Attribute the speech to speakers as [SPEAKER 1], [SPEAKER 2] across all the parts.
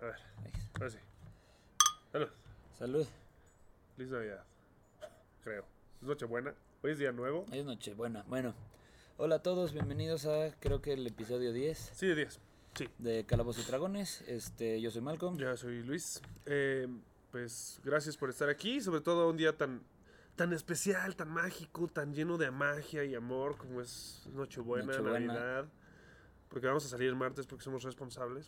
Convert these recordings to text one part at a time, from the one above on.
[SPEAKER 1] A ver, ahora sí. Salud.
[SPEAKER 2] Salud.
[SPEAKER 1] Feliz Navidad. Creo. Es Nochebuena. Hoy es día nuevo.
[SPEAKER 2] Es noche buena. Bueno, hola a todos, bienvenidos a creo que el episodio 10
[SPEAKER 1] Sí, 10. Sí.
[SPEAKER 2] de Calabozos y Dragones. Este, yo soy Malcolm.
[SPEAKER 1] Yo soy Luis. Eh, pues gracias por estar aquí. Sobre todo un día tan, tan especial, tan mágico, tan lleno de magia y amor como es Nochebuena,
[SPEAKER 2] Nochebuena.
[SPEAKER 1] Navidad. Porque vamos a salir el martes porque somos responsables.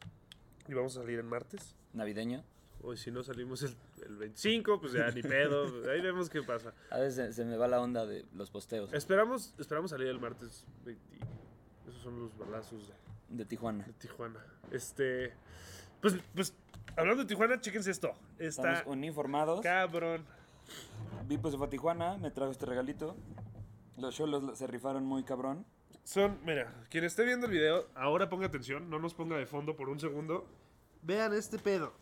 [SPEAKER 1] Y vamos a salir en martes.
[SPEAKER 2] Navideño.
[SPEAKER 1] O si no salimos el, el 25, pues ya ni pedo. Ahí vemos qué pasa.
[SPEAKER 2] A veces Ah, se, se me va la onda de los posteos
[SPEAKER 1] Esperamos, esperamos salir el martes 20. Esos son los balazos de,
[SPEAKER 2] de Tijuana.
[SPEAKER 1] de Tijuana. Este. Pues, pues, hablando de Tijuana, chéquense esto. Está
[SPEAKER 2] Estamos uniformados.
[SPEAKER 1] cabrón.
[SPEAKER 2] Vipo se fue a Tijuana, me trajo este regalito. Los cholos se rifaron muy cabrón.
[SPEAKER 1] Son, mira, quien esté viendo el video, ahora ponga atención, no nos ponga de fondo por un segundo. Vean este pedo.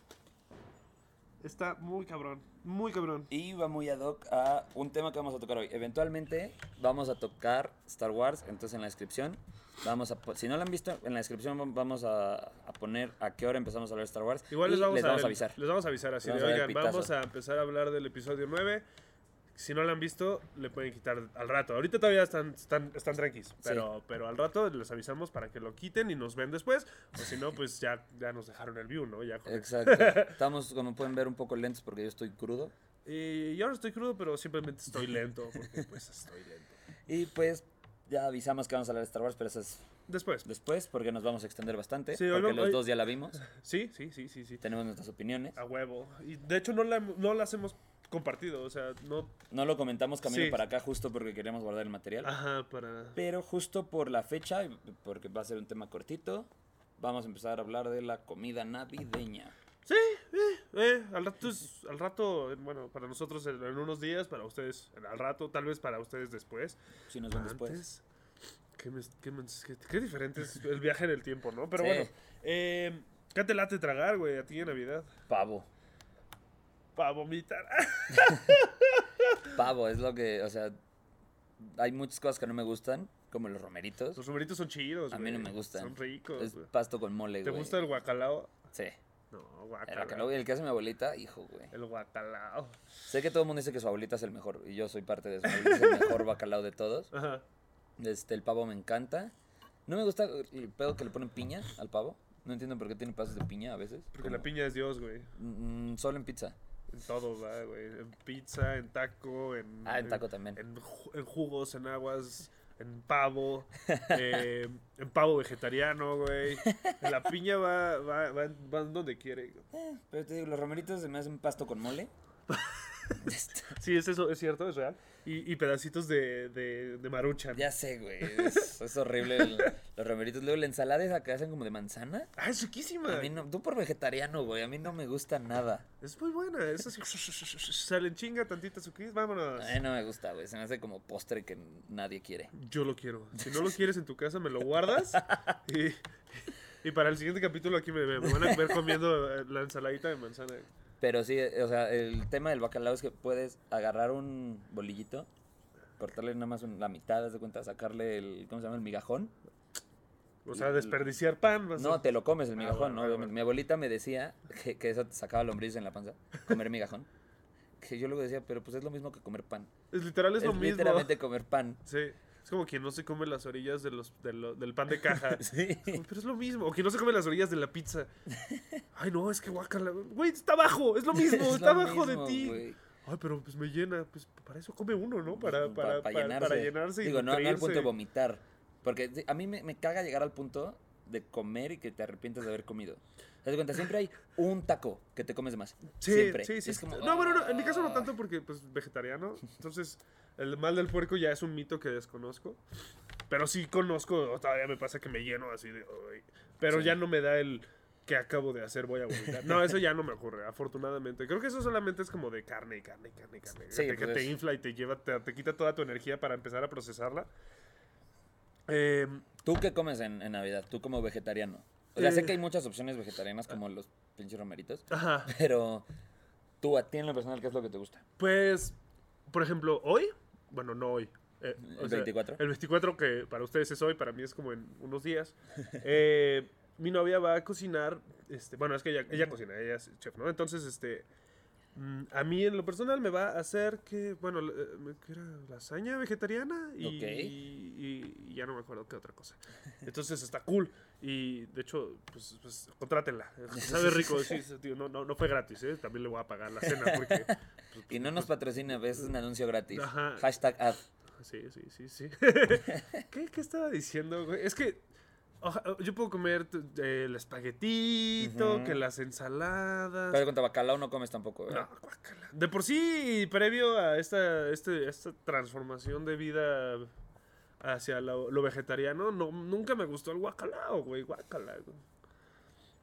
[SPEAKER 1] Está muy cabrón, muy cabrón.
[SPEAKER 2] Y va muy ad hoc a un tema que vamos a tocar hoy. Eventualmente vamos a tocar Star Wars, entonces en la descripción vamos a po- si no lo han visto, en la descripción vam- vamos a, a poner a qué hora empezamos a hablar de Star Wars.
[SPEAKER 1] Igual
[SPEAKER 2] y
[SPEAKER 1] les vamos, a, dar el-
[SPEAKER 2] avisar.
[SPEAKER 1] Les vamos a avisar así de,
[SPEAKER 2] Les vamos a
[SPEAKER 1] oigan,
[SPEAKER 2] dar el pitazo".
[SPEAKER 1] vamos a empezar a hablar del episodio 9. Si no lo han visto, le pueden quitar al rato. Ahorita todavía están, están, están tranquis, pero, pero al rato les avisamos para que lo quiten y nos ven después. O si no, pues ya, ya nos dejaron el view, ¿no? Ya con-
[SPEAKER 2] Exacto. Estamos, como pueden ver, un poco lentos porque yo estoy crudo.
[SPEAKER 1] Y yo no estoy crudo, pero simplemente estoy lento, porque pues estoy lento.
[SPEAKER 2] Y pues ya avisamos que vamos a hablar de Star Wars, pero eso es
[SPEAKER 1] Después.
[SPEAKER 2] después porque nos vamos a extender bastante.
[SPEAKER 1] Sí, hoy
[SPEAKER 2] porque
[SPEAKER 1] vamos-
[SPEAKER 2] los
[SPEAKER 1] hoy-
[SPEAKER 2] dos ya la vimos,
[SPEAKER 1] Sí, sí, sí, sí, sí.
[SPEAKER 2] tenemos nuestras opiniones.
[SPEAKER 1] A huevo. Y de hecho no, la, no las hemos compartido, o sea, no...
[SPEAKER 2] No lo comentamos camino
[SPEAKER 1] Sí.
[SPEAKER 2] para acá justo porque queríamos guardar el material.
[SPEAKER 1] Ajá, para...
[SPEAKER 2] Pero justo por la fecha, y porque va a ser un tema cortito, vamos a empezar a hablar de la comida navideña.
[SPEAKER 1] Sí, eh, eh, al rato, es- al rato, eh, bueno, para nosotros en, en unos días, para ustedes en- al rato, tal vez para ustedes después.
[SPEAKER 2] Si nos ven después.
[SPEAKER 1] Antes, qué, mes- qué mens- qué- qué diferente es el viaje en el tiempo, ¿no? Pero
[SPEAKER 2] Sí.
[SPEAKER 1] bueno, eh, ¿qué te late tragar, güey, a ti en Navidad?
[SPEAKER 2] Pavo.
[SPEAKER 1] Para vomitar. Ah,
[SPEAKER 2] Pavo es lo que, o sea, hay muchas cosas que no me gustan, como los romeritos.
[SPEAKER 1] Los numeritos son chidos,
[SPEAKER 2] A mí no
[SPEAKER 1] güey.
[SPEAKER 2] me gustan.
[SPEAKER 1] Son ricos.
[SPEAKER 2] Es
[SPEAKER 1] güey.
[SPEAKER 2] pasto con mole,
[SPEAKER 1] ¿Te
[SPEAKER 2] güey.
[SPEAKER 1] gusta el Ah, guacalao?
[SPEAKER 2] Sí.
[SPEAKER 1] No,
[SPEAKER 2] El,
[SPEAKER 1] guacalao.
[SPEAKER 2] bacalao y el que hace mi abuelita, hijo, güey.
[SPEAKER 1] El guacalao.
[SPEAKER 2] Sé que todo el mundo dice que su abuelita es el mejor, y yo soy parte de eso. Mi abuelita es el mejor bacalao de todos.
[SPEAKER 1] Ajá.
[SPEAKER 2] Este, el pavo me encanta. No me gusta el pedo que le ponen piña al pavo. No entiendo por qué tiene pedazos de piña a veces.
[SPEAKER 1] Porque
[SPEAKER 2] como-
[SPEAKER 1] la piña es Dios, güey.
[SPEAKER 2] Mm, solo en pizza.
[SPEAKER 1] En todo, ¿verdad, güey. En pizza, en taco, en.
[SPEAKER 2] Ah, en taco también.
[SPEAKER 1] En, ju- en jugos, en aguas, en pavo, eh, en pavo vegetariano, güey. La piña va, va, va, en- va en donde quiere.
[SPEAKER 2] Pero te digo, los romeritos se me hacen pasto con mole. Este,
[SPEAKER 1] Sí, es eso, es cierto, es real. Y, y pedacitos de, de, de maruchan.
[SPEAKER 2] ya sé, güey. Es, es horrible el- los romeritos. Luego la ensalada esa que hacen como de manzana.
[SPEAKER 1] Ah, es riquísima.
[SPEAKER 2] A mí no, tú por vegetariano, güey. A mí no me gusta nada.
[SPEAKER 1] Es muy buena. Es así. Salen chinga, tantita su vámonos.
[SPEAKER 2] A mí no me gusta, güey. Se me hace como postre que nadie quiere.
[SPEAKER 1] Yo lo quiero. Si no lo quieres en tu casa, me lo guardas. Y, y para el siguiente capítulo aquí me, me van a ver comiendo eh, la ensaladita de manzana.
[SPEAKER 2] Pero sí, eh, o sea, el tema del bacalao es que puedes agarrar un bolillito, cortarle nada más un- la mitad, haz de cuenta, sacarle el, ¿cómo se llama? El migajón.
[SPEAKER 1] O sea, desperdiciar pan. vas a-
[SPEAKER 2] No, te lo comes el
[SPEAKER 1] Ah,
[SPEAKER 2] migajón,
[SPEAKER 1] bueno,
[SPEAKER 2] ¿no?
[SPEAKER 1] bueno,
[SPEAKER 2] Obviamente.
[SPEAKER 1] bueno.
[SPEAKER 2] Mi abuelita me decía que, que eso te sacaba lombrices en la panza, comer migajón. Que yo luego decía, pero pues es lo mismo que comer pan.
[SPEAKER 1] Es literal, es,
[SPEAKER 2] Es,
[SPEAKER 1] lo mismo.
[SPEAKER 2] literalmente comer pan.
[SPEAKER 1] Sí. Es como quien no se come las orillas de los, de lo- del pan de caja.
[SPEAKER 2] Sí.
[SPEAKER 1] Como, Pero es lo mismo. O quien no se come las orillas de la pizza. Ay, no, es que guacala. Güey, está abajo. Es lo mismo.
[SPEAKER 2] Es
[SPEAKER 1] está
[SPEAKER 2] lo
[SPEAKER 1] abajo
[SPEAKER 2] mismo,
[SPEAKER 1] de ti.
[SPEAKER 2] güey.
[SPEAKER 1] Ay, pero pues me llena. Pues para eso come uno, ¿no? Para,
[SPEAKER 2] Pa-
[SPEAKER 1] para,
[SPEAKER 2] Pues, pa
[SPEAKER 1] para- para llenarse. y
[SPEAKER 2] Digo, no, no al punto de
[SPEAKER 1] nutrirse.
[SPEAKER 2] vomitar. Porque sí, a mí me, me caga llegar al punto de comer y que te arrepientes de haber comido. ¿Te das cuenta? Siempre hay un taco que te comes de más.
[SPEAKER 1] Sí,
[SPEAKER 2] Siempre.
[SPEAKER 1] sí, sí.
[SPEAKER 2] Es como,
[SPEAKER 1] no, bueno, no, en mi caso no
[SPEAKER 2] "Ah".
[SPEAKER 1] tanto porque, pues, vegetariano. Entonces, el mal del puerco ya es un mito que desconozco. Pero sí conozco, o todavía me pasa que me lleno así de... "Ay". pero
[SPEAKER 2] Sí.
[SPEAKER 1] ya no me da el que acabo de hacer, voy a vomitar. No, eso ya no me ocurre, afortunadamente. Creo que eso solamente es como de carne y carne y carne y carne.
[SPEAKER 2] Sí,
[SPEAKER 1] que,
[SPEAKER 2] pues
[SPEAKER 1] que te
[SPEAKER 2] es-
[SPEAKER 1] infla y te lleva, te, te quita toda tu energía para empezar a procesarla. Eh,
[SPEAKER 2] ¿Tú qué comes en, en Navidad? Tú como vegetariano. O sea, sé
[SPEAKER 1] Eh.
[SPEAKER 2] que hay muchas opciones vegetarianas como los pinches romeritos.
[SPEAKER 1] ajá.
[SPEAKER 2] Pero tú, a ti en lo personal, ¿qué es lo que te gusta?
[SPEAKER 1] Pues, por ejemplo, hoy, bueno, no hoy. eh,
[SPEAKER 2] ¿El 24?
[SPEAKER 1] El 24 que para ustedes es hoy, para mí es como en unos días. Eh, mi novia va a cocinar, este, bueno, es que ella, ella cocina, ella es chef, ¿no? Entonces, este, mm, a mí en lo personal me va a hacer que, bueno, eh, que era lasaña vegetariana y,
[SPEAKER 2] Ok.
[SPEAKER 1] y- y ya no me acuerdo qué otra cosa. Entonces está cool y de hecho, pues, pues contrátenla, sabe rico, sí, sí, tío, no, no, no fue gratis, ¿eh? también le voy a pagar la cena porque... pues,
[SPEAKER 2] Y no nos patrocina, es un anuncio gratis.
[SPEAKER 1] Ajá.
[SPEAKER 2] Hashtag ad.
[SPEAKER 1] Sí, sí, sí, sí. ¿Qué, qué estaba diciendo, güey? Es que oja- yo puedo comer t- eh, el espaguetito,
[SPEAKER 2] Ujú.
[SPEAKER 1] que las ensaladas.
[SPEAKER 2] Pero cuenta, bacalao no comes tampoco,
[SPEAKER 1] No,
[SPEAKER 2] ¿verdad?
[SPEAKER 1] guácala. De por sí, previo a esta, este, esta transformación de vida hacia lo, lo vegetariano, no, nunca me gustó el guacalao, güey, guacala. güey.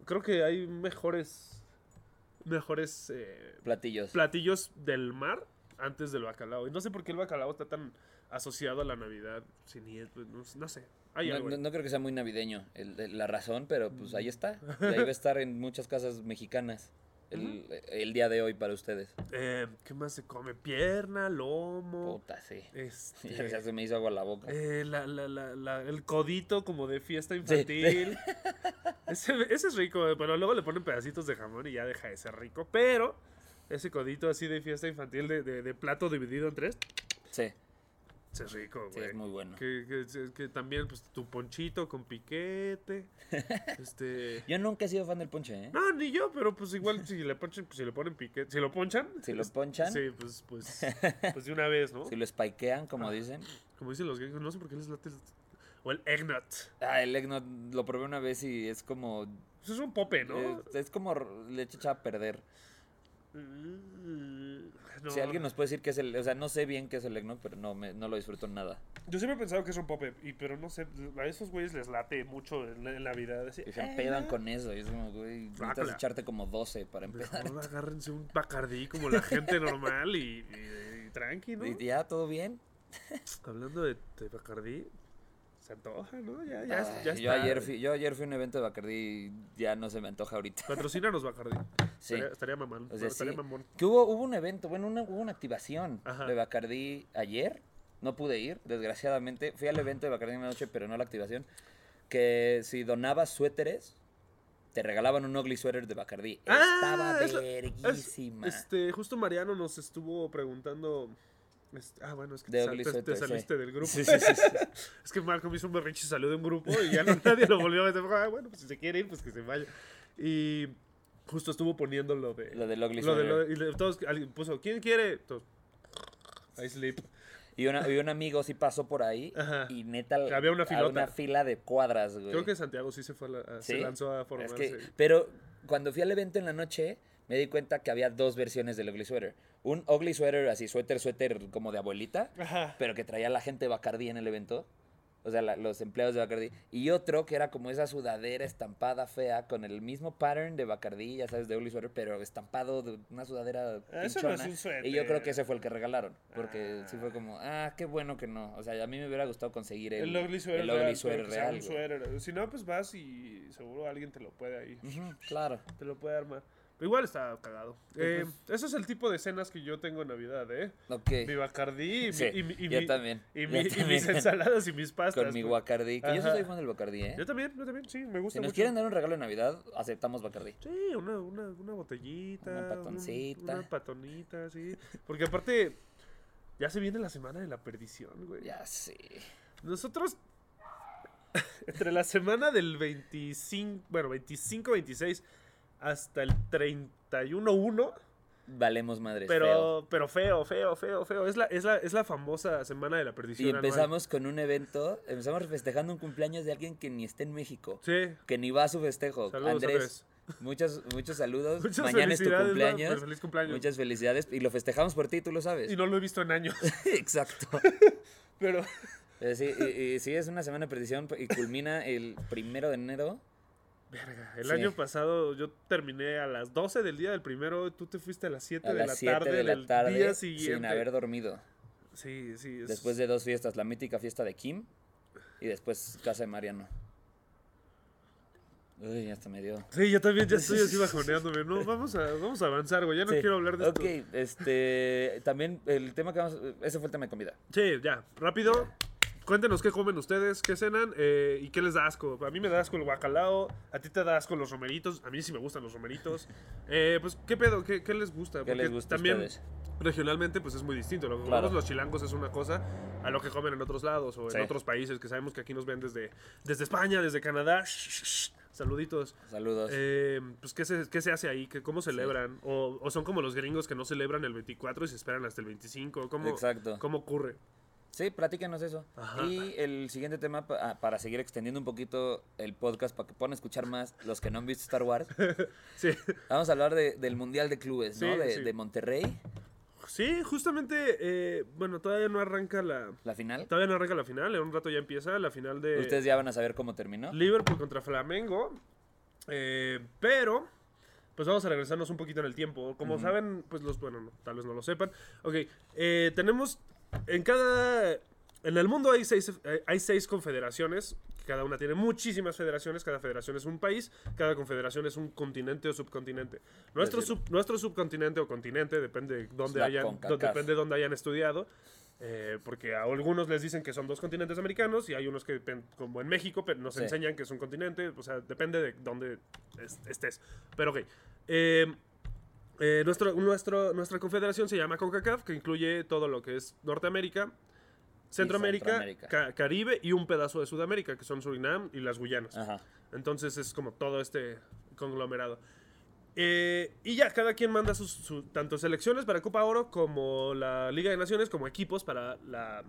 [SPEAKER 1] Creo que hay mejores, mejores eh,
[SPEAKER 2] Platillos.
[SPEAKER 1] platillos del mar antes del bacalao. Y no sé por qué el bacalao está tan asociado a la Navidad. Si ni es- no, no sé. Hay
[SPEAKER 2] No,
[SPEAKER 1] algo.
[SPEAKER 2] no-
[SPEAKER 1] ahí.
[SPEAKER 2] no creo que sea muy navideño el- el- la razón, pero pues
[SPEAKER 1] Mm.
[SPEAKER 2] ahí está. Y ahí va a estar en muchas casas mexicanas el, el día de hoy para ustedes.
[SPEAKER 1] Eh, ¿Qué más se come? Pierna, lomo.
[SPEAKER 2] Puta, sí.
[SPEAKER 1] Este,
[SPEAKER 2] Ya se me hizo agua la boca.
[SPEAKER 1] Mm. eh, la- la- la- la- el codito como de fiesta infantil. Ese, ese es rico, eh, pero luego le ponen pedacitos de jamón y ya deja de ser rico. Pero ese codito así de fiesta infantil de, de- de plato dividido en tres,
[SPEAKER 2] Sí,
[SPEAKER 1] ese es rico,
[SPEAKER 2] sí,
[SPEAKER 1] güey.
[SPEAKER 2] es muy bueno.
[SPEAKER 1] Que, que- que también, pues, tu ponchito con piquete. este.
[SPEAKER 2] Yo nunca he sido fan del ponche, ¿eh?
[SPEAKER 1] No, ni yo, pero pues igual si le ponchan, pues, si le ponen piquete. Si lo ponchan.
[SPEAKER 2] Si lo
[SPEAKER 1] es-
[SPEAKER 2] ponchan.
[SPEAKER 1] Sí, pues, pues. Pues de una vez, ¿no?
[SPEAKER 2] Si lo spikean, como dicen.
[SPEAKER 1] Como dicen los gringos, no sé por qué les late. el- O el eggnog.
[SPEAKER 2] Ah, el eggnog lo probé una vez y es como...
[SPEAKER 1] Eso es un pope, ¿no?
[SPEAKER 2] Es, es como r- leche echada a perder.
[SPEAKER 1] Mm, no.
[SPEAKER 2] Eh, Si alguien nos puede decir qué es el... O sea, no sé bien qué es el eggnog, pero no, me- no lo disfruto nada.
[SPEAKER 1] Yo siempre he pensado que es un pope, y, pero no sé, a esos güeyes les late mucho en la, en la vida. decir,
[SPEAKER 2] Y se
[SPEAKER 1] "Eh,
[SPEAKER 2] empedan
[SPEAKER 1] no".
[SPEAKER 2] con eso. y es como, güey, necesitas
[SPEAKER 1] Guácala.
[SPEAKER 2] echarte como 12 para empezar.
[SPEAKER 1] Mejor agárrense un bacardí como la gente normal y, y- y tranqui, ¿no?
[SPEAKER 2] Y ya, ¿todo bien?
[SPEAKER 1] Hablando de, de Bacardí, se antoja, ¿no? Ya, ya,
[SPEAKER 2] Ay,
[SPEAKER 1] ya
[SPEAKER 2] yo,
[SPEAKER 1] está.
[SPEAKER 2] ayer fui, yo ayer fui a un evento de Bacardí y ya no se me antoja ahorita.
[SPEAKER 1] Patrocínanos, Bacardí.
[SPEAKER 2] Sí.
[SPEAKER 1] Estaría, estaría mamón.
[SPEAKER 2] O sea,
[SPEAKER 1] estaría
[SPEAKER 2] sí.
[SPEAKER 1] mamón.
[SPEAKER 2] Pues, Que hubo, hubo un evento, bueno, una, hubo una activación
[SPEAKER 1] Ajá.
[SPEAKER 2] de Bacardí ayer. No pude ir, desgraciadamente. Fui al evento de Bacardí en la noche, pero no a la activación. Que si donabas suéteres, te regalaban un ugly suéter de Bacardí.
[SPEAKER 1] Ah,
[SPEAKER 2] Estaba
[SPEAKER 1] eso- es-
[SPEAKER 2] verguísima.
[SPEAKER 1] Este, justo Mariano nos estuvo preguntando. este, ah, bueno, es que
[SPEAKER 2] De
[SPEAKER 1] te, sal- te-
[SPEAKER 2] Ugly
[SPEAKER 1] te
[SPEAKER 2] Sweater, sí.
[SPEAKER 1] saliste del grupo.
[SPEAKER 2] Sí, sí, sí, sí.
[SPEAKER 1] es que Marco me hizo un berrinche y salió de un grupo y ya no- nadie lo volvió a meter. Ah, bueno, pues si se quiere ir, pues que se vaya. Y justo estuvo poniendo lo de.
[SPEAKER 2] Lo del ugly
[SPEAKER 1] lo de,
[SPEAKER 2] sweater.
[SPEAKER 1] lo de- y le- todos, alguien puso, ¿quién quiere? Todos, I sleep.
[SPEAKER 2] Y, una- y un amigo sí pasó por ahí
[SPEAKER 1] Ajá.
[SPEAKER 2] y neta
[SPEAKER 1] Que había una filota.
[SPEAKER 2] una fila de cuadras, güey.
[SPEAKER 1] Creo que Santiago sí se fue a la- a- se
[SPEAKER 2] Sí,
[SPEAKER 1] lanzó a
[SPEAKER 2] es
[SPEAKER 1] formarse.
[SPEAKER 2] que- pero cuando fui al evento en la noche, me di cuenta que había dos versiones del ugly sweater. Un ugly sweater así, suéter, suéter como de abuelita,
[SPEAKER 1] Ajá.
[SPEAKER 2] pero que traía la gente de Bacardí en el evento. O sea, la- los empleados de Bacardí. Y otro que era como esa sudadera estampada fea con el mismo pattern de Bacardí, ya sabes, de ugly sweater, pero estampado de una sudadera
[SPEAKER 1] Ah, eso no
[SPEAKER 2] pinchona.
[SPEAKER 1] es un suéter.
[SPEAKER 2] y yo creo que ese fue el que regalaron, porque sí
[SPEAKER 1] Ah.
[SPEAKER 2] fue como, ah, qué bueno que no. O sea, a mí me hubiera gustado conseguir el,
[SPEAKER 1] El, ugly sweater
[SPEAKER 2] el
[SPEAKER 1] real,
[SPEAKER 2] ugly
[SPEAKER 1] pero
[SPEAKER 2] sweater
[SPEAKER 1] que sea
[SPEAKER 2] real,
[SPEAKER 1] un
[SPEAKER 2] güey.
[SPEAKER 1] sweater. Si no, pues vas y seguro alguien te lo puede ahí.
[SPEAKER 2] Ujú, claro.
[SPEAKER 1] Te lo puede armar. Pero igual está cagado. Eh, ese es el tipo de cenas que yo tengo en Navidad, ¿eh?
[SPEAKER 2] Ok.
[SPEAKER 1] Mi bacardí y,
[SPEAKER 2] Sí,
[SPEAKER 1] mi, y mi- y
[SPEAKER 2] yo
[SPEAKER 1] mi-
[SPEAKER 2] también.
[SPEAKER 1] y
[SPEAKER 2] yo
[SPEAKER 1] mi- y
[SPEAKER 2] también.
[SPEAKER 1] mis ensaladas y mis pastas.
[SPEAKER 2] Con mi
[SPEAKER 1] güey.
[SPEAKER 2] Bacardí. Que yo sí
[SPEAKER 1] Ajá.
[SPEAKER 2] soy fan del Bacardí, ¿eh?
[SPEAKER 1] Yo también, yo también, sí, me gusta
[SPEAKER 2] Si nos
[SPEAKER 1] mucho.
[SPEAKER 2] quieren dar un regalo de Navidad, aceptamos Bacardí.
[SPEAKER 1] Sí, una, una, una botellita.
[SPEAKER 2] Una
[SPEAKER 1] un-
[SPEAKER 2] patoncita.
[SPEAKER 1] una patonita, sí. Porque aparte, ya se viene la semana de la perdición, güey.
[SPEAKER 2] Ya sí.
[SPEAKER 1] Nosotros, entre la semana del 25, bueno, 25-26 hasta el 31-1,
[SPEAKER 2] Valemos madres.
[SPEAKER 1] pero
[SPEAKER 2] feo.
[SPEAKER 1] feo. pero feo, feo, feo, feo. Es la, es, la, es la famosa semana de la perdición.
[SPEAKER 2] Y
[SPEAKER 1] anual.
[SPEAKER 2] empezamos con un evento, empezamos festejando un cumpleaños de alguien que ni está en México,
[SPEAKER 1] Sí.
[SPEAKER 2] que ni va a su festejo.
[SPEAKER 1] Saludos,
[SPEAKER 2] Andrés,
[SPEAKER 1] Andrés.
[SPEAKER 2] muchos, muchos saludos.
[SPEAKER 1] Muchas
[SPEAKER 2] Mañana es tu
[SPEAKER 1] felicidades, ¿no?
[SPEAKER 2] cumpleaños.
[SPEAKER 1] Pues, feliz cumpleaños.
[SPEAKER 2] Muchas felicidades. Y lo festejamos por ti, tú lo sabes.
[SPEAKER 1] Y no lo he visto en años.
[SPEAKER 2] Exacto.
[SPEAKER 1] Pero
[SPEAKER 2] Pero sí, y, y sí, es una semana de perdición y culmina el primero de enero.
[SPEAKER 1] Verga, el
[SPEAKER 2] Sí.
[SPEAKER 1] año pasado yo terminé a las 12 del día del primero, tú te fuiste a las 7
[SPEAKER 2] A
[SPEAKER 1] de la
[SPEAKER 2] las 7
[SPEAKER 1] tarde
[SPEAKER 2] de la
[SPEAKER 1] del
[SPEAKER 2] tarde
[SPEAKER 1] día siguiente.
[SPEAKER 2] sin haber dormido.
[SPEAKER 1] Sí, sí. es-
[SPEAKER 2] Después de dos fiestas, la mítica fiesta de Kim y después casa de Mariano. Uy, hasta me dio.
[SPEAKER 1] Sí, yo también ya estoy así bajoneándome. No, vamos a, vamos a avanzar, güey. Ya no
[SPEAKER 2] Sí.
[SPEAKER 1] quiero hablar de esto.
[SPEAKER 2] Ok, este, también el tema que vamos, ese fue el tema de comida.
[SPEAKER 1] Sí, ya, rápido. Cuéntenos qué comen ustedes, qué cenan eh, y qué les da asco. A mí me da asco el guacalao, a ti te da asco los romeritos, a mí sí me gustan los romeritos. Eh, pues, ¿qué pedo? ¿Qué, qué les gusta?
[SPEAKER 2] ¿Qué les gusta a
[SPEAKER 1] también
[SPEAKER 2] ustedes?
[SPEAKER 1] regionalmente pues es muy distinto. Lo que
[SPEAKER 2] Claro.
[SPEAKER 1] comemos los chilangos es una cosa a lo que comen en otros lados o
[SPEAKER 2] Sí.
[SPEAKER 1] en otros países que sabemos que aquí nos ven desde, desde España, desde Canadá. Saluditos.
[SPEAKER 2] Saludos.
[SPEAKER 1] Eh, pues, ¿qué se, qué se hace ahí? ¿Qué, ¿Cómo celebran? O, o son como los gringos que no celebran el 24 y se esperan hasta el 25. ¿Cómo,
[SPEAKER 2] Exacto.
[SPEAKER 1] ¿cómo ocurre?
[SPEAKER 2] Sí, platícanos eso.
[SPEAKER 1] Ajá.
[SPEAKER 2] Y el siguiente tema, pa- ah, para seguir extendiendo un poquito el podcast, para que puedan escuchar más los que no han visto Star Wars,
[SPEAKER 1] Sí,
[SPEAKER 2] vamos a hablar de- del Mundial de Clubes, ¿no?
[SPEAKER 1] Sí,
[SPEAKER 2] de,
[SPEAKER 1] sí.
[SPEAKER 2] de Monterrey,
[SPEAKER 1] sí justamente, eh, bueno, todavía no arranca la...
[SPEAKER 2] la final.
[SPEAKER 1] Todavía no arranca la final, en un rato ya empieza la final de...
[SPEAKER 2] Ustedes ya van a saber cómo terminó.
[SPEAKER 1] Liverpool contra Flamengo. eh, pero, pues vamos a regresarnos un poquito en el tiempo. Como saben, pues los, bueno, no, tal vez no lo sepan. Ok, eh, tenemos en cada... En el mundo hay seis, eh, hay seis confederaciones, cada una tiene muchísimas federaciones, cada federación es un país, cada confederación es un continente o subcontinente. Nuestro,
[SPEAKER 2] Desde-
[SPEAKER 1] sub- nuestro subcontinente o continente, depende de dónde,
[SPEAKER 2] la
[SPEAKER 1] hayan,
[SPEAKER 2] CONCACAF.
[SPEAKER 1] depende de dónde hayan estudiado, eh, porque a algunos les dicen que son dos continentes americanos y hay unos que, pen- como en México, pe- nos
[SPEAKER 2] Sí.
[SPEAKER 1] enseñan que es un continente. O sea, depende de dónde es- estés. Pero ok. Eh, eh, nuestro, nuestro, nuestra confederación se llama CONCACAF, que incluye todo lo que es Norteamérica, Centroamérica,
[SPEAKER 2] Centroamérica.
[SPEAKER 1] Ca- Caribe y un pedazo de Sudamérica, que son Surinam y las Guyanas.
[SPEAKER 2] Ajá.
[SPEAKER 1] Entonces es como todo este conglomerado. Eh, y ya, cada quien manda sus, su- tanto selecciones para Copa Oro como la Liga de Naciones, como equipos para la,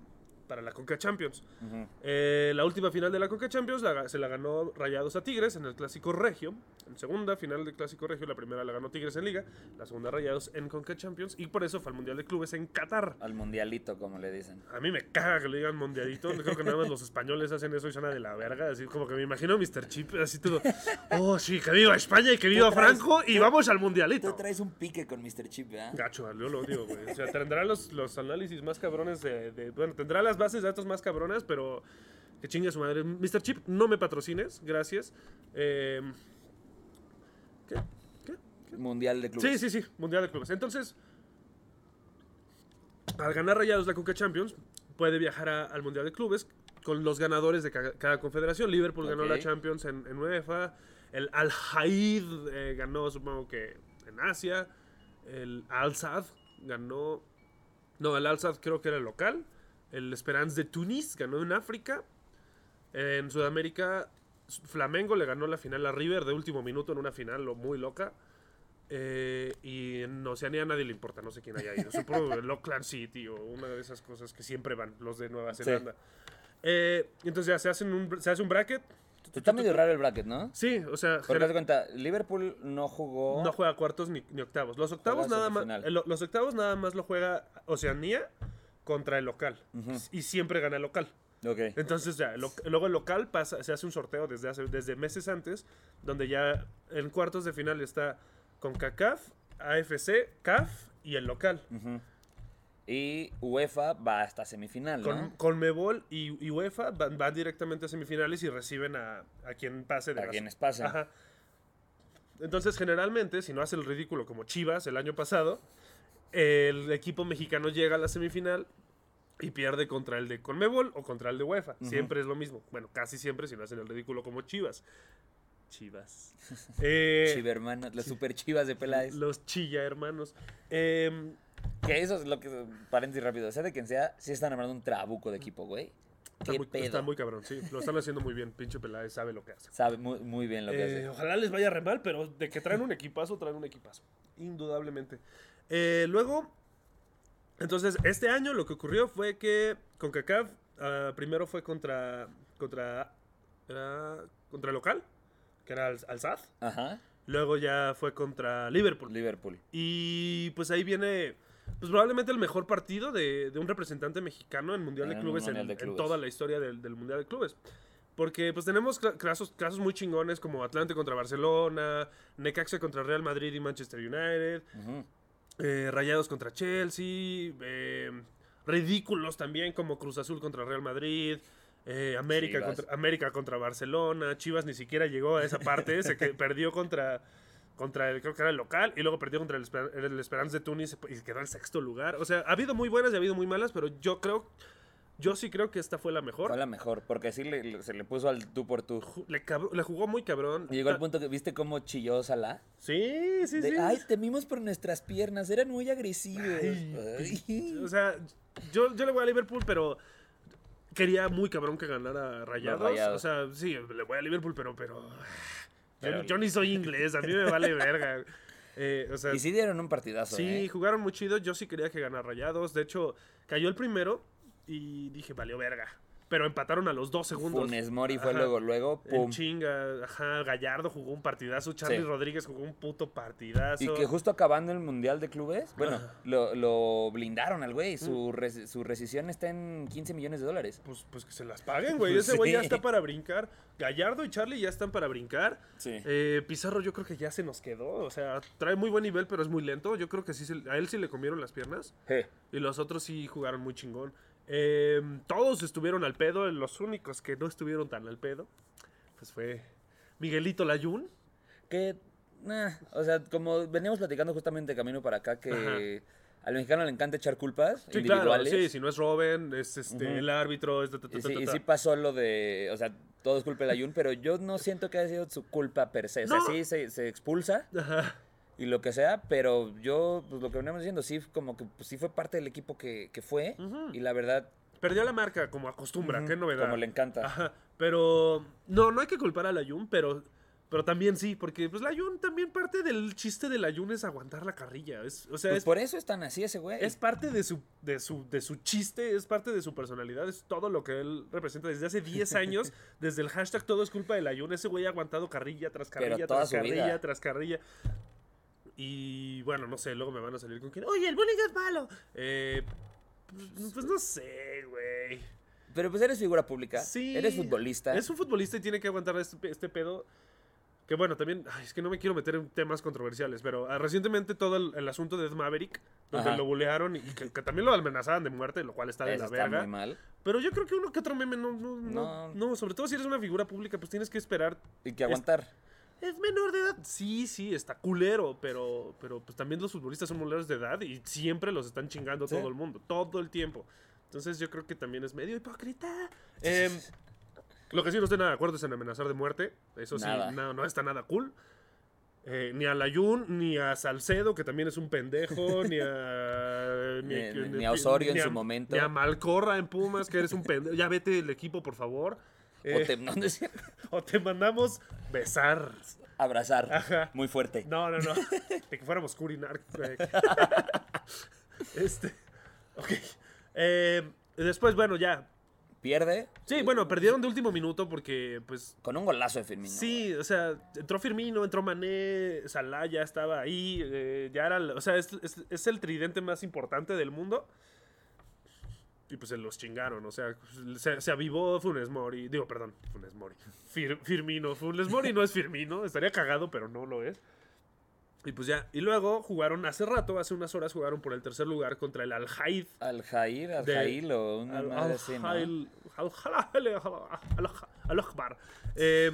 [SPEAKER 1] para la Conca Champions.
[SPEAKER 2] Ujú.
[SPEAKER 1] Eh, la última final de la Conca Champions la ga- se la ganó Rayados a Tigres en el Clásico Regio. En segunda final del Clásico Regio, la primera la ganó Tigres en Liga, la segunda Rayados en Conca Champions y por eso fue al Mundial de Clubes en Qatar.
[SPEAKER 2] Al mundialito, como le dicen.
[SPEAKER 1] A mí me caga que le digan mundialito. Creo que nada más los españoles hacen eso y suena de la verga. Así como que me imagino a Mr. Chip, así todo. Oh, sí, que viva España y que viva
[SPEAKER 2] traes-
[SPEAKER 1] Franco y vamos al mundialito.
[SPEAKER 2] Tú traes un pique con Mr. Chip, ¿verdad?
[SPEAKER 1] Gacho, yo lo odio, güey. O sea, tendrá los, los análisis más cabrones de, de- Bueno, tendrá las bases de datos más cabronas, pero. Que chingue su madre. Mr. Chip, no me patrocines, gracias. Eh, ¿Qué? ¿Qué?
[SPEAKER 2] Mundial de
[SPEAKER 1] Sí,
[SPEAKER 2] Clubes.
[SPEAKER 1] sí, sí, Mundial de Clubes. Entonces, al ganar Rayados la Coca Champions, puede viajar a- al Mundial de Clubes con los ganadores de ca- cada, confederación. Liverpool ganó
[SPEAKER 2] Ok.
[SPEAKER 1] la Champions en, en UEFA, el Al Haid eh, ganó, supongo que en Asia, el Al Sadd ganó, no, el Al Sadd creo que era el local, el Esperance de Tunis ganó en África, en Sudamérica, Flamengo le ganó la final a River de último minuto en una final lo- muy loca. Eh, y en Oceanía a nadie le importa, no sé quién haya ido. Supongo el Auckland City o una de esas cosas que siempre van los de Nueva Zelanda. Eh, entonces ya se, hacen un, br- se hace un bracket.
[SPEAKER 2] Está medio raro el bracket, ¿no?
[SPEAKER 1] Sí, o sea,
[SPEAKER 2] Porque haz
[SPEAKER 1] gener-
[SPEAKER 2] de cuenta, Liverpool no jugó.
[SPEAKER 1] no juega cuartos ni, ni octavos. Los octavos,
[SPEAKER 2] Juega
[SPEAKER 1] nada más,
[SPEAKER 2] semifinal.
[SPEAKER 1] el- los octavos nada más lo juega Oceanía contra el local. Y siempre gana el local.
[SPEAKER 2] Ok.
[SPEAKER 1] Entonces ya, el lo- luego el local pasa, se hace un sorteo desde, hace, desde meses antes, donde ya en cuartos de final está con CACAF, AFC, CAF y el local.
[SPEAKER 2] Ujú. Y UEFA va hasta semifinal, ¿no?
[SPEAKER 1] Con, Conmebol y, y UEFA van, van directamente a semifinales y reciben a, a quien pase de
[SPEAKER 2] A
[SPEAKER 1] las-
[SPEAKER 2] quienes pasen.
[SPEAKER 1] Ajá. Entonces, generalmente, si no hace el ridículo como Chivas el año pasado, el equipo mexicano llega a la semifinal y pierde contra el de Conmebol o contra el de UEFA. Siempre es lo mismo. Bueno, casi siempre si no hacen el ridículo como Chivas. Chivas. Eh,
[SPEAKER 2] Chivermanos, los super chivas de Peláez.
[SPEAKER 1] los Chilla hermanos. Em,
[SPEAKER 2] Que eso es lo que. Paréntesis rápido. Sea de quien sea, sí están armando un trabuco de equipo, güey.
[SPEAKER 1] está,
[SPEAKER 2] Qué
[SPEAKER 1] muy,
[SPEAKER 2] pedo.
[SPEAKER 1] está muy cabrón, sí. Lo están haciendo muy bien. Pinche Peláez sabe lo que hace.
[SPEAKER 2] Sabe muy, muy bien lo que
[SPEAKER 1] Eh,
[SPEAKER 2] hace.
[SPEAKER 1] ojalá les vaya re mal, pero de que traen un equipazo, traen un equipazo. Indudablemente. Eh, luego, entonces, este año lo que ocurrió fue que con CACAF, primero fue contra. contra. era contra el local, que era al, al SAD.
[SPEAKER 2] Ajá.
[SPEAKER 1] Luego ya fue contra Liverpool.
[SPEAKER 2] Liverpool.
[SPEAKER 1] Y pues ahí viene, pues probablemente el mejor partido de, de un representante mexicano en Mundial,
[SPEAKER 2] En
[SPEAKER 1] de
[SPEAKER 2] un
[SPEAKER 1] Clubes, en,
[SPEAKER 2] Mundial de
[SPEAKER 1] en
[SPEAKER 2] Clubes.
[SPEAKER 1] toda la historia del, del Mundial de Clubes. Porque pues tenemos cla- casos, casos muy chingones como Atlante contra Barcelona, Necaxa contra Real Madrid y Manchester United,
[SPEAKER 2] Ujú.
[SPEAKER 1] eh, Rayados contra Chelsea, eh, ridículos también como Cruz Azul contra Real Madrid. eh, América,
[SPEAKER 2] Chivas.
[SPEAKER 1] contra, América contra Barcelona, Chivas ni siquiera llegó a esa parte, se que- perdió contra, contra el, creo que era el local, y luego perdió contra el, Esper- el Esperance de Tunis y quedó en sexto lugar. O sea, ha habido muy buenas y ha habido muy malas, pero yo creo Yo sí creo que esta fue la mejor.
[SPEAKER 2] Fue la mejor, porque sí le- le- se le puso al tú por tú.
[SPEAKER 1] Ju- Le, cabr- le jugó muy cabrón.
[SPEAKER 2] Y Llegó al punto que viste cómo chilló Salah.
[SPEAKER 1] Sí, sí,
[SPEAKER 2] De,
[SPEAKER 1] sí.
[SPEAKER 2] Ay, temimos por nuestras piernas, eran muy agresivos.
[SPEAKER 1] Ay,
[SPEAKER 2] Ay.
[SPEAKER 1] Pues, O sea, yo, yo le voy a Liverpool, pero quería muy cabrón que ganara Rayados.
[SPEAKER 2] Los Rayados.
[SPEAKER 1] O sea, sí, le voy a Liverpool, pero, pero... yo-
[SPEAKER 2] Pero-
[SPEAKER 1] Yo, ni soy inglés, a mí me vale verga. Eh, o sea,
[SPEAKER 2] Y sí dieron un partidazo.
[SPEAKER 1] Sí,
[SPEAKER 2] ¿eh?
[SPEAKER 1] jugaron muy chido. Yo sí quería que ganara Rayados. De hecho, cayó el primero y dije, valió verga. Pero empataron a los dos segundos.
[SPEAKER 2] Funes Mori fue
[SPEAKER 1] Ajá.
[SPEAKER 2] luego, luego,
[SPEAKER 1] En
[SPEAKER 2] pum.
[SPEAKER 1] chinga. Ajá, Gallardo jugó un partidazo. Charlie
[SPEAKER 2] Sí.
[SPEAKER 1] Rodríguez jugó un puto partidazo.
[SPEAKER 2] Y que justo acabando el Mundial de Clubes, bueno,
[SPEAKER 1] Ajá. Mm.
[SPEAKER 2] lo, lo blindaron al güey. Su, res- su rescisión está en 15 millones de dólares.
[SPEAKER 1] pues, pues que se las paguen, güey. Ese
[SPEAKER 2] Sí.
[SPEAKER 1] güey ya está para brincar. Gallardo y Charlie ya están para brincar.
[SPEAKER 2] Sí.
[SPEAKER 1] Eh, Pizarro yo creo que ya se nos quedó. O sea, trae muy buen nivel, pero es muy lento. Yo creo que sí se- a él sí le comieron las piernas. Y los otros sí jugaron muy chingón. Eh, todos estuvieron al pedo. Los únicos que no estuvieron tan al pedo, pues fue Miguelito Layún.
[SPEAKER 2] Que, nah, o sea, como veníamos platicando justamente de camino para acá, que al mexicano le encanta echar culpas
[SPEAKER 1] Sí, claro.
[SPEAKER 2] individuales.
[SPEAKER 1] Sí, si no es Robin, es este,
[SPEAKER 2] Ujú.
[SPEAKER 1] el árbitro. Es ta, ta, ta,
[SPEAKER 2] Y sí,
[SPEAKER 1] ta,
[SPEAKER 2] y
[SPEAKER 1] ta.
[SPEAKER 2] sí pasó lo de, o sea, todo es culpa de Ayun, pero yo no siento que haya sido su culpa per se. O sea,
[SPEAKER 1] No.
[SPEAKER 2] sí se, se expulsa
[SPEAKER 1] Ajá.
[SPEAKER 2] y lo que sea, pero yo, pues lo que veníamos diciendo, sí, como que pues, sí fue parte del equipo que, que fue
[SPEAKER 1] Ujú.
[SPEAKER 2] y la verdad,
[SPEAKER 1] Perdió la marca, como acostumbra. Qué novedad.
[SPEAKER 2] como le encanta.
[SPEAKER 1] Ajá, pero no, no hay que culpar a Layun, pero pero también sí, porque pues Layun también parte del chiste de Layun es aguantar la carrilla, es, o sea,
[SPEAKER 2] Pues
[SPEAKER 1] es,
[SPEAKER 2] por eso es tan así ese güey.
[SPEAKER 1] es parte de su de su de su chiste, es parte de su personalidad, es todo lo que él representa desde hace 10 años, desde el hashtag todo es culpa de Layun, ese güey ha aguantado carrilla tras
[SPEAKER 2] Pero
[SPEAKER 1] carrilla
[SPEAKER 2] toda
[SPEAKER 1] tras
[SPEAKER 2] su vida.
[SPEAKER 1] carrilla tras carrilla. Y bueno, no sé, luego me van a salir con que, oye, el bullying es malo. Eh, pues- pues no sé, güey.
[SPEAKER 2] Pero pues eres figura pública,
[SPEAKER 1] Sí.
[SPEAKER 2] eres futbolista.
[SPEAKER 1] Es un futbolista y tiene que aguantar este, pe- este pedo. Que bueno, también, ay, es que no me quiero meter en temas controversiales, pero ah, recientemente todo el, el asunto de Ed Maverick, donde
[SPEAKER 2] Ajá.
[SPEAKER 1] lo bulearon y que, que también lo amenazaban de muerte, lo cual está de
[SPEAKER 2] Eso
[SPEAKER 1] la
[SPEAKER 2] está
[SPEAKER 1] verga.
[SPEAKER 2] muy mal.
[SPEAKER 1] Pero yo creo que uno que otro meme no no, no,
[SPEAKER 2] No.
[SPEAKER 1] no, sobre todo si eres una figura pública, pues tienes que esperar.
[SPEAKER 2] Y que aguantar.
[SPEAKER 1] Es menor de edad. Sí, sí, está culero, pero, pero pues también los futbolistas son menores de edad y siempre los están chingando
[SPEAKER 2] Sí.
[SPEAKER 1] todo el mundo, todo el tiempo. Entonces yo creo que también es medio hipócrita. Em, lo que sí no estoy nada de acuerdo es en amenazar de muerte. Eso
[SPEAKER 2] Nada.
[SPEAKER 1] sí, no, no está nada cool. Eh, ni a Layun, ni a Salcedo, que también es un pendejo, ni a.
[SPEAKER 2] Ni- Eh, ni a Osorio en su momento.
[SPEAKER 1] Ni a Malcorra en Pumas, que eres un pendejo. Ya vete del equipo, por favor. Eh,
[SPEAKER 2] O te, no, no es cierto.
[SPEAKER 1] o te mandamos besar.
[SPEAKER 2] Abrazar.
[SPEAKER 1] Ajá.
[SPEAKER 2] Muy fuerte.
[SPEAKER 1] No, no, no. De que fuéramos curinar. este. Ok. Eh, después, bueno, ya.
[SPEAKER 2] Pierde
[SPEAKER 1] Sí, bueno, perdieron de último minuto porque, pues,
[SPEAKER 2] con un golazo de Firmino.
[SPEAKER 1] Sí, o sea, entró Firmino, entró Mané, Salah ya estaba ahí, eh, ya era, o sea, es, es- es el tridente más importante del mundo. Y pues se los chingaron, o sea, se, se avivó Funes Mori, digo, perdón, Funes Mori, Fir- Firmino, Funes Mori no es Firmino, estaría cagado, pero no lo es. Y pues ya, y luego jugaron hace rato, hace unas horas jugaron por el tercer lugar contra el Al-Haid.
[SPEAKER 2] Al Jair, al
[SPEAKER 1] De-
[SPEAKER 2] Jail o una
[SPEAKER 1] Al-
[SPEAKER 2] madre
[SPEAKER 1] al-
[SPEAKER 2] así, ¿no?
[SPEAKER 1] al- al- al- al- al- al-Akbar, eh,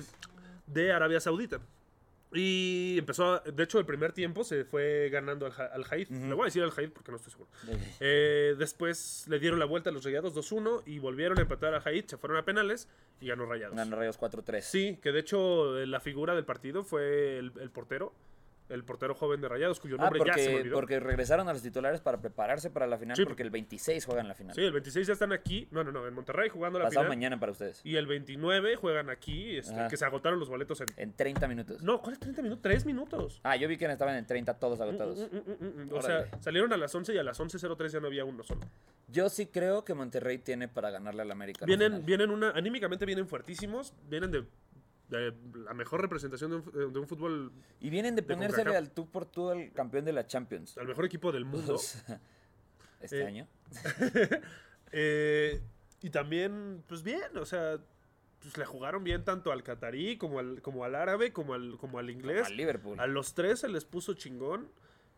[SPEAKER 1] de Arabia Saudita. Y empezó, a- de hecho, el primer tiempo se fue ganando al, Ja- al Haid. Le voy a decir al Haid porque no estoy seguro. Eh, después le dieron la vuelta a los Rayados 2-1 y volvieron a empatar al Haid. Se fueron a penales y ganó Rayados.
[SPEAKER 2] Ganó Rayos 4-3.
[SPEAKER 1] Sí, que de hecho eh, la figura del partido fue el, el portero, el portero joven de Rayados, cuyo
[SPEAKER 2] Ah,
[SPEAKER 1] nombre ya se me
[SPEAKER 2] porque,
[SPEAKER 1] olvidó.
[SPEAKER 2] porque regresaron a los titulares para prepararse para la final,
[SPEAKER 1] Sí,
[SPEAKER 2] porque el 26 juegan la final.
[SPEAKER 1] Sí, el 26 ya están aquí, no, no, no, en Monterrey jugando la
[SPEAKER 2] Pasado
[SPEAKER 1] final.
[SPEAKER 2] mañana para ustedes.
[SPEAKER 1] Y el 29 juegan aquí, este,
[SPEAKER 2] Ajá.
[SPEAKER 1] que se agotaron los boletos en...
[SPEAKER 2] En 30 minutos.
[SPEAKER 1] No, ¿cuáles 30 minutos? 3 minutos.
[SPEAKER 2] Ah, yo vi que estaban en 30 todos agotados.
[SPEAKER 1] Mm, mm, mm, mm, mm. O
[SPEAKER 2] Órale.
[SPEAKER 1] sea, salieron a las 11 y a las 11.03 ya no había uno solo.
[SPEAKER 2] Yo sí creo que Monterrey tiene para ganarle al América. en la
[SPEAKER 1] Vienen,
[SPEAKER 2] final.
[SPEAKER 1] vienen una... Anímicamente vienen fuertísimos, vienen de, de la mejor representación de un, fu- de un fútbol,
[SPEAKER 2] Y vienen de
[SPEAKER 1] de
[SPEAKER 2] ponérsele
[SPEAKER 1] CONCACAF.
[SPEAKER 2] al tú por tú al campeón de la Champions.
[SPEAKER 1] al mejor equipo del mundo.
[SPEAKER 2] Este
[SPEAKER 1] Eh,
[SPEAKER 2] año.
[SPEAKER 1] Eh, y también, pues bien, o sea, pues le jugaron bien tanto al catarí como al, como al árabe, como al, como al inglés.
[SPEAKER 2] Al Liverpool.
[SPEAKER 1] A los tres se les puso chingón.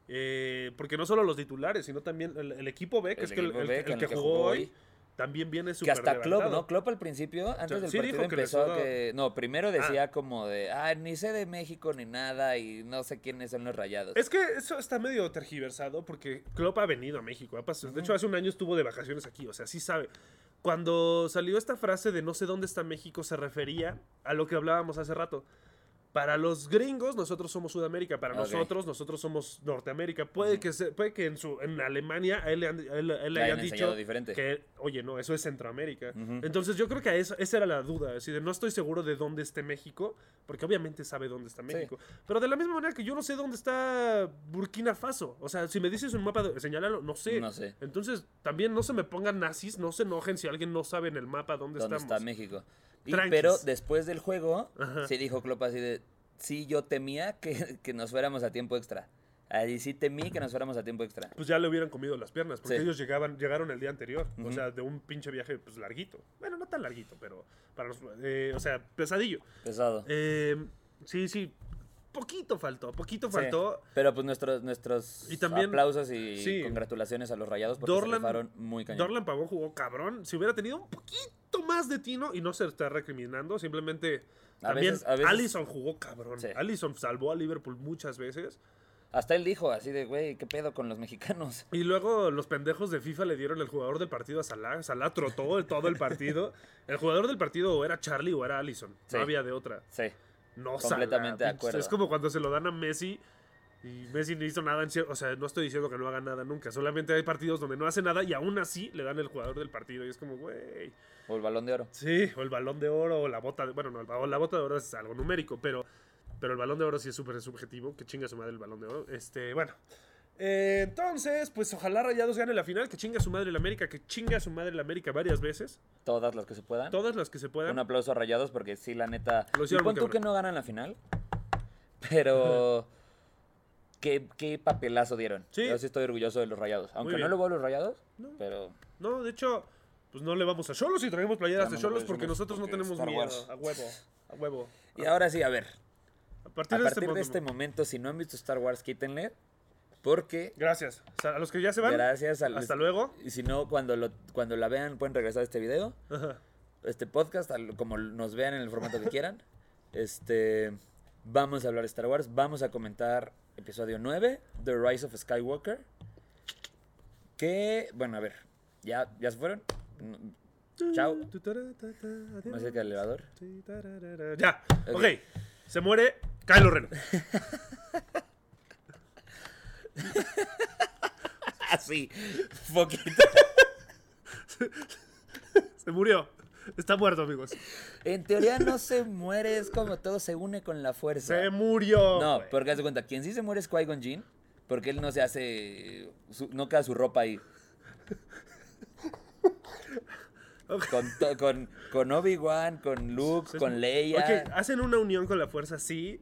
[SPEAKER 1] eh, porque no solo los titulares, sino también el, el equipo B, que
[SPEAKER 2] El
[SPEAKER 1] es que el,
[SPEAKER 2] equipo
[SPEAKER 1] el-
[SPEAKER 2] B,
[SPEAKER 1] el
[SPEAKER 2] con
[SPEAKER 1] que jugó hoy, también viene
[SPEAKER 2] Que
[SPEAKER 1] súper
[SPEAKER 2] hasta Klopp, ¿no?
[SPEAKER 1] levantado.
[SPEAKER 2] Klopp al principio, antes del
[SPEAKER 1] sí dijo
[SPEAKER 2] partido
[SPEAKER 1] que les
[SPEAKER 2] empezó
[SPEAKER 1] iba a-
[SPEAKER 2] que... No, primero decía como de, ah, ni sé de México ni nada y no sé quiénes son los rayados.
[SPEAKER 1] Es que eso está medio tergiversado porque Klopp ha venido a México. ha pasado- De hecho, hace un año estuvo de vacaciones aquí, o sea, sí sabe. Cuando salió esta frase de no sé dónde está México, se refería a lo que hablábamos hace rato. Para los gringos, nosotros somos Sudamérica. Para
[SPEAKER 2] Ok.
[SPEAKER 1] nosotros, nosotros somos Norteamérica. Puede que, se- puede que en, su, en Alemania a él, le han- a él- a él le
[SPEAKER 2] Le hayan
[SPEAKER 1] hayan
[SPEAKER 2] enseñado
[SPEAKER 1] dicho
[SPEAKER 2] diferente.
[SPEAKER 1] que, oye, no, eso es Centroamérica.
[SPEAKER 2] Este. Ujú.
[SPEAKER 1] Entonces yo creo que a eso, esa era la duda. Así de, no estoy seguro de dónde esté México, porque obviamente sabe dónde está México. Pero de la misma manera que yo no sé dónde está Burkina Faso. O sea, si me dices un mapa, de- señálalo, no sé.
[SPEAKER 2] No sé.
[SPEAKER 1] Entonces también no se me pongan nazis, no se enojen si alguien no sabe en el mapa dónde,
[SPEAKER 2] ¿Dónde
[SPEAKER 1] estamos.
[SPEAKER 2] está México? Y-
[SPEAKER 1] Tranquis.
[SPEAKER 2] pero después del juego,
[SPEAKER 1] Ajá.
[SPEAKER 2] sí dijo Klopp así de, sí yo temía que, que nos fuéramos a tiempo extra. Ahí sí temí que nos fuéramos a tiempo extra.
[SPEAKER 1] pues ya le hubieran comido las piernas, porque
[SPEAKER 2] Sí.
[SPEAKER 1] ellos llegaban, llegaron el día anterior, o sea, de un pinche viaje pues larguito. Bueno, no tan larguito, pero para los, eh, o sea, pesadillo.
[SPEAKER 2] Pesado.
[SPEAKER 1] Eh, sí, sí, poquito faltó, poquito
[SPEAKER 2] Sí.
[SPEAKER 1] faltó.
[SPEAKER 2] Pero pues nuestros, nuestros
[SPEAKER 1] Y también-
[SPEAKER 2] aplausos y
[SPEAKER 1] sí.
[SPEAKER 2] congratulaciones a los rayados porque
[SPEAKER 1] Dorlan-
[SPEAKER 2] se rifaron muy cañón.
[SPEAKER 1] Dorlan Pavón jugó cabrón. Si hubiera tenido un poquito más de tino y no se está recriminando, simplemente
[SPEAKER 2] A
[SPEAKER 1] también
[SPEAKER 2] veces- a veces-
[SPEAKER 1] Allison jugó cabrón.
[SPEAKER 2] Sí.
[SPEAKER 1] Allison salvó a Liverpool muchas veces.
[SPEAKER 2] Hasta él dijo así de, güey, ¿qué pedo con los mexicanos?
[SPEAKER 1] Y luego los pendejos de FIFA le dieron el jugador del partido a Salah. Salah trotó el- todo el partido. El jugador del partido o era Charlie o era Allison.
[SPEAKER 2] Sí.
[SPEAKER 1] No había de otra.
[SPEAKER 2] Sí.
[SPEAKER 1] No
[SPEAKER 2] Completamente
[SPEAKER 1] Salah,
[SPEAKER 2] de
[SPEAKER 1] pinches.
[SPEAKER 2] acuerdo.
[SPEAKER 1] Es como cuando se lo dan a Messi y Messi no hizo nada. En cier- o sea, no estoy diciendo que no haga nada nunca. Solamente hay partidos donde no hace nada y aún así le dan el jugador del partido. Y es como, güey.
[SPEAKER 2] O el balón de oro.
[SPEAKER 1] Sí, o el balón de oro, o la bota de. Bueno, no, el ba- la bota de oro es algo numérico, pero, pero el balón de oro sí es súper subjetivo. Que chinga su madre el balón de oro. Este, bueno. Eh, entonces, pues ojalá Rayados gane la final, que chinga su madre el América, que chinga su madre el América varias veces,
[SPEAKER 2] Todas las que se puedan.
[SPEAKER 1] todas las que se puedan.
[SPEAKER 2] Un aplauso a Rayados porque sí, la neta.
[SPEAKER 1] Lo
[SPEAKER 2] Y
[SPEAKER 1] hicieron
[SPEAKER 2] pon
[SPEAKER 1] muy
[SPEAKER 2] tú que
[SPEAKER 1] cabrón.
[SPEAKER 2] no ganan la final, pero qué, qué papelazo dieron.
[SPEAKER 1] Sí.
[SPEAKER 2] Yo sí estoy orgulloso de los Rayados. Aunque no
[SPEAKER 1] bien.
[SPEAKER 2] lo voy a los Rayados,
[SPEAKER 1] No.
[SPEAKER 2] pero
[SPEAKER 1] No, de hecho, pues no le vamos a Cholos y traemos playeras de
[SPEAKER 2] Ya no le
[SPEAKER 1] Cholos porque
[SPEAKER 2] decimos
[SPEAKER 1] nosotros no
[SPEAKER 2] porque
[SPEAKER 1] tenemos
[SPEAKER 2] Star
[SPEAKER 1] miedo.
[SPEAKER 2] Wars.
[SPEAKER 1] A huevo, a huevo.
[SPEAKER 2] y ahora sí, a ver.
[SPEAKER 1] A
[SPEAKER 2] A
[SPEAKER 1] partir,
[SPEAKER 2] partir de
[SPEAKER 1] Ah. momento-
[SPEAKER 2] este momento, si no han visto Star Wars, quítenle porque
[SPEAKER 1] Gracias. O sea, a los que ya se van.
[SPEAKER 2] gracias al
[SPEAKER 1] Hasta luego.
[SPEAKER 2] Y si no cuando lo cuando la vean pueden regresar a este video,
[SPEAKER 1] Ajá.
[SPEAKER 2] este podcast al- como nos vean en el formato que quieran. Este vamos a hablar de Star Wars, vamos a comentar episodio 9, The Rise of Skywalker. Que bueno, a ver. Ya ya se fueron. Mm, Chao. Más cerca del elevador.
[SPEAKER 1] Ya.
[SPEAKER 2] Ok.
[SPEAKER 1] Ok. Se muere Kylo Ren.
[SPEAKER 2] Así. Poquito.
[SPEAKER 1] Se murió. Está muerto, amigos.
[SPEAKER 2] En teoría no se muere, es como todo se une con la fuerza.
[SPEAKER 1] Se murió.
[SPEAKER 2] No,
[SPEAKER 1] güey.
[SPEAKER 2] porque haz de cuenta, quien sí se muere es Qui-Gon Jinn, porque él no se hace, eh, su- no queda su ropa ahí.
[SPEAKER 1] Ok.
[SPEAKER 2] Con, to- con, con Obi-Wan, con Luke,
[SPEAKER 1] Se-
[SPEAKER 2] con Leia.
[SPEAKER 1] Ok, ah. hacen una unión con la fuerza, sí.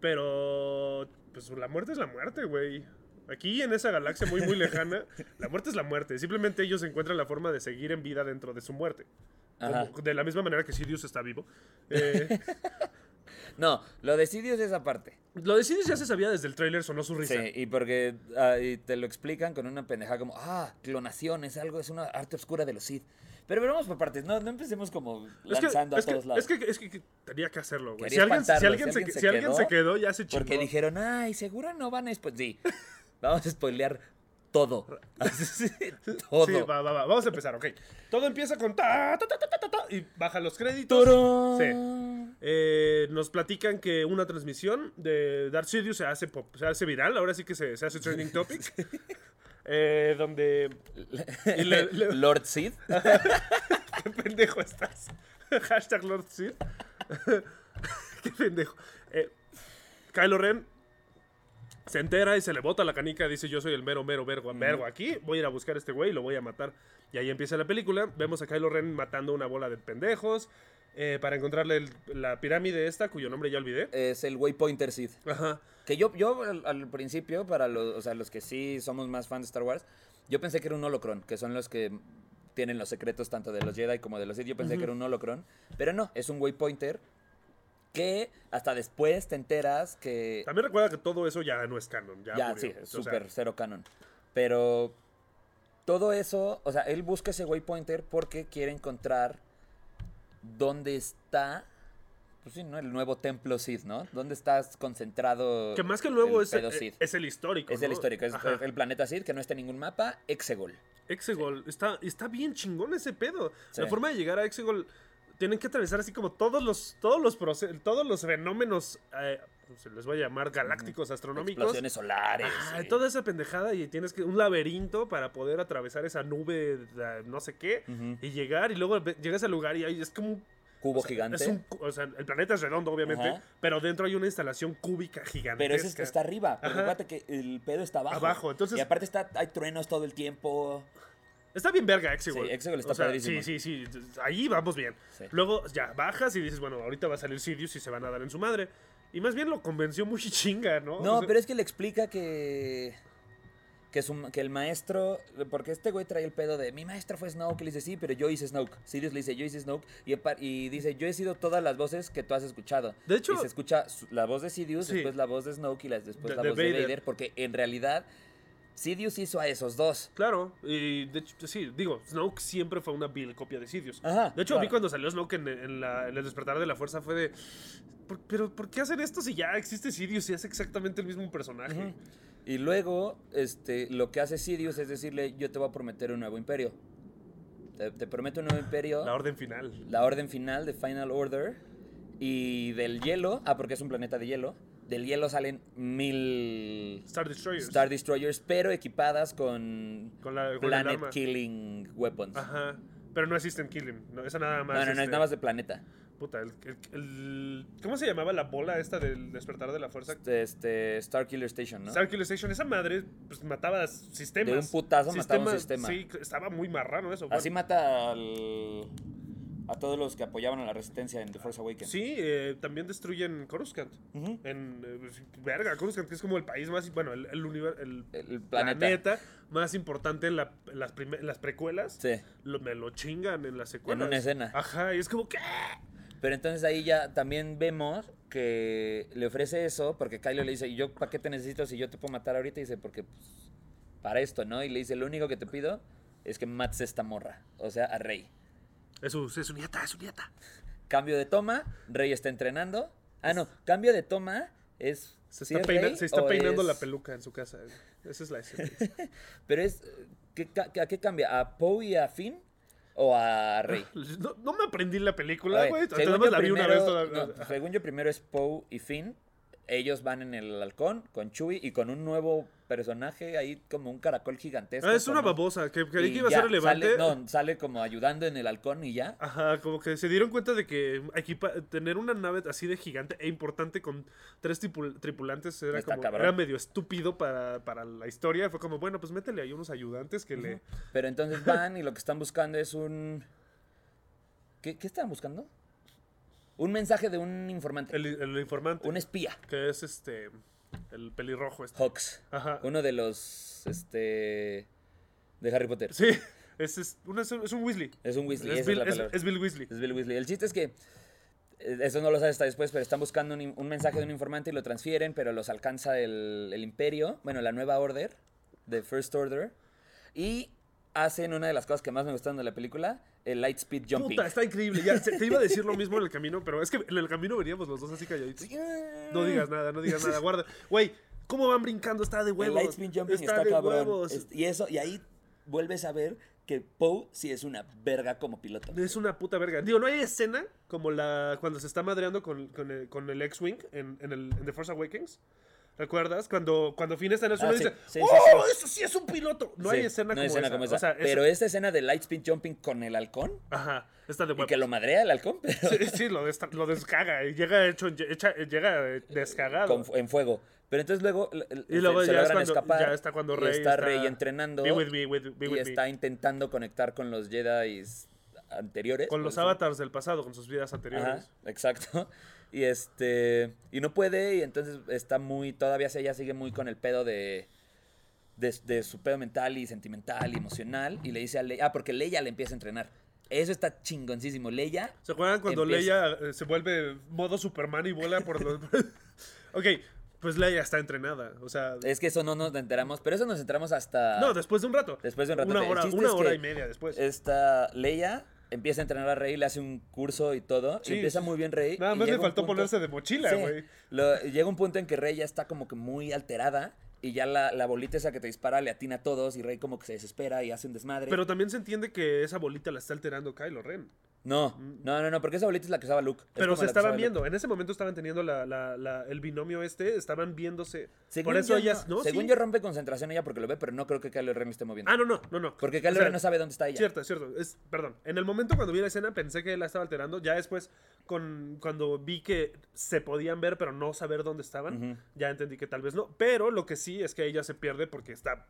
[SPEAKER 1] Pero. Pues la muerte es la muerte, güey. Aquí en esa galaxia muy, muy lejana, la muerte es la muerte. Simplemente ellos encuentran la forma de seguir en vida dentro de su muerte.
[SPEAKER 2] Ajá.
[SPEAKER 1] Como- de la misma manera que Sirius está vivo. Eh,
[SPEAKER 2] No, lo de Sidious es esa parte.
[SPEAKER 1] lo de Sirius ya se sabía desde el tráiler, sonó su risa.
[SPEAKER 2] Sí, y porque ah, y te lo explican con una pendeja como, ah, clonación, es algo, es una arte oscura de los Sith. Pero veremos por partes, no, no empecemos como
[SPEAKER 1] Es que,
[SPEAKER 2] lanzando
[SPEAKER 1] es
[SPEAKER 2] a
[SPEAKER 1] que-
[SPEAKER 2] todos lados.
[SPEAKER 1] es que, es que tenía que hacerlo, güey. Si
[SPEAKER 2] Quería
[SPEAKER 1] alguien, si
[SPEAKER 2] espantarlo,
[SPEAKER 1] alguien se, si alguien se quedó, ya se chingó.
[SPEAKER 2] Porque dijeron, ay, seguro no van a spoilear. Sí, vamos a spoilear todo. Así, todo.
[SPEAKER 1] Sí, va, va, va. Vamos a empezar, ok. Todo empieza con ta, ta, ta, ta, ta, ta, ta, y baja los créditos.
[SPEAKER 2] Turun.
[SPEAKER 1] Eh, nos platican que una transmisión de Darth Sidious se hace, pop- se hace viral, ahora sí que se, se hace trending topic. Eh, donde... Y le- le-
[SPEAKER 2] Lord Sid.
[SPEAKER 1] ¿Qué pendejo estás? Hashtag Lord Sid. ¿Qué pendejo? Eh, Kylo Ren se entera y se le bota la canica. Dice: Yo soy el mero, mero vergo, vergo aquí. Voy a ir a buscar a este güey y lo voy a matar. Y ahí empieza la película. Vemos a Kylo Ren matando una bola de pendejos eh, para encontrarle el- la pirámide esta, cuyo nombre ya olvidé.
[SPEAKER 2] Es el Waypointer Sid.
[SPEAKER 1] Ajá.
[SPEAKER 2] Que yo, yo al, al principio, para los, o sea, los que sí somos más fans de Star Wars, yo pensé que era un holocron, que son los que tienen los secretos tanto de los Jedi como de los Sith. Yo pensé que era un holocron, pero no, es un Waypointer que hasta después te enteras que
[SPEAKER 1] También recuerda que todo eso ya no es canon. Ya,
[SPEAKER 2] Ya,
[SPEAKER 1] murió.
[SPEAKER 2] sí,
[SPEAKER 1] O sea,
[SPEAKER 2] súper cero canon. Pero todo eso, o sea, él busca ese waypointer porque quiere encontrar dónde está pues sí, ¿no? El nuevo templo Sith, ¿no? ¿Dónde estás concentrado?
[SPEAKER 1] Que más que el nuevo es,
[SPEAKER 2] pedo
[SPEAKER 1] es-
[SPEAKER 2] Sith?
[SPEAKER 1] es el histórico.
[SPEAKER 2] Es el
[SPEAKER 1] ¿no?
[SPEAKER 2] histórico, es
[SPEAKER 1] Ajá.
[SPEAKER 2] el planeta Sith que no está en ningún mapa, Exegol.
[SPEAKER 1] Exegol, está, está bien chingón ese pedo.
[SPEAKER 2] Sí.
[SPEAKER 1] La forma de llegar a Exegol, tienen que atravesar así como todos los, todos los, proce- todos los fenómenos, eh, se les voy a llamar galácticos, astronómicos.
[SPEAKER 2] Explosiones solares. eh,
[SPEAKER 1] Ah,
[SPEAKER 2] sí.
[SPEAKER 1] toda esa pendejada y tienes que un laberinto para poder atravesar esa nube de no sé qué
[SPEAKER 2] Ujú.
[SPEAKER 1] y llegar y luego ve- llegas al lugar y ahí es como un
[SPEAKER 2] Cubo
[SPEAKER 1] o sea,
[SPEAKER 2] gigante.
[SPEAKER 1] es un cu- o sea, el planeta es redondo obviamente,
[SPEAKER 2] Ajá.
[SPEAKER 1] pero dentro hay una instalación cúbica gigante.
[SPEAKER 2] Pero ese es que está arriba. Pero
[SPEAKER 1] Ajá.
[SPEAKER 2] acuérdate que el pedo está abajo.
[SPEAKER 1] Abajo, entonces-
[SPEAKER 2] Y aparte está, hay truenos todo el tiempo.
[SPEAKER 1] Está bien verga Exegol.
[SPEAKER 2] Sí, Exegol está padrísimo.
[SPEAKER 1] Sí, sí, sí. Ahí vamos bien.
[SPEAKER 2] Sí.
[SPEAKER 1] Luego ya bajas y dices, bueno, ahorita va a salir Sirius y se van a dar en su madre. Y más bien lo convenció muy chinga, ¿no?
[SPEAKER 2] No,
[SPEAKER 1] O sea,
[SPEAKER 2] pero es que le explica que. Que, su- que el maestro. Porque este güey trae el pedo de. Mi maestro fue Snoke. Y le dice, sí, pero yo hice Snoke. Sirius le dice, yo hice Snoke. Y, epa- y dice, yo he sido todas las voces que tú has escuchado.
[SPEAKER 1] De hecho-
[SPEAKER 2] Y se escucha su- la voz de Sirius,
[SPEAKER 1] Sí.
[SPEAKER 2] después la voz de Snoke y la- después
[SPEAKER 1] De-
[SPEAKER 2] la
[SPEAKER 1] de
[SPEAKER 2] voz de
[SPEAKER 1] Vader.
[SPEAKER 2] Vader. Porque en realidad. Sirius hizo a esos dos.
[SPEAKER 1] Claro, y de hecho, sí, digo, Snoke siempre fue una vil copia de Sidious.
[SPEAKER 2] Ajá,
[SPEAKER 1] de hecho, a mí
[SPEAKER 2] claro.
[SPEAKER 1] cuando salió Snoke en, en la- en el despertar de la fuerza fue de. "¿Por- pero, ¿por qué hacen esto si ya existe Sidious y hace exactamente el mismo personaje?
[SPEAKER 2] Ujú. Y luego, este, lo que hace Sirius es decirle, yo te voy a prometer un nuevo imperio. Te, te prometo un nuevo imperio.
[SPEAKER 1] La orden final.
[SPEAKER 2] la orden final de Final Order y del hielo, ah, porque es un planeta de hielo, del hielo salen mil
[SPEAKER 1] Star Destroyers.
[SPEAKER 2] Star Destroyers, pero equipadas con,
[SPEAKER 1] Con la- con el arma.
[SPEAKER 2] Planet Killing Weapons.
[SPEAKER 1] Ajá. Pero no es System Killing. No, esa nada
[SPEAKER 2] No,
[SPEAKER 1] más.
[SPEAKER 2] no, no, es
[SPEAKER 1] este,
[SPEAKER 2] nada más de planeta.
[SPEAKER 1] Puta, el, el- el- ¿Cómo se llamaba la bola esta del despertar de la fuerza?
[SPEAKER 2] Este, Star Killer Station, ¿no?
[SPEAKER 1] Star Killer Station, esa madre pues, mataba sistemas.
[SPEAKER 2] De un putazo mataba un sistema.
[SPEAKER 1] Sí, estaba muy marrano eso.
[SPEAKER 2] Así
[SPEAKER 1] bueno.
[SPEAKER 2] mata al- a todos los que apoyaban a la resistencia en The Force Awakens.
[SPEAKER 1] Sí, eh, también destruyen Coruscant.
[SPEAKER 2] Ujú.
[SPEAKER 1] En, eh, verga, Coruscant, que es como el país más. Bueno, el, el, univer- el
[SPEAKER 2] El
[SPEAKER 1] planeta.
[SPEAKER 2] planeta.
[SPEAKER 1] más importante en, la- en las, prime- en las precuelas.
[SPEAKER 2] Sí.
[SPEAKER 1] Lo- me lo chingan en las secuelas.
[SPEAKER 2] En una escena.
[SPEAKER 1] Ajá, y es como que.
[SPEAKER 2] Pero entonces ahí ya también vemos que le ofrece eso, porque Kylo le dice, "¿Y yo para qué te necesito si yo te puedo matar ahorita? Y dice, porque pues, para esto, ¿no? Y le dice, lo único que te pido es que mates a esta morra, o sea, a Rey.
[SPEAKER 1] Es su, es su nieta, es su nieta.
[SPEAKER 2] Cambio de toma, Rey está entrenando. Ah, no, cambio de toma es...
[SPEAKER 1] Se
[SPEAKER 2] ¿sí
[SPEAKER 1] está,
[SPEAKER 2] es
[SPEAKER 1] peina-
[SPEAKER 2] Rey
[SPEAKER 1] se está
[SPEAKER 2] o
[SPEAKER 1] peinando
[SPEAKER 2] es-
[SPEAKER 1] la peluca en su casa. Esa es la escena.
[SPEAKER 2] Pero es... ¿qué ca- ¿A qué cambia? ¿A Poe y a Finn o a Rey?
[SPEAKER 1] no, no me aprendí la
[SPEAKER 2] A
[SPEAKER 1] película,
[SPEAKER 2] ver,
[SPEAKER 1] güey. Hasta
[SPEAKER 2] según
[SPEAKER 1] nada más
[SPEAKER 2] yo
[SPEAKER 1] la vi una
[SPEAKER 2] primero-
[SPEAKER 1] vez todavía.
[SPEAKER 2] no, según yo, primero es Poe y Finn. Ellos van en el halcón con Chewie y con un nuevo personaje ahí como un caracol gigantesco.
[SPEAKER 1] Ah, es una
[SPEAKER 2] como-
[SPEAKER 1] babosa. Que
[SPEAKER 2] y
[SPEAKER 1] creí que iba a
[SPEAKER 2] ya,
[SPEAKER 1] ser relevante.
[SPEAKER 2] Sale, no, sale como ayudando en el halcón y ya.
[SPEAKER 1] Ajá, como que se dieron cuenta de que equipa- tener una nave así de gigante e importante con tres tripul- tripulantes era
[SPEAKER 2] Está
[SPEAKER 1] como
[SPEAKER 2] cabrón.
[SPEAKER 1] era medio estúpido para, para la historia. Fue como, bueno, pues métele ahí unos ayudantes que le...
[SPEAKER 2] Pero entonces van y lo que están buscando es un... ¿Qué, qué estaban buscando? Un mensaje de un informante.
[SPEAKER 1] El, el informante,
[SPEAKER 2] Un espía.
[SPEAKER 1] que es este... El pelirrojo este.
[SPEAKER 2] Hawks.
[SPEAKER 1] Ajá.
[SPEAKER 2] Uno de los... Este... De Harry Potter.
[SPEAKER 1] Sí, es, es, un- es un- es un Weasley.
[SPEAKER 2] Es un Weasley.
[SPEAKER 1] Es
[SPEAKER 2] esa es
[SPEAKER 1] Bill,
[SPEAKER 2] la
[SPEAKER 1] es-
[SPEAKER 2] palabra.
[SPEAKER 1] es Bill Weasley.
[SPEAKER 2] Es Bill Weasley. El chiste es que, eh, eso no lo sabes hasta después, pero están buscando un, in- un mensaje de un informante y lo transfieren, pero los alcanza el, el imperio, bueno, la nueva order, The First Order, y hacen una de las cosas que más me gustaron de la película, el light speed jumping.
[SPEAKER 1] Puta, está increíble. Ya, se- te iba a decir lo mismo en el camino, pero es que en el camino veníamos los dos así calladitos. No digas nada, no digas nada, guarda. Güey, ¿cómo van brincando? Está de
[SPEAKER 2] El
[SPEAKER 1] huevos.
[SPEAKER 2] light speed jumping está,
[SPEAKER 1] de
[SPEAKER 2] cabrón. Este-
[SPEAKER 1] huevos.
[SPEAKER 2] Es- y eso, y ahí vuelves a ver que Poe sí es una verga como piloto.
[SPEAKER 1] Es una puta verga. Digo, no hay escena como la cuando se está madreando con, con el, con el X-Wing en, en el, en The Force Awakens. ¿Recuerdas? Cuando, cuando Finn está en el suelo
[SPEAKER 2] Ah,
[SPEAKER 1] y
[SPEAKER 2] sí,
[SPEAKER 1] dice,
[SPEAKER 2] sí, sí,
[SPEAKER 1] ¡Oh,
[SPEAKER 2] sí.
[SPEAKER 1] eso sí es un piloto! No
[SPEAKER 2] Sí,
[SPEAKER 1] hay escena,
[SPEAKER 2] no
[SPEAKER 1] como, esa. O sea, es-
[SPEAKER 2] pero esta escena de light speed jumping con el halcón,
[SPEAKER 1] Ajá, está de
[SPEAKER 2] y que
[SPEAKER 1] huevos.
[SPEAKER 2] lo madrea el halcón, pero...
[SPEAKER 1] Sí, sí, lo, desta- lo descaga. y Llega hecho, echa- llega eh, descagado.
[SPEAKER 2] con- en fuego. Pero entonces luego, l- l-
[SPEAKER 1] Y luego
[SPEAKER 2] se, se
[SPEAKER 1] ya, es
[SPEAKER 2] logran
[SPEAKER 1] cuando,
[SPEAKER 2] escapar.
[SPEAKER 1] ya está cuando
[SPEAKER 2] y
[SPEAKER 1] Rey
[SPEAKER 2] está Rey entrenando
[SPEAKER 1] Be with me, with- be
[SPEAKER 2] y
[SPEAKER 1] with me.
[SPEAKER 2] está intentando conectar con los Jedi anteriores.
[SPEAKER 1] Con
[SPEAKER 2] por
[SPEAKER 1] los
[SPEAKER 2] decirlo.
[SPEAKER 1] avatars del pasado, con sus vidas anteriores.
[SPEAKER 2] Ajá, exacto. Y este y no puede y entonces está muy todavía se- ella sigue muy con el pedo de de, de su pedo mental y sentimental y emocional y le dice a Leia, ah, porque Leia le empieza a entrenar. Eso está chingoncísimo, Leia.
[SPEAKER 1] ¿Se acuerdan cuando
[SPEAKER 2] Empieza.
[SPEAKER 1] Leia eh, se vuelve modo Superman y vuela por los... ok, pues Leia está entrenada, o sea...
[SPEAKER 2] Es que eso no nos enteramos, pero eso nos enteramos hasta
[SPEAKER 1] No, después de un rato.
[SPEAKER 2] ah, Después de un rato.
[SPEAKER 1] Una
[SPEAKER 2] El
[SPEAKER 1] hora,
[SPEAKER 2] chiste
[SPEAKER 1] una
[SPEAKER 2] es
[SPEAKER 1] hora
[SPEAKER 2] que eh,
[SPEAKER 1] y media después.
[SPEAKER 2] Esta Leia empieza a entrenar a Rey, le hace un curso y todo.
[SPEAKER 1] Sí.
[SPEAKER 2] Y empieza muy bien Rey.
[SPEAKER 1] Nada
[SPEAKER 2] y
[SPEAKER 1] más le
[SPEAKER 2] llega un
[SPEAKER 1] faltó
[SPEAKER 2] punto-
[SPEAKER 1] ponerse de mochila,
[SPEAKER 2] Sí.
[SPEAKER 1] güey.
[SPEAKER 2] Lo- llega un punto en que Rey ya está como que muy alterada. Y ya la, la bolita esa que te dispara le atina a todos. Y Rey como que se desespera y hace un desmadre.
[SPEAKER 1] Pero también se entiende que esa bolita la está alterando Kylo Ren.
[SPEAKER 2] No, no, no, no, porque esa bolita es la que usaba Luke. Es
[SPEAKER 1] Mm. Pero
[SPEAKER 2] como
[SPEAKER 1] se
[SPEAKER 2] la que usaba
[SPEAKER 1] estaban
[SPEAKER 2] Luke.
[SPEAKER 1] viendo. En ese momento estaban teniendo la- la- la- el binomio este, estaban viéndose.
[SPEAKER 2] Según
[SPEAKER 1] Por eso
[SPEAKER 2] yo,
[SPEAKER 1] ellas, ¿no?
[SPEAKER 2] Según
[SPEAKER 1] Sí.
[SPEAKER 2] yo rompe concentración ella porque lo ve, pero no creo que Kylo Ren lo esté moviendo.
[SPEAKER 1] Ah, no, no, no, no.
[SPEAKER 2] Porque Kylo
[SPEAKER 1] O sea,
[SPEAKER 2] Ren no sabe dónde está ella.
[SPEAKER 1] Cierto, cierto. Es, perdón. En el momento cuando vi la escena pensé que la estaba alterando. Ya después, con, cuando vi que se podían ver pero no saber dónde estaban,
[SPEAKER 2] Ujú.
[SPEAKER 1] ya entendí que tal vez no. Pero lo que sí es que ella se pierde porque está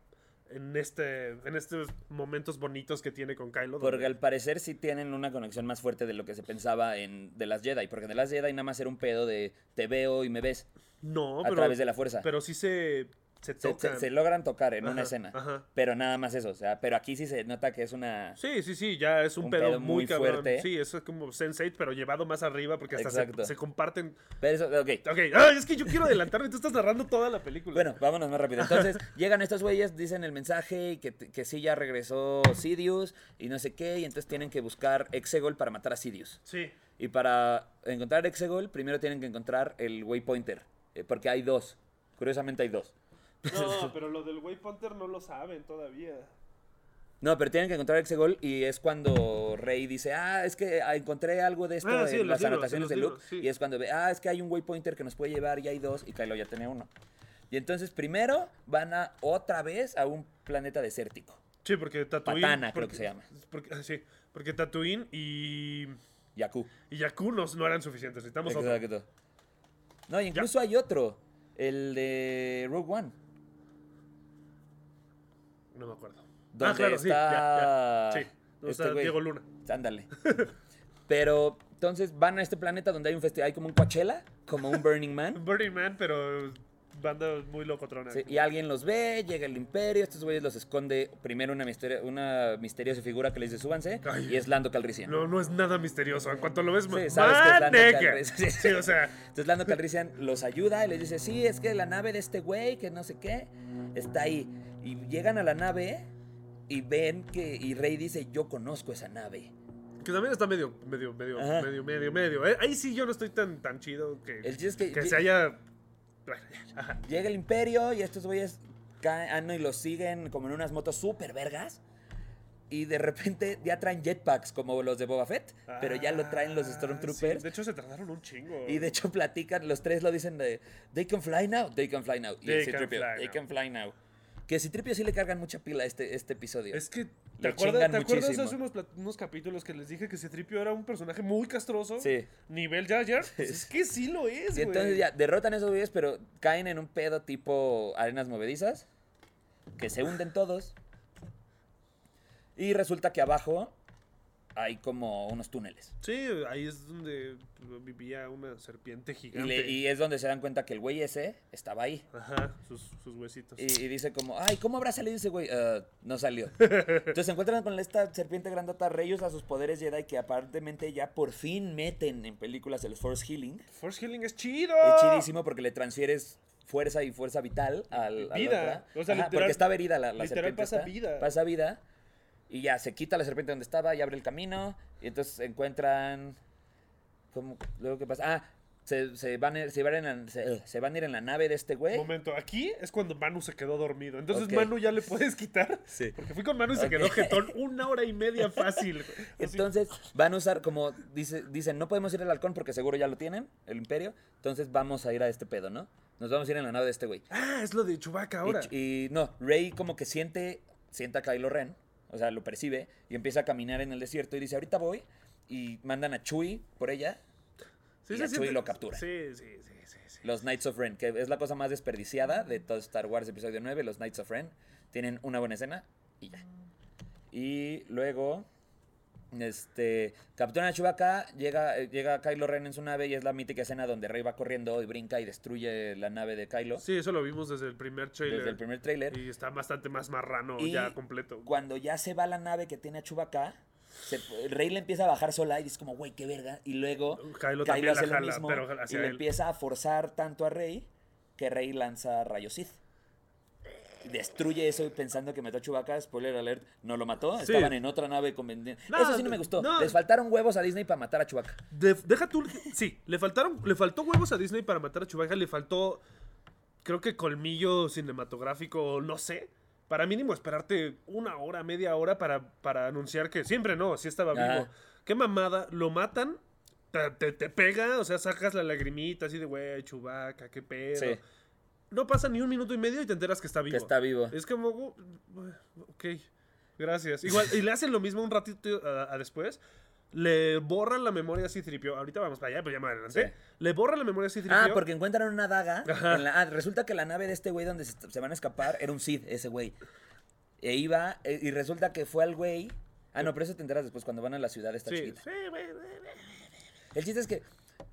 [SPEAKER 1] en este en estos momentos bonitos que tiene con Kylo.
[SPEAKER 2] Porque
[SPEAKER 1] donde-
[SPEAKER 2] al parecer sí tienen una conexión más fuerte de lo que se pensaba en The Last Jedi. Porque en The Last Jedi nada más era un pedo de te veo y me ves
[SPEAKER 1] no,
[SPEAKER 2] a
[SPEAKER 1] pero,
[SPEAKER 2] través de la fuerza.
[SPEAKER 1] pero sí se, se
[SPEAKER 2] se, se-
[SPEAKER 1] tocan.
[SPEAKER 2] se logran tocar en
[SPEAKER 1] Ajá,
[SPEAKER 2] una escena.
[SPEAKER 1] ajá.
[SPEAKER 2] Pero nada más eso. O sea, pero aquí sí se nota que es una.
[SPEAKER 1] Sí, sí, sí, ya es un,
[SPEAKER 2] Un
[SPEAKER 1] pedo,
[SPEAKER 2] pedo
[SPEAKER 1] muy,
[SPEAKER 2] muy
[SPEAKER 1] cabrón.
[SPEAKER 2] fuerte.
[SPEAKER 1] Sí, eso es como Sense8, pero llevado más arriba porque hasta se,
[SPEAKER 2] Exacto.
[SPEAKER 1] se comparten.
[SPEAKER 2] Pero eso, ok.
[SPEAKER 1] Ok, ¡ay, es que yo quiero adelantarme, tú estás narrando toda la película.
[SPEAKER 2] Bueno, vámonos más rápido. Entonces, llegan estos güeyes, dicen el mensaje y que, que sí ya regresó Sidious y no sé qué, y entonces tienen que buscar Exegol para matar a Sidious.
[SPEAKER 1] Sí,
[SPEAKER 2] Y para encontrar Exegol, primero tienen que encontrar el Waypointer, eh, porque hay dos. Curiosamente hay dos.
[SPEAKER 1] no, pero lo del Waypointer no lo saben todavía.
[SPEAKER 2] No, pero tienen que encontrar Exegol y es cuando Rey dice, ah, es que ah, encontré algo de esto
[SPEAKER 1] Ah,
[SPEAKER 2] en
[SPEAKER 1] sí, en los
[SPEAKER 2] las
[SPEAKER 1] libros,
[SPEAKER 2] anotaciones
[SPEAKER 1] en los
[SPEAKER 2] de Luke.
[SPEAKER 1] libros, sí.
[SPEAKER 2] Y es cuando ve, ah, es que hay un waypointer que nos puede llevar y hay dos y Kylo ya tenía uno. Y entonces primero van a otra vez a un planeta desértico.
[SPEAKER 1] Sí, porque Tatooine.
[SPEAKER 2] Patana, creo
[SPEAKER 1] porque-
[SPEAKER 2] que se llama.
[SPEAKER 1] Porque, ah, sí, porque Tatooine y.
[SPEAKER 2] Jakku.
[SPEAKER 1] Y Jakku no, no eran suficientes, necesitamos otro.
[SPEAKER 2] Exacto. No, y incluso hay otro, el de Rogue One.
[SPEAKER 1] Ah, No me acuerdo.
[SPEAKER 2] Donde
[SPEAKER 1] ah, claro,
[SPEAKER 2] está-
[SPEAKER 1] sí, ya, ya. Sí, donde
[SPEAKER 2] este
[SPEAKER 1] está
[SPEAKER 2] güey.
[SPEAKER 1] Diego Luna.
[SPEAKER 2] Ándale. Pero entonces van a este planeta donde hay un festival, hay como un Coachella, como un Burning Man.
[SPEAKER 1] Burning Man, pero banda muy locotrona.
[SPEAKER 2] Sí, y alguien los ve, llega el imperio, estos güeyes los esconde primero una, misterio- una misteriosa figura que les dice súbanse
[SPEAKER 1] Ay.
[SPEAKER 2] y es Lando Calrissian.
[SPEAKER 1] No, no es nada misterioso. En cuanto lo ves,
[SPEAKER 2] Sí, sabes que es Lando
[SPEAKER 1] ¡Maneca!
[SPEAKER 2] Calrissian.
[SPEAKER 1] Sí, o sea,
[SPEAKER 2] Entonces Lando Calrissian los ayuda y les dice, sí, es que la nave de este güey, que no sé qué, está ahí. Y llegan a la nave y ven que, y Rey dice, yo conozco esa nave.
[SPEAKER 1] que también está medio, medio, medio,
[SPEAKER 2] Ajá.
[SPEAKER 1] medio, medio, medio. Eh, Ahí sí yo no estoy tan, tan chido que,
[SPEAKER 2] El chiste es que-
[SPEAKER 1] se haya... Bueno,
[SPEAKER 2] Llega el imperio y estos güeyes caen ah, no, y los siguen como en unas motos súper vergas. Y de repente ya traen jetpacks como los de Boba Fett, pero ya lo traen los
[SPEAKER 1] Ah, sí,
[SPEAKER 2] Stormtroopers.
[SPEAKER 1] De hecho, se tardaron un chingo.
[SPEAKER 2] Y de hecho platican, los tres lo dicen de They can fly now, they can fly now. Y
[SPEAKER 1] They
[SPEAKER 2] el
[SPEAKER 1] can
[SPEAKER 2] Citripio,
[SPEAKER 1] fly
[SPEAKER 2] they
[SPEAKER 1] now.
[SPEAKER 2] can fly now. Que Citripio sí le cargan mucha pila a este, este episodio.
[SPEAKER 1] Es que, ¿te
[SPEAKER 2] Le
[SPEAKER 1] acuerdas,
[SPEAKER 2] chingan
[SPEAKER 1] ¿te acuerdas
[SPEAKER 2] muchísimo.
[SPEAKER 1] hace unos, plat- unos capítulos que les dije que Citripio era un personaje muy castroso?
[SPEAKER 2] Sí.
[SPEAKER 1] Nivel Jar Jar. Pues es que sí lo es,
[SPEAKER 2] y
[SPEAKER 1] güey.
[SPEAKER 2] entonces ya derrotan esos güeyes, pero caen en un pedo tipo arenas movedizas. Que se hunden todos. Y resulta que abajo hay como unos túneles.
[SPEAKER 1] Sí, ahí es donde vivía una serpiente
[SPEAKER 2] Y,
[SPEAKER 1] gigante.
[SPEAKER 2] le- y es donde se dan cuenta que el güey ese estaba ahí.
[SPEAKER 1] Ajá, sus, sus huesitos.
[SPEAKER 2] Y, y dice como, ay, ¿cómo habrá salido ese güey? "Ah, no salió. Entonces se encuentran con esta serpiente grandota, reyes a sus poderes Jedi, que aparentemente ya por fin meten en películas el Force Healing.
[SPEAKER 1] Force Healing es chido.
[SPEAKER 2] Es chidísimo porque le transfieres fuerza y fuerza vital al, a la
[SPEAKER 1] Vida.
[SPEAKER 2] otra.
[SPEAKER 1] O sea,
[SPEAKER 2] Ajá,
[SPEAKER 1] literal-
[SPEAKER 2] porque estaba herida la, la
[SPEAKER 1] literal
[SPEAKER 2] serpiente.
[SPEAKER 1] pasa
[SPEAKER 2] esta.
[SPEAKER 1] vida.
[SPEAKER 2] Pasa vida. Y ya, se quita la serpiente donde estaba y abre el camino. Y entonces se encuentran... ¿Cómo? ¿Luego qué pasa? Ah, se, se van, a ir- se, van a ir en la- se- se van a ir en la nave de este güey.
[SPEAKER 1] Momento, aquí es cuando Manu se quedó dormido. Entonces,
[SPEAKER 2] Ok.
[SPEAKER 1] Manu ya le puedes quitar.
[SPEAKER 2] Sí.
[SPEAKER 1] Porque fui con Manu y se
[SPEAKER 2] Ok.
[SPEAKER 1] quedó jetón una hora y media fácil. güey. Así,
[SPEAKER 2] Entonces van a usar, como dice, dicen, no podemos ir al halcón porque seguro ya lo tienen, el imperio. Entonces vamos a ir a este pedo, ¿no? Nos vamos a ir en la nave de este güey.
[SPEAKER 1] Ah, es lo de Chewbacca ahora.
[SPEAKER 2] Y, y no, Rey como que siente, sienta a Kylo Ren, o sea, lo percibe y empieza a caminar en el desierto y dice, ahorita voy. Y mandan a Chewie por ella,
[SPEAKER 1] Sí,
[SPEAKER 2] y
[SPEAKER 1] se
[SPEAKER 2] a Chewie
[SPEAKER 1] siente-
[SPEAKER 2] lo captura.
[SPEAKER 1] Sí, sí, sí, sí. sí.
[SPEAKER 2] los Knights of Ren, que es la cosa más desperdiciada de todo Star Wars Episodio 9, los Knights of Ren. Tienen una buena escena y ya. Y luego, este, capturan a Chewbacca, llega, eh, llega Kylo Ren en su nave y es la mítica escena donde Rey va corriendo y brinca y destruye la nave de Kylo.
[SPEAKER 1] Sí, eso lo vimos desde el primer trailer.
[SPEAKER 2] Desde el primer tráiler.
[SPEAKER 1] Y está bastante más marrano
[SPEAKER 2] Y
[SPEAKER 1] ya completo.
[SPEAKER 2] Cuando ya se va la nave que tiene a Chewbacca, se- el Rey le empieza a bajar sola y dice como, güey, qué verga. Y luego
[SPEAKER 1] Kylo también la
[SPEAKER 2] hace lo
[SPEAKER 1] jala,
[SPEAKER 2] mismo
[SPEAKER 1] pero
[SPEAKER 2] y
[SPEAKER 1] hacia
[SPEAKER 2] le
[SPEAKER 1] él.
[SPEAKER 2] empieza a forzar tanto a Rey que Rey lanza rayos Sith. destruye eso pensando que mató a Chewbacca. Spoiler alert, no lo mató.
[SPEAKER 1] Sí.
[SPEAKER 2] Estaban en otra nave con venden-
[SPEAKER 1] No,
[SPEAKER 2] Eso sí no me gustó.
[SPEAKER 1] no.
[SPEAKER 2] Les faltaron huevos a Disney para matar a Chewbacca.
[SPEAKER 1] De- deja tú. Sí, le faltaron. Le faltó huevos a Disney para matar a Chewbacca. Le faltó. Creo que colmillo cinematográfico, no sé. Para mínimo esperarte una hora, media hora para, para anunciar que siempre no, sí estaba
[SPEAKER 2] Ajá.
[SPEAKER 1] vivo. Qué mamada, lo matan, te, te- te pega, o sea, sacas la lagrimita así de, güey, Chewbacca, qué pedo.
[SPEAKER 2] Sí.
[SPEAKER 1] No pasa ni un minuto y medio y te enteras que está vivo.
[SPEAKER 2] Que está vivo.
[SPEAKER 1] Es como, "Oh, ok, gracias. Igual, y le hacen lo mismo un ratito a, a después. Le borran la memoria a Citripio. Ahorita vamos para allá, pero ya me adelanté.
[SPEAKER 2] Sí.
[SPEAKER 1] Le borran la memoria a Citripio.
[SPEAKER 2] Ah, porque encuentran una daga.
[SPEAKER 1] Ajá.
[SPEAKER 2] en la- ah, resulta que la nave de este güey donde se, se van a escapar era un Cid, ese güey. E iba, e- y resulta que fue al güey. Ah, no, pero eso te enteras después cuando van a la ciudad esta
[SPEAKER 1] Sí,
[SPEAKER 2] chiquita.
[SPEAKER 1] sí, güey, güey, güey.
[SPEAKER 2] El chiste es que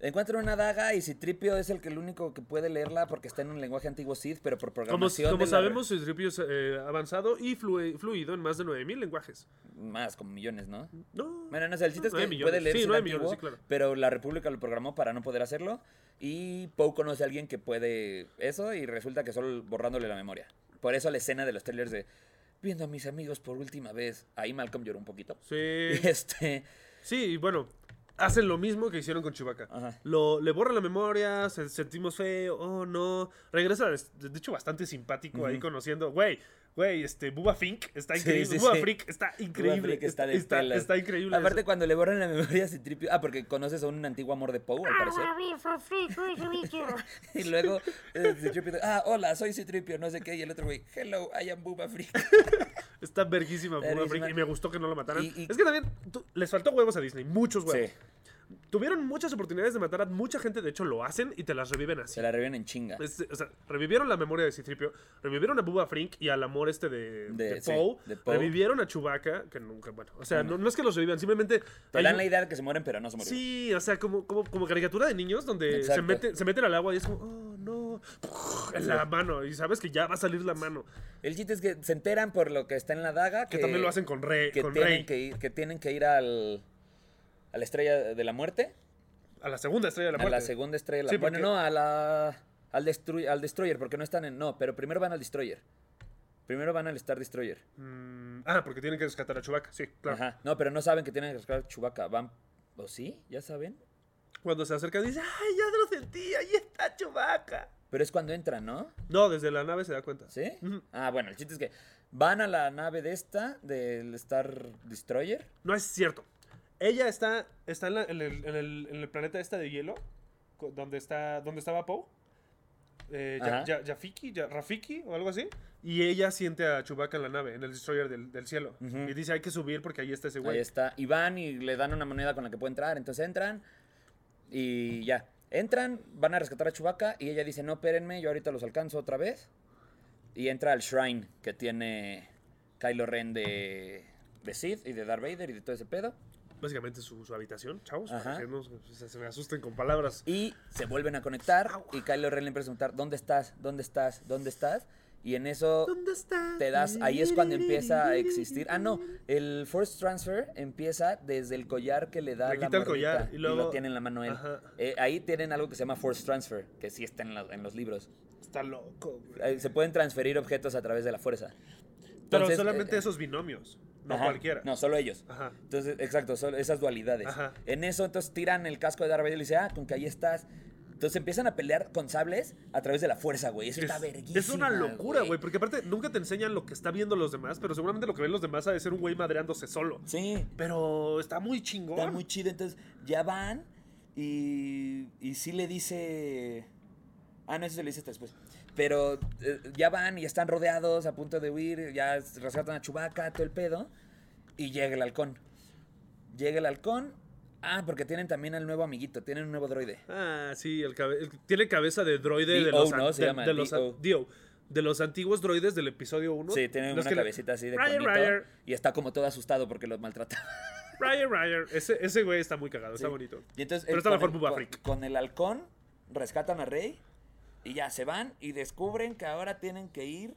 [SPEAKER 2] encuentran una daga y Citripio es el que el único que puede leerla porque está en un lenguaje antiguo Cid, pero por
[SPEAKER 1] Como,
[SPEAKER 2] programación.
[SPEAKER 1] como
[SPEAKER 2] de la-
[SPEAKER 1] sabemos, Citripio es eh, avanzado y flue- fluido en más de 9000 lenguajes.
[SPEAKER 2] Más, como millones, ¿no?
[SPEAKER 1] No.
[SPEAKER 2] Bueno, no sé, el chiste es que
[SPEAKER 1] Nueve millones.
[SPEAKER 2] puede leer
[SPEAKER 1] Sí,
[SPEAKER 2] Cid
[SPEAKER 1] nueve millones,
[SPEAKER 2] antiguo,
[SPEAKER 1] sí, claro.
[SPEAKER 2] pero la República lo programó para no poder hacerlo. Y Poe conoce a alguien que puede eso y resulta que solo borrándole la memoria. Por eso la escena de los trailers de viendo a mis amigos por última vez. Ahí Malcolm lloró un poquito.
[SPEAKER 1] Sí.
[SPEAKER 2] Este,
[SPEAKER 1] Sí, y bueno, hacen lo mismo que hicieron con Chewbacca.
[SPEAKER 2] Ajá.
[SPEAKER 1] Lo, le borran la memoria, se, sentimos feo, oh no. Regresa, des- de, hecho, bastante simpático ahí conociendo. Güey, güey, este, Bubba Fink está
[SPEAKER 2] Sí,
[SPEAKER 1] increíble.
[SPEAKER 2] sí,
[SPEAKER 1] Bubba
[SPEAKER 2] sí.
[SPEAKER 1] Fink está increíble.
[SPEAKER 2] Kubrick está de
[SPEAKER 1] está,
[SPEAKER 2] pelas.
[SPEAKER 1] está increíble.
[SPEAKER 2] Aparte,
[SPEAKER 1] eso.
[SPEAKER 2] cuando le borran la memoria a Citripio. Ah, porque conoces a un antiguo amor de Poe, al parecer. Y luego eh, Citripio, ah, hola, soy Citripio, no sé qué. Y el otro güey, hello, I am Booba Freak.
[SPEAKER 1] está verguísima Bubba
[SPEAKER 2] Verguísima.
[SPEAKER 1] Fink y me gustó que no lo mataran.
[SPEAKER 2] Y- y-
[SPEAKER 1] Es que también tú- les faltó huevos a Disney, muchos huevos.
[SPEAKER 2] Sí,
[SPEAKER 1] Tuvieron muchas oportunidades de matar a mucha gente, de hecho lo hacen y te las reviven así.
[SPEAKER 2] se la reviven en chinga.
[SPEAKER 1] Este, o sea, revivieron la memoria de Citripio, revivieron a Bubba Frink y al amor este de,
[SPEAKER 2] De-
[SPEAKER 1] de
[SPEAKER 2] sí,
[SPEAKER 1] Poe,
[SPEAKER 2] de Poe.
[SPEAKER 1] revivieron a Chewbacca, que nunca, bueno, o sea, no, no es que los revivan, simplemente...
[SPEAKER 2] Te
[SPEAKER 1] hay
[SPEAKER 2] dan
[SPEAKER 1] un-
[SPEAKER 2] la idea de que se mueren, pero no se mueren.
[SPEAKER 1] Sí, o sea, como, como, como caricatura de niños donde se,
[SPEAKER 2] Exacto.
[SPEAKER 1] mete, se meten al agua y es como, oh, no, en la mano, y sabes que ya va a salir la mano,
[SPEAKER 2] El chiste es que se enteran por lo que está en la daga.
[SPEAKER 1] que también lo hacen con Rey,
[SPEAKER 2] que
[SPEAKER 1] con
[SPEAKER 2] tienen
[SPEAKER 1] Rey,
[SPEAKER 2] Que ir, que tienen que ir al, a la estrella de la muerte.
[SPEAKER 1] a la segunda estrella de la
[SPEAKER 2] a
[SPEAKER 1] muerte.
[SPEAKER 2] la segunda estrella de la
[SPEAKER 1] Sí,
[SPEAKER 2] muerte.
[SPEAKER 1] porque-
[SPEAKER 2] Bueno, no, a la, al, Destru- al Destroyer, porque no están en... No, pero primero van al Destroyer. Primero van al Star Destroyer.
[SPEAKER 1] Mm, ah, porque tienen que rescatar a Chewbacca, sí, claro.
[SPEAKER 2] Ajá. No, pero no saben que tienen que rescatar a Chewbacca. Van... ¿O sí? ¿Ya saben?
[SPEAKER 1] Cuando se acerca dice, ay, ya lo sentí, ahí está Chewbacca.
[SPEAKER 2] Pero es cuando entran, ¿no?
[SPEAKER 1] No, desde la nave se da cuenta.
[SPEAKER 2] ¿Sí?
[SPEAKER 1] Ujú.
[SPEAKER 2] Ah, bueno, el chiste es que van a la nave de esta, del Star Destroyer.
[SPEAKER 1] No es cierto. Ella está, está en, la- en el, en el- en el planeta esta de hielo, co- donde, está, donde estaba Poe. Eh, Ya-
[SPEAKER 2] Ajá.
[SPEAKER 1] Ya- Yafiki, Ya- Rafiki o algo así. Y ella siente a Chewbacca en la nave, en el destroyer del, del cielo.
[SPEAKER 2] Ujú.
[SPEAKER 1] Y dice, hay que subir porque ahí está ese
[SPEAKER 2] Ahí
[SPEAKER 1] güey.
[SPEAKER 2] está. Y van y le dan una moneda con la que puede entrar. Entonces entran y ya. Entran, van a rescatar a Chewbacca y ella dice, no, espérenme, yo ahorita los alcanzo otra vez. Y entra al shrine que tiene Kylo Ren de, de Sith y de Darth Vader y de todo ese pedo.
[SPEAKER 1] Básicamente su, su habitación, chavos.
[SPEAKER 2] Ajá.
[SPEAKER 1] Para que no se, se- se me asusten con palabras.
[SPEAKER 2] Y se vuelven a conectar y Kylo Ren le empieza a preguntar, ¿dónde estás? ¿Dónde estás? ¿Dónde estás? Y en eso
[SPEAKER 1] está?
[SPEAKER 2] te das, ahí es cuando empieza a existir. Ah, no, el Force Transfer empieza desde el collar que le da
[SPEAKER 1] Le
[SPEAKER 2] la
[SPEAKER 1] quita el
[SPEAKER 2] morrita
[SPEAKER 1] collar y luego-
[SPEAKER 2] lo tiene en la mano él.
[SPEAKER 1] Ajá.
[SPEAKER 2] Eh, ahí tienen algo que se llama Force Transfer, que sí está en, la- en los libros.
[SPEAKER 1] Está loco, güey.
[SPEAKER 2] Eh, se pueden transferir objetos a través de la fuerza.
[SPEAKER 1] Pero
[SPEAKER 2] Entonces,
[SPEAKER 1] solamente
[SPEAKER 2] eh,
[SPEAKER 1] esos binomios. No
[SPEAKER 2] ajá,
[SPEAKER 1] cualquiera.
[SPEAKER 2] No, solo ellos.
[SPEAKER 1] Ajá.
[SPEAKER 2] Entonces, exacto, solo esas dualidades.
[SPEAKER 1] Ajá.
[SPEAKER 2] En eso, entonces tiran el casco de Darth Vader y le dice, ah, con que ahí estás. Entonces empiezan a pelear con sables a través de la fuerza, güey. Eso está
[SPEAKER 1] Es-
[SPEAKER 2] verguísima.
[SPEAKER 1] Es una locura, güey, porque aparte nunca te enseñan lo que está viendo los demás, pero seguramente lo que ven los demás ha de ser un güey madreándose solo.
[SPEAKER 2] Sí,
[SPEAKER 1] Pero está muy chingón.
[SPEAKER 2] Está muy chido. Entonces, ya van y, y sí le dice. Ah, no, eso se lo dice hasta después. Pero eh, ya van y están rodeados, a punto de huir, ya rescatan a Chubaca, todo el pedo. Y llega el halcón. Llega el halcón. Ah, porque tienen también al nuevo amiguito, tienen un nuevo droide.
[SPEAKER 1] Ah, sí, el cabe- el- tiene cabeza de droide de
[SPEAKER 2] D.O.,
[SPEAKER 1] los, an-
[SPEAKER 2] ¿no? Se
[SPEAKER 1] de,
[SPEAKER 2] llama
[SPEAKER 1] de los an-
[SPEAKER 2] D.O..
[SPEAKER 1] D.O., de los antiguos droides del episodio 1.
[SPEAKER 2] Sí, tienen una cabecita así de
[SPEAKER 1] Ryer,
[SPEAKER 2] conito,
[SPEAKER 1] Ryer,
[SPEAKER 2] y está como todo asustado porque los maltrataba.
[SPEAKER 1] Ryer, Ryer. Ese, ese güey está muy cagado, está bonito.
[SPEAKER 2] Y entonces,
[SPEAKER 1] Pero
[SPEAKER 2] eh,
[SPEAKER 1] está
[SPEAKER 2] con
[SPEAKER 1] mejor
[SPEAKER 2] el-
[SPEAKER 1] Bubba
[SPEAKER 2] con-
[SPEAKER 1] Frick.
[SPEAKER 2] Con el halcón rescatan a Rey y ya se van y descubren que ahora tienen que ir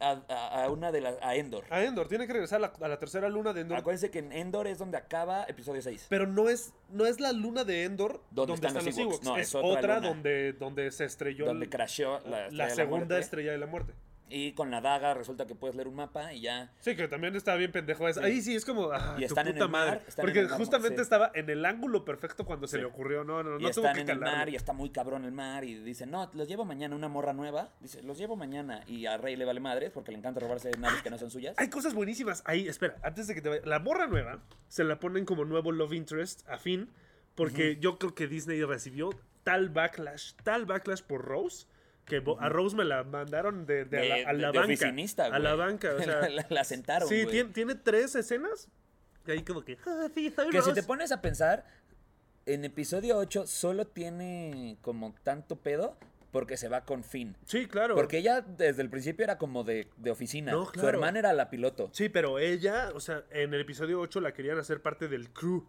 [SPEAKER 2] a, a- a una de las a Endor.
[SPEAKER 1] A Ah, Endor, tiene que regresar a la, a la tercera luna de Endor.
[SPEAKER 2] Acuérdense que en Endor es donde acaba episodio 6.
[SPEAKER 1] Pero no es, no es la luna de Endor
[SPEAKER 2] ¿Dónde
[SPEAKER 1] donde, están,
[SPEAKER 2] están los
[SPEAKER 1] los
[SPEAKER 2] Ewoks?
[SPEAKER 1] Ewoks.
[SPEAKER 2] No,
[SPEAKER 1] es,
[SPEAKER 2] es otra
[SPEAKER 1] otra,
[SPEAKER 2] luna.
[SPEAKER 1] donde, donde se estrelló
[SPEAKER 2] donde
[SPEAKER 1] el-
[SPEAKER 2] crasheó la,
[SPEAKER 1] la,
[SPEAKER 2] estrella de
[SPEAKER 1] segunda
[SPEAKER 2] muerte.
[SPEAKER 1] estrella de la muerte.
[SPEAKER 2] Y con la daga resulta que puedes leer un mapa y ya.
[SPEAKER 1] Sí, que también está bien pendejo. eso.
[SPEAKER 2] Sí.
[SPEAKER 1] Ahí sí es como. Ah,
[SPEAKER 2] Y
[SPEAKER 1] tu
[SPEAKER 2] están en
[SPEAKER 1] puta
[SPEAKER 2] el mar,
[SPEAKER 1] madre.
[SPEAKER 2] están en
[SPEAKER 1] Porque
[SPEAKER 2] el mar,
[SPEAKER 1] justamente
[SPEAKER 2] sí.
[SPEAKER 1] estaba en el ángulo perfecto cuando se
[SPEAKER 2] Sí.
[SPEAKER 1] le ocurrió. No, no, no,
[SPEAKER 2] y
[SPEAKER 1] no tuvo
[SPEAKER 2] están
[SPEAKER 1] que
[SPEAKER 2] en el
[SPEAKER 1] calar.
[SPEAKER 2] mar y está muy cabrón el mar y dicen, no, los llevo mañana, una morra nueva. Dice, los llevo mañana y a Rey le vale madres porque le encanta robarse naves que no son suyas.
[SPEAKER 1] Hay cosas buenísimas ahí. Espera, antes de que te vaya. La morra nueva se la ponen como nuevo love interest a Finn. Porque yo creo que Disney recibió tal backlash, tal backlash por Rose. Que bo- a Rose me la mandaron de, de a la, a la
[SPEAKER 2] de
[SPEAKER 1] banca.
[SPEAKER 2] oficinista,
[SPEAKER 1] a la
[SPEAKER 2] güey.
[SPEAKER 1] banca. O sea,
[SPEAKER 2] la, la- la sentaron,
[SPEAKER 1] sí,
[SPEAKER 2] güey.
[SPEAKER 1] tiene, tiene tres escenas. Y ahí como que. "Ah, sí, soy
[SPEAKER 2] Que si
[SPEAKER 1] Rose".
[SPEAKER 2] te pones a pensar, en episodio 8 solo tiene como tanto pedo porque se va con Finn.
[SPEAKER 1] Sí, claro.
[SPEAKER 2] Porque ella desde el principio era como de, de oficina.
[SPEAKER 1] No,
[SPEAKER 2] Su
[SPEAKER 1] claro.
[SPEAKER 2] hermana era la piloto.
[SPEAKER 1] Sí, pero ella, o sea, en el episodio 8 la querían hacer parte del crew.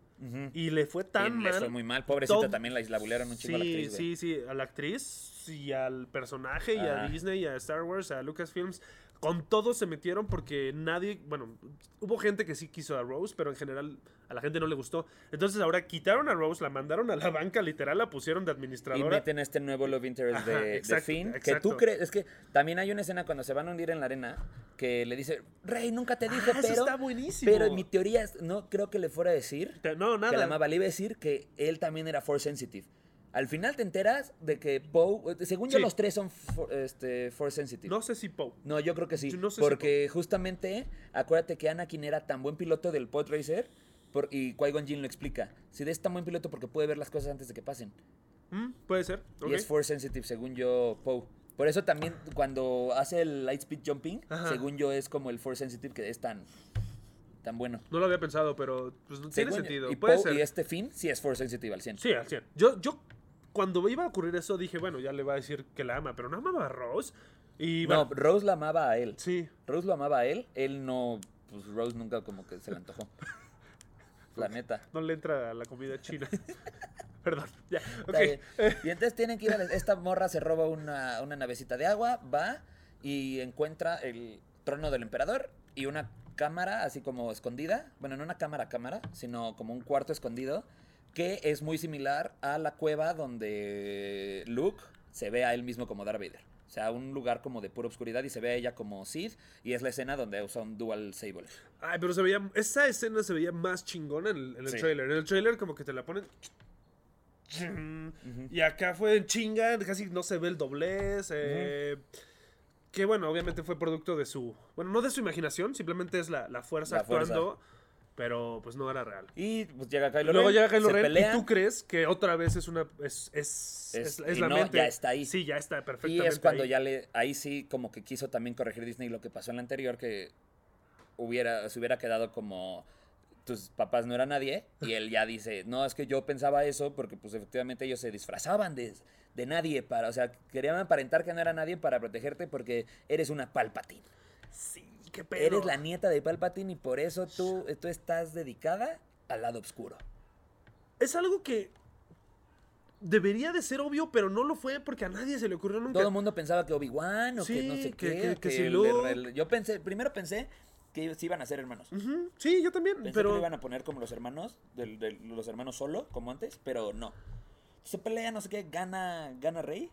[SPEAKER 1] Y le fue
[SPEAKER 2] Y
[SPEAKER 1] tan
[SPEAKER 2] le
[SPEAKER 1] mal.
[SPEAKER 2] fue muy mal. Pobrecita
[SPEAKER 1] Todo-
[SPEAKER 2] también la, la bulearon un
[SPEAKER 1] Sí,
[SPEAKER 2] chingo a la actriz, güey.
[SPEAKER 1] sí, sí, a la actriz y al personaje y a
[SPEAKER 2] Ajá.
[SPEAKER 1] Disney y a Star Wars, a Lucasfilms. Con todos se metieron porque nadie, bueno, hubo gente que sí quiso a Rose, pero en general a la gente no le gustó. Entonces ahora quitaron a Rose, la mandaron a la banca, literal, la pusieron de
[SPEAKER 2] Y
[SPEAKER 1] administradora.
[SPEAKER 2] meten este nuevo love interest
[SPEAKER 1] Ajá,
[SPEAKER 2] de, de
[SPEAKER 1] exacto,
[SPEAKER 2] Finn. Que
[SPEAKER 1] exacto.
[SPEAKER 2] tú crees. Es que también hay una escena cuando se van a hundir en la arena que le dice, Rey, nunca te dije,
[SPEAKER 1] Ah, eso
[SPEAKER 2] pero.
[SPEAKER 1] está buenísimo.
[SPEAKER 2] Pero mi teoría es, no creo que le fuera a decir
[SPEAKER 1] Te- No,
[SPEAKER 2] que la
[SPEAKER 1] nada.
[SPEAKER 2] amaba. Le iba a decir que él también era force sensitive. Al final te enteras de que Poe. Según yo,
[SPEAKER 1] Sí.
[SPEAKER 2] los tres son for- este, force sensitive.
[SPEAKER 1] No sé si Poe.
[SPEAKER 2] No, yo creo que sí.
[SPEAKER 1] Yo no sé si
[SPEAKER 2] porque justamente, acuérdate que Anakin era tan buen piloto del Pod Racer. por- y Qui-Gon Jinn lo explica. Si es tan buen piloto porque puede ver las cosas antes de que pasen.
[SPEAKER 1] Mm, Puede ser. ok.
[SPEAKER 2] Y es force sensitive, según yo, Poe. Por eso también cuando hace el light speed jumping,
[SPEAKER 1] Ajá.
[SPEAKER 2] según yo es como el force sensitive que es tan, tan bueno.
[SPEAKER 1] No lo había pensado, pero pues, tiene
[SPEAKER 2] Según-
[SPEAKER 1] sentido.
[SPEAKER 2] Y
[SPEAKER 1] Puede
[SPEAKER 2] Poe
[SPEAKER 1] ser.
[SPEAKER 2] y este fin sí es force sensitive al 100.
[SPEAKER 1] Sí, al 100. Yo, yo, cuando iba a ocurrir eso, dije, bueno, ya le va a decir que la ama, pero no amaba a Rose. Y
[SPEAKER 2] no,
[SPEAKER 1] bueno,
[SPEAKER 2] Rose la amaba a él.
[SPEAKER 1] sí.
[SPEAKER 2] Rose lo amaba a él, él no, pues Rose nunca como que se le antojó. la neta.
[SPEAKER 1] No le entra la comida china. Perdón. Ya. Ok.
[SPEAKER 2] Está bien. Y entonces tienen que ir a la- esta morra se roba una, una navecita de agua, va y encuentra el trono del emperador y una cámara así como escondida, bueno, no una cámara cámara, sino como un cuarto escondido que es muy similar a la cueva donde Luke se ve a él mismo como Darth Vader. O sea, un lugar como de pura oscuridad y se ve a ella como Sid y es la escena donde usa un dual sable.
[SPEAKER 1] Ay, pero se veía. Esa escena se veía más chingona en el, en el
[SPEAKER 2] Sí.
[SPEAKER 1] trailer. En el trailer, como que te la ponen. Y acá fue en chinga, casi no se ve el doblez. eh, Que bueno, obviamente fue producto de su. Bueno, no de su imaginación, simplemente es la, la fuerza
[SPEAKER 2] La fuerza.
[SPEAKER 1] actuando. Pero pues no era real.
[SPEAKER 2] Y pues llega Kylo
[SPEAKER 1] Luego
[SPEAKER 2] Ren,
[SPEAKER 1] llega Kylo
[SPEAKER 2] se
[SPEAKER 1] Ren y
[SPEAKER 2] pelean.
[SPEAKER 1] tú crees que otra vez es una es, es, es,
[SPEAKER 2] Es-
[SPEAKER 1] es
[SPEAKER 2] y
[SPEAKER 1] la
[SPEAKER 2] no,
[SPEAKER 1] mente.
[SPEAKER 2] ya está ahí.
[SPEAKER 1] Sí, ya está
[SPEAKER 2] Y
[SPEAKER 1] perfectamente.
[SPEAKER 2] es cuando
[SPEAKER 1] ahí.
[SPEAKER 2] ya le. Ahí sí, como que quiso también corregir Disney lo que pasó en la anterior, que hubiera, se hubiera quedado como. Tus papás no eran nadie. Y él ya dice: No, es que yo pensaba eso porque, pues, efectivamente ellos se disfrazaban de, de nadie. para O sea, querían aparentar que no era nadie para protegerte porque eres una palpatín.
[SPEAKER 1] Sí, qué pedo.
[SPEAKER 2] Eres la nieta de palpatín y por eso tú, tú estás dedicada al lado oscuro.
[SPEAKER 1] Es algo que debería de ser obvio, pero no lo fue porque a nadie se le ocurrió nunca.
[SPEAKER 2] Todo el mundo pensaba que Obi-Wan o que no
[SPEAKER 1] Sí,
[SPEAKER 2] sé
[SPEAKER 1] que-
[SPEAKER 2] qué.
[SPEAKER 1] que-
[SPEAKER 2] o
[SPEAKER 1] que si
[SPEAKER 2] el-
[SPEAKER 1] Luke.
[SPEAKER 2] el- yo pensé, primero pensé que ellos iban a ser hermanos.
[SPEAKER 1] Ujú, Sí, yo también,
[SPEAKER 2] Pensé que
[SPEAKER 1] pero
[SPEAKER 2] lo iban a poner como los hermanos, del- del- los hermanos solo, como antes, pero no. Se pelea, no sé qué, gana, gana Rey.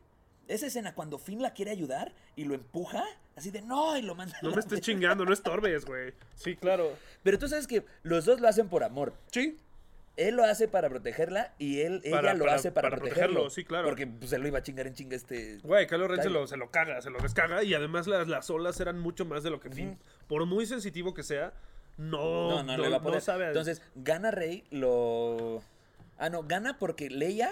[SPEAKER 2] Esa escena cuando Finn la quiere ayudar y lo empuja, así de no, y lo manda. a
[SPEAKER 1] no este
[SPEAKER 2] la
[SPEAKER 1] me estés
[SPEAKER 2] verga.
[SPEAKER 1] chingando, no estorbes, güey. Sí, claro.
[SPEAKER 2] Pero tú sabes que los dos lo hacen por amor.
[SPEAKER 1] Sí,
[SPEAKER 2] Él lo hace para protegerla y él,
[SPEAKER 1] Para-
[SPEAKER 2] ella lo
[SPEAKER 1] para-
[SPEAKER 2] hace para,
[SPEAKER 1] para protegerlo,
[SPEAKER 2] protegerlo.
[SPEAKER 1] sí, claro.
[SPEAKER 2] Porque pues, se lo iba a chingar en chinga este.
[SPEAKER 1] Güey, Kylo Ren se
[SPEAKER 2] Kylo.
[SPEAKER 1] lo, se lo caga, se lo descaga. Y además las, las olas eran mucho más de lo que Finn. Por muy sensitivo que sea, no,
[SPEAKER 2] No, no, le va a poder.
[SPEAKER 1] sabe.
[SPEAKER 2] Entonces, gana Rey, lo. Ah, no, gana porque Leia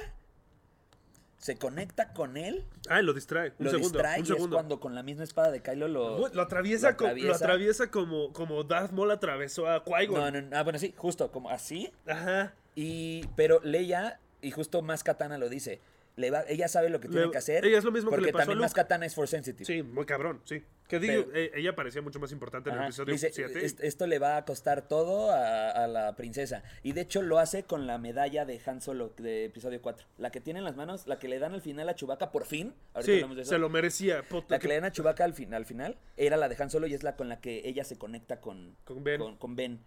[SPEAKER 2] se conecta con él
[SPEAKER 1] Ah, lo distrae. Un
[SPEAKER 2] lo
[SPEAKER 1] segundo, un
[SPEAKER 2] distrae y es
[SPEAKER 1] segundo.
[SPEAKER 2] cuando con la misma espada de Kylo lo,
[SPEAKER 1] Güey, Lo atraviesa,
[SPEAKER 2] lo
[SPEAKER 1] co- lo atraviesa.
[SPEAKER 2] atraviesa.
[SPEAKER 1] como, como Darth Maul atravesó a Qui-Gon.
[SPEAKER 2] No, no, no, ah, bueno, sí, justo como así.
[SPEAKER 1] Ajá.
[SPEAKER 2] Y pero Leia y justo más Katana lo dice. Le va, ella sabe lo que
[SPEAKER 1] Le-
[SPEAKER 2] tiene que hacer.
[SPEAKER 1] ella es lo mismo que
[SPEAKER 2] porque
[SPEAKER 1] le pasó a
[SPEAKER 2] también
[SPEAKER 1] Luke.
[SPEAKER 2] más Katana es force sensitive.
[SPEAKER 1] Sí, muy cabrón, sí. Que digo,
[SPEAKER 2] Pero-
[SPEAKER 1] eh, ella parecía mucho más importante en
[SPEAKER 2] Ajá,
[SPEAKER 1] el episodio
[SPEAKER 2] Dice, este,
[SPEAKER 1] 7.
[SPEAKER 2] "Es- esto le va a costar todo a, a la princesa. Y de hecho lo hace con la medalla de Han Solo de episodio 4. La que tiene en las manos, la que le dan al final a Chewbacca por fin. Ahorita
[SPEAKER 1] Sí,
[SPEAKER 2] hablamos de eso.
[SPEAKER 1] se lo merecía. puta,
[SPEAKER 2] La que le dan a Chewbacca al, fin- al final era la de Han Solo y es la con la que ella se conecta con,
[SPEAKER 1] Con Ben.
[SPEAKER 2] Con, con Ben.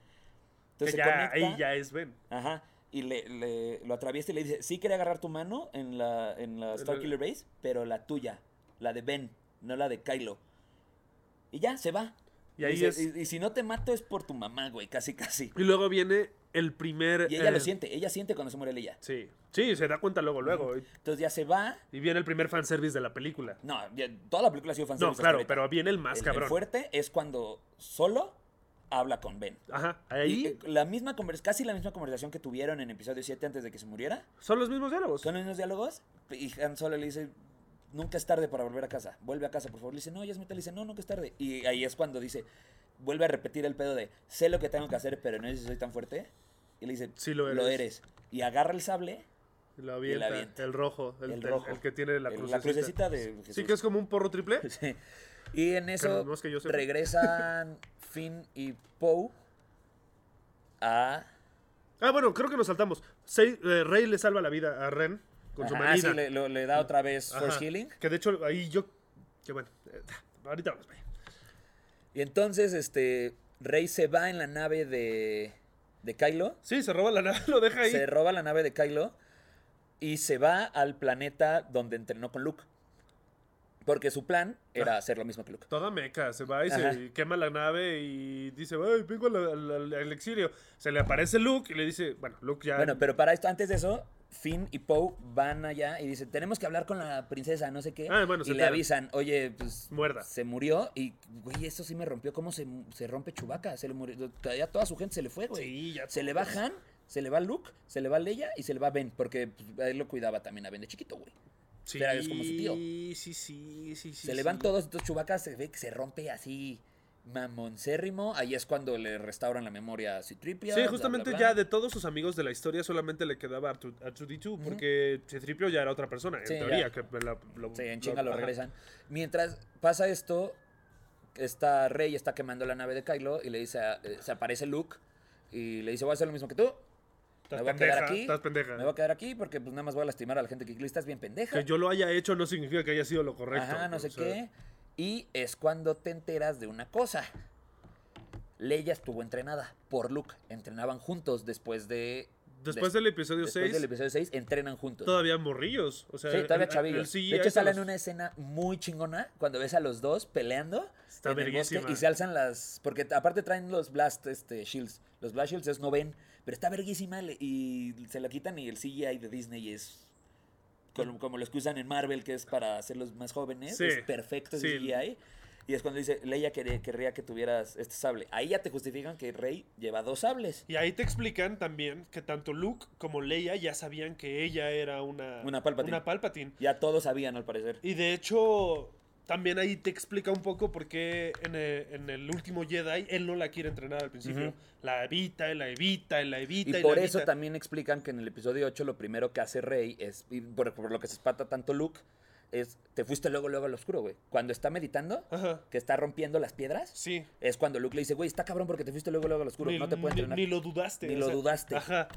[SPEAKER 1] que
[SPEAKER 2] Entonces se
[SPEAKER 1] ya,
[SPEAKER 2] conecta,
[SPEAKER 1] ahí ya es Ben.
[SPEAKER 2] Ajá. Y le, le- lo atraviesa y le dice, sí quería agarrar tu mano en la, en la Starkiller Base, pero la tuya, la de Ben, no la de Kylo. Y ya, se va.
[SPEAKER 1] Y ahí
[SPEAKER 2] Dice,
[SPEAKER 1] es-
[SPEAKER 2] "Y- y si no te mato es por tu mamá, güey, casi, casi.
[SPEAKER 1] Y luego viene el primer.
[SPEAKER 2] Y ella lo
[SPEAKER 1] eh,
[SPEAKER 2] siente, ella siente cuando se muere Leia.
[SPEAKER 1] Sí, sí, se da cuenta luego, luego. Y,
[SPEAKER 2] Entonces ya se va.
[SPEAKER 1] y viene el primer fanservice de la película.
[SPEAKER 2] No, ya- toda la película ha sido fanservice.
[SPEAKER 1] No,
[SPEAKER 2] hasta
[SPEAKER 1] claro,
[SPEAKER 2] ahorita.
[SPEAKER 1] pero viene el más
[SPEAKER 2] El- El,
[SPEAKER 1] cabrón.
[SPEAKER 2] fuerte es cuando solo habla con Ben.
[SPEAKER 1] Ajá,
[SPEAKER 2] Y,
[SPEAKER 1] ahí
[SPEAKER 2] eh, la misma convers- casi la misma conversación que tuvieron en episodio 7 antes de que se muriera.
[SPEAKER 1] son los mismos diálogos.
[SPEAKER 2] Son los mismos diálogos. Y Han Solo le dice, nunca es tarde para volver a casa. Vuelve a casa, por favor. Le dice, no, ya es mitad. Le dice, no, nunca es tarde. Y ahí es cuando dice, vuelve a repetir el pedo de, sé lo que tengo que hacer, pero no sé si soy tan fuerte. Y le dice,
[SPEAKER 1] Sí lo
[SPEAKER 2] Lo
[SPEAKER 1] eres.
[SPEAKER 2] eres. Y agarra el sable.
[SPEAKER 1] Lo avienta, el,
[SPEAKER 2] avienta.
[SPEAKER 1] rojo, el,
[SPEAKER 2] El
[SPEAKER 1] el-
[SPEAKER 2] rojo.
[SPEAKER 1] el que tiene la
[SPEAKER 2] el-
[SPEAKER 1] crucecita.
[SPEAKER 2] de Jesús.
[SPEAKER 1] Sí, que es como un porro triple.
[SPEAKER 2] Sí. Y en eso
[SPEAKER 1] Pero no es que yo sepa.
[SPEAKER 2] regresan Finn y Poe a...
[SPEAKER 1] Ah, bueno, creo que nos saltamos. Sei- eh, Rey le salva la vida a Ren con su
[SPEAKER 2] Ajá,
[SPEAKER 1] manita.
[SPEAKER 2] sí, le, lo- le da otra vez
[SPEAKER 1] Ajá.
[SPEAKER 2] Force Healing.
[SPEAKER 1] Que de hecho ahí yo. Que bueno. eh, ahorita vamos. güey.
[SPEAKER 2] Y entonces, este, Rey se va en la nave de, de Kylo.
[SPEAKER 1] Sí, se roba la nave, lo deja ahí.
[SPEAKER 2] Se roba la nave de Kylo y se va al planeta donde entrenó con Luke. Porque su plan
[SPEAKER 1] Ah.
[SPEAKER 2] era hacer lo mismo que Luke.
[SPEAKER 1] Toda meca, se va y se
[SPEAKER 2] Ajá.
[SPEAKER 1] quema la nave y dice, ay, vengo al, al- al- al exilio. Se le aparece Luke y le dice, bueno, Luke ya...
[SPEAKER 2] Bueno, pero para esto, antes de eso, Finn y Poe van allá y dicen, tenemos que hablar con la princesa, no sé qué.
[SPEAKER 1] Ah, bueno,
[SPEAKER 2] y
[SPEAKER 1] se
[SPEAKER 2] le
[SPEAKER 1] enteran.
[SPEAKER 2] avisan, oye, pues...
[SPEAKER 1] Muerda.
[SPEAKER 2] Se murió y, güey, eso sí me rompió. ¿Cómo se, se rompe Chubaca? Se le murió. Ya toda su gente se le fue, güey.
[SPEAKER 1] Sí, ya
[SPEAKER 2] Se le va
[SPEAKER 1] todos.
[SPEAKER 2] Han, se le va Luke, se le va Leia y se le va Ben. Porque pues, a él lo cuidaba también a Ben de chiquito, güey.
[SPEAKER 1] Sí,
[SPEAKER 2] era- es como su tío.
[SPEAKER 1] Sí, sí, sí, sí.
[SPEAKER 2] se le
[SPEAKER 1] sí.
[SPEAKER 2] van todos, entonces Chubaca se ve que se rompe así mamoncérrimo. Ahí es cuando le restauran la memoria a Citripia.
[SPEAKER 1] Sí, justamente ya de todos sus amigos de la historia solamente le quedaba a 2D2 porque Cetripio ya era otra persona, en
[SPEAKER 2] Sí,
[SPEAKER 1] teoría.
[SPEAKER 2] ya.
[SPEAKER 1] Que la- lo,
[SPEAKER 2] Sí, en chinga lo
[SPEAKER 1] ajá.
[SPEAKER 2] regresan. Mientras pasa esto, esta Rey está quemando la nave de Kylo y le dice, a- eh, se aparece Luke y le dice, voy a hacer lo mismo que tú.
[SPEAKER 1] Estás
[SPEAKER 2] me voy a quedar
[SPEAKER 1] pendeja,
[SPEAKER 2] aquí.
[SPEAKER 1] estás pendeja.
[SPEAKER 2] Me voy a quedar aquí porque pues nada más voy a lastimar a la gente que aquí estás bien pendeja.
[SPEAKER 1] Que yo lo haya hecho no significa que haya sido lo correcto.
[SPEAKER 2] Ajá, no
[SPEAKER 1] o
[SPEAKER 2] sé
[SPEAKER 1] sea,
[SPEAKER 2] qué. Y es cuando te enteras de una cosa. Leia estuvo entrenada por Luke. Entrenaban juntos después de...
[SPEAKER 1] Después
[SPEAKER 2] des-
[SPEAKER 1] del episodio
[SPEAKER 2] después
[SPEAKER 1] 6,
[SPEAKER 2] del episodio 6 entrenan juntos.
[SPEAKER 1] todavía morrillos. O sea,
[SPEAKER 2] Sí, todavía
[SPEAKER 1] el- el
[SPEAKER 2] chavillos.
[SPEAKER 1] CGI
[SPEAKER 2] de hecho,
[SPEAKER 1] se
[SPEAKER 2] sale en
[SPEAKER 1] los-
[SPEAKER 2] una escena muy chingona cuando ves a los dos peleando
[SPEAKER 1] Está
[SPEAKER 2] en el bosque
[SPEAKER 1] verguísima.
[SPEAKER 2] y se alzan las. Porque aparte traen los blast este, shields. Los blast shields es no ven, pero está verguísima le- y se la quitan y el CGI de Disney es. Como, como los que usan en Marvel, que es para hacerlos más jóvenes.
[SPEAKER 1] Sí,
[SPEAKER 2] Es perfecto
[SPEAKER 1] sí.
[SPEAKER 2] ese CGI. Y es cuando dice, Leia quería, querría que tuvieras este sable. Ahí ya te justifican que Rey lleva dos sables.
[SPEAKER 1] Y ahí te explican también que tanto Luke como Leia ya sabían que ella era una,
[SPEAKER 2] Una Palpatine.
[SPEAKER 1] una Palpatine.
[SPEAKER 2] Ya todos sabían, al parecer.
[SPEAKER 1] Y de hecho, también ahí te explica un poco por qué en el, en el último Jedi él no la quiere entrenar al principio.
[SPEAKER 2] Ujú.
[SPEAKER 1] La evita, y la evita, y la evita.
[SPEAKER 2] Y
[SPEAKER 1] la
[SPEAKER 2] por eso
[SPEAKER 1] evita.
[SPEAKER 2] también explican que en el episodio 8 lo primero que hace Rey es, y por, por lo que se espata tanto Luke, es, te fuiste luego, luego al oscuro, güey. Cuando está meditando,
[SPEAKER 1] Ajá.
[SPEAKER 2] que está rompiendo las piedras,
[SPEAKER 1] Sí.
[SPEAKER 2] es cuando Luke le dice, güey, está cabrón porque te fuiste luego, luego al oscuro,
[SPEAKER 1] Ni,
[SPEAKER 2] no te pueden
[SPEAKER 1] ni-
[SPEAKER 2] entrenar.
[SPEAKER 1] ni lo dudaste.
[SPEAKER 2] Ni lo dudaste.
[SPEAKER 1] Ajá.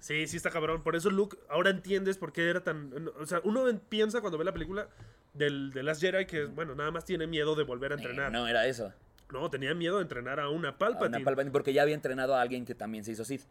[SPEAKER 1] Sí, sí está cabrón. Por eso Luke, ahora entiendes por qué era tan... no, O sea, uno en- piensa cuando ve la película del, de Last Jedi que, bueno, nada más tiene miedo de volver a
[SPEAKER 2] Eh,
[SPEAKER 1] entrenar.
[SPEAKER 2] no, era eso.
[SPEAKER 1] no. tenía miedo de entrenar a una
[SPEAKER 2] A una
[SPEAKER 1] Palpatine.
[SPEAKER 2] Palpatine, porque ya había entrenado a alguien que también se hizo Sith.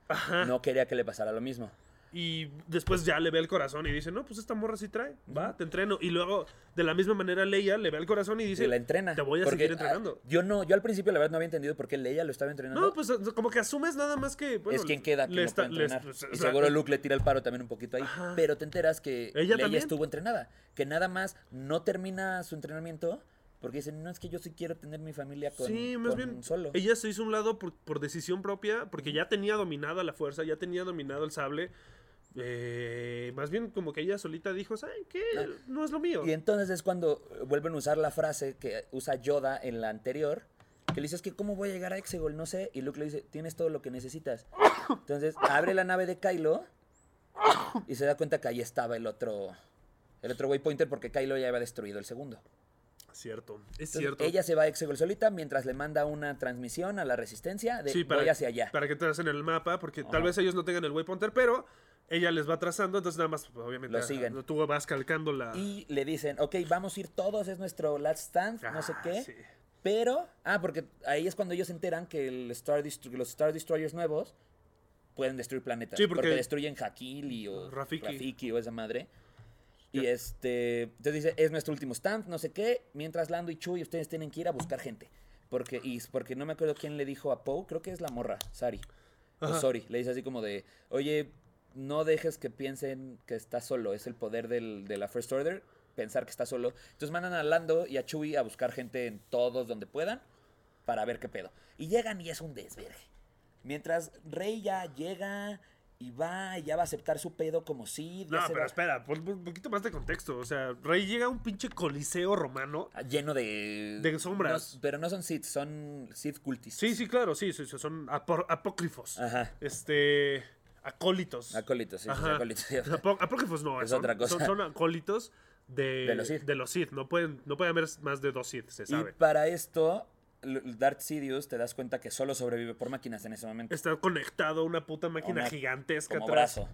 [SPEAKER 2] No quería que le pasara lo mismo.
[SPEAKER 1] Y después ya le ve el corazón y dice, no, pues esta morra sí trae, va, te entreno. Y luego, de la misma manera, Leia le ve el corazón y dice,
[SPEAKER 2] y la entrena.
[SPEAKER 1] te voy a
[SPEAKER 2] porque,
[SPEAKER 1] seguir
[SPEAKER 2] ah,
[SPEAKER 1] entrenando.
[SPEAKER 2] yo no, yo al principio la verdad no había entendido por qué Leia lo estaba entrenando.
[SPEAKER 1] no, pues como que asumes nada más que... bueno,
[SPEAKER 2] es quien queda que
[SPEAKER 1] le
[SPEAKER 2] no
[SPEAKER 1] está-
[SPEAKER 2] puede
[SPEAKER 1] le-
[SPEAKER 2] entrenar.
[SPEAKER 1] pues, o
[SPEAKER 2] y
[SPEAKER 1] sea,
[SPEAKER 2] seguro Luke le tira el paro también un poquito ahí.
[SPEAKER 1] Ajá.
[SPEAKER 2] Pero te enteras que
[SPEAKER 1] ¿Ella
[SPEAKER 2] ella
[SPEAKER 1] también?
[SPEAKER 2] estuvo entrenada. Que nada más no termina su entrenamiento porque dicen, no, es que yo sí quiero tener mi familia con,
[SPEAKER 1] sí, más
[SPEAKER 2] con
[SPEAKER 1] bien,
[SPEAKER 2] solo.
[SPEAKER 1] ella se hizo a un lado por, por decisión propia, porque ya tenía dominada la fuerza, ya tenía dominado el sable. Eh, más bien como que ella solita dijo, ¿saben qué? No es lo mío.
[SPEAKER 2] Ah. Y entonces es cuando eh, vuelven a usar la frase que usa Yoda en la anterior. Que le dice, es que ¿cómo voy a llegar a Exegol? No sé. Y Luke le dice, tienes todo lo que necesitas. Entonces abre la nave de Kylo y se da cuenta que ahí estaba el otro... El otro waypointer porque Kylo ya había destruido el segundo.
[SPEAKER 1] Cierto, es
[SPEAKER 2] Entonces,
[SPEAKER 1] cierto.
[SPEAKER 2] Ella se va a Exegol solita mientras le manda una transmisión a la resistencia de
[SPEAKER 1] Sí,
[SPEAKER 2] voy hacia allá.
[SPEAKER 1] Para que tracen el mapa, porque tal
[SPEAKER 2] Ajá.
[SPEAKER 1] vez ellos no tengan el waypointer, pero ella les va trazando, entonces nada más, pues, obviamente,
[SPEAKER 2] Lo
[SPEAKER 1] ajá,
[SPEAKER 2] siguen.
[SPEAKER 1] tú vas calcando la...
[SPEAKER 2] Y le dicen, ok, vamos a ir todos, es nuestro last stand, no sé
[SPEAKER 1] Ah,
[SPEAKER 2] qué.
[SPEAKER 1] sí.
[SPEAKER 2] Pero, ah, porque ahí es cuando ellos se enteran que el Star Destro- los Star Destroyers nuevos pueden destruir planetas.
[SPEAKER 1] Sí, porque-
[SPEAKER 2] destruyen Hakili o
[SPEAKER 1] Rafiki.
[SPEAKER 2] Rafiki o esa madre. Y este, entonces dice, es nuestro último stand, no sé qué, mientras Lando y Chuy ustedes tienen que ir a buscar gente. Porque, y porque no me acuerdo quién le dijo a Poe, creo que es la morra, Sari. O
[SPEAKER 1] Ajá.
[SPEAKER 2] Sori, Pues le dice así como de, oye, no dejes que piensen que estás solo, es el poder del- de la First Order, pensar que estás solo. Entonces mandan a Lando y a Chewie a buscar gente en todos donde puedan para ver qué pedo. Y llegan y es un desvergue. Mientras Rey ya llega y va, y ya va a aceptar su pedo como si...
[SPEAKER 1] No, pero espera, pon pon un poquito más de contexto. O sea, Rey llega a un pinche coliseo romano.
[SPEAKER 2] Ah, Lleno de...
[SPEAKER 1] De sombras.
[SPEAKER 2] no, pero no son Sith, son Sith cultistas.
[SPEAKER 1] Sí, sí, claro, sí, sí, sí, son apor- apócrifos.
[SPEAKER 2] Ajá.
[SPEAKER 1] Este. Acólitos.
[SPEAKER 2] Acólitos, sí, sí,
[SPEAKER 1] Ajá.
[SPEAKER 2] acólitos. sí.
[SPEAKER 1] Apó- apócrifos no,
[SPEAKER 2] Es
[SPEAKER 1] son,
[SPEAKER 2] otra cosa.
[SPEAKER 1] Son, son acólitos de,
[SPEAKER 2] De los Sith.
[SPEAKER 1] Sith. No pueden, no puede haber más de dos Sith, se
[SPEAKER 2] Y
[SPEAKER 1] sabe.
[SPEAKER 2] para esto, L- Darth Sidious te das cuenta que solo sobrevive por máquinas en ese momento.
[SPEAKER 1] Está conectado a una puta máquina
[SPEAKER 2] Una-
[SPEAKER 1] gigantesca
[SPEAKER 2] Como
[SPEAKER 1] atrás
[SPEAKER 2] brazo.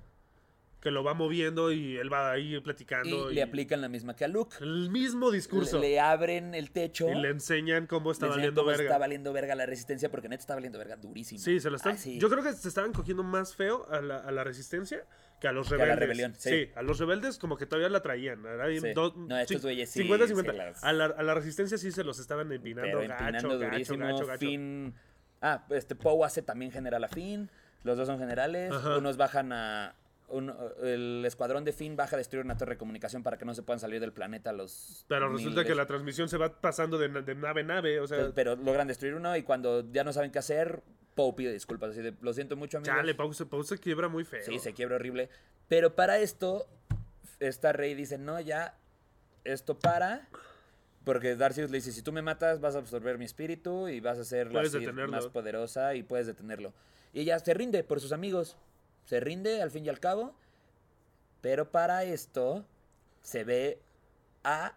[SPEAKER 1] que lo va moviendo y él va ahí platicando.
[SPEAKER 2] Y le aplican la misma que a Luke.
[SPEAKER 1] el mismo discurso.
[SPEAKER 2] Le, le abren el techo.
[SPEAKER 1] y le enseñan cómo está
[SPEAKER 2] le enseñan
[SPEAKER 1] valiendo
[SPEAKER 2] cómo
[SPEAKER 1] verga.
[SPEAKER 2] Está valiendo verga la resistencia porque neta está valiendo verga durísimo. Ah,
[SPEAKER 1] Sí, se lo están.
[SPEAKER 2] Así.
[SPEAKER 1] Yo creo que se estaban cogiendo más feo a la, a la resistencia que a los
[SPEAKER 2] a la
[SPEAKER 1] rebeldes.
[SPEAKER 2] rebelión, sí.
[SPEAKER 1] a los rebeldes como que todavía la traían. Era bien
[SPEAKER 2] Sí.
[SPEAKER 1] dos-
[SPEAKER 2] No, estos
[SPEAKER 1] cin-
[SPEAKER 2] güeyes sí,
[SPEAKER 1] 50,
[SPEAKER 2] sí
[SPEAKER 1] 50.
[SPEAKER 2] las-
[SPEAKER 1] a, la, a la resistencia sí se los estaban empinando,
[SPEAKER 2] Pero
[SPEAKER 1] gacho,
[SPEAKER 2] empinando
[SPEAKER 1] gacho,
[SPEAKER 2] durísimo.
[SPEAKER 1] gacho, gacho.
[SPEAKER 2] Finn- Ah, este Poe hace también general a Finn. Los dos son generales.
[SPEAKER 1] Ajá.
[SPEAKER 2] Unos bajan a. uno- el escuadrón de Finn baja a destruir una torre de comunicación para que no se puedan salir del planeta los.
[SPEAKER 1] Pero resulta
[SPEAKER 2] miles-
[SPEAKER 1] que la transmisión se va pasando de, na- de nave a nave. O sea,
[SPEAKER 2] Entonces, pero logran destruir uno y cuando ya no saben qué hacer, Poe pide disculpas. Así de, lo siento mucho, amigos.
[SPEAKER 1] chale, Pau se, Pau se quiebra muy feo.
[SPEAKER 2] Sí, se quiebra horrible. Pero para esto, esta rey dice, no, ya, esto para. Porque Darcius le dice, si tú me matas, vas a absorber mi espíritu y vas a ser la
[SPEAKER 1] Puedes
[SPEAKER 2] Sith
[SPEAKER 1] detenerlo.
[SPEAKER 2] más poderosa y puedes detenerlo. Y ella se rinde por sus amigos. Se rinde al fin y al cabo. Pero para esto, se ve a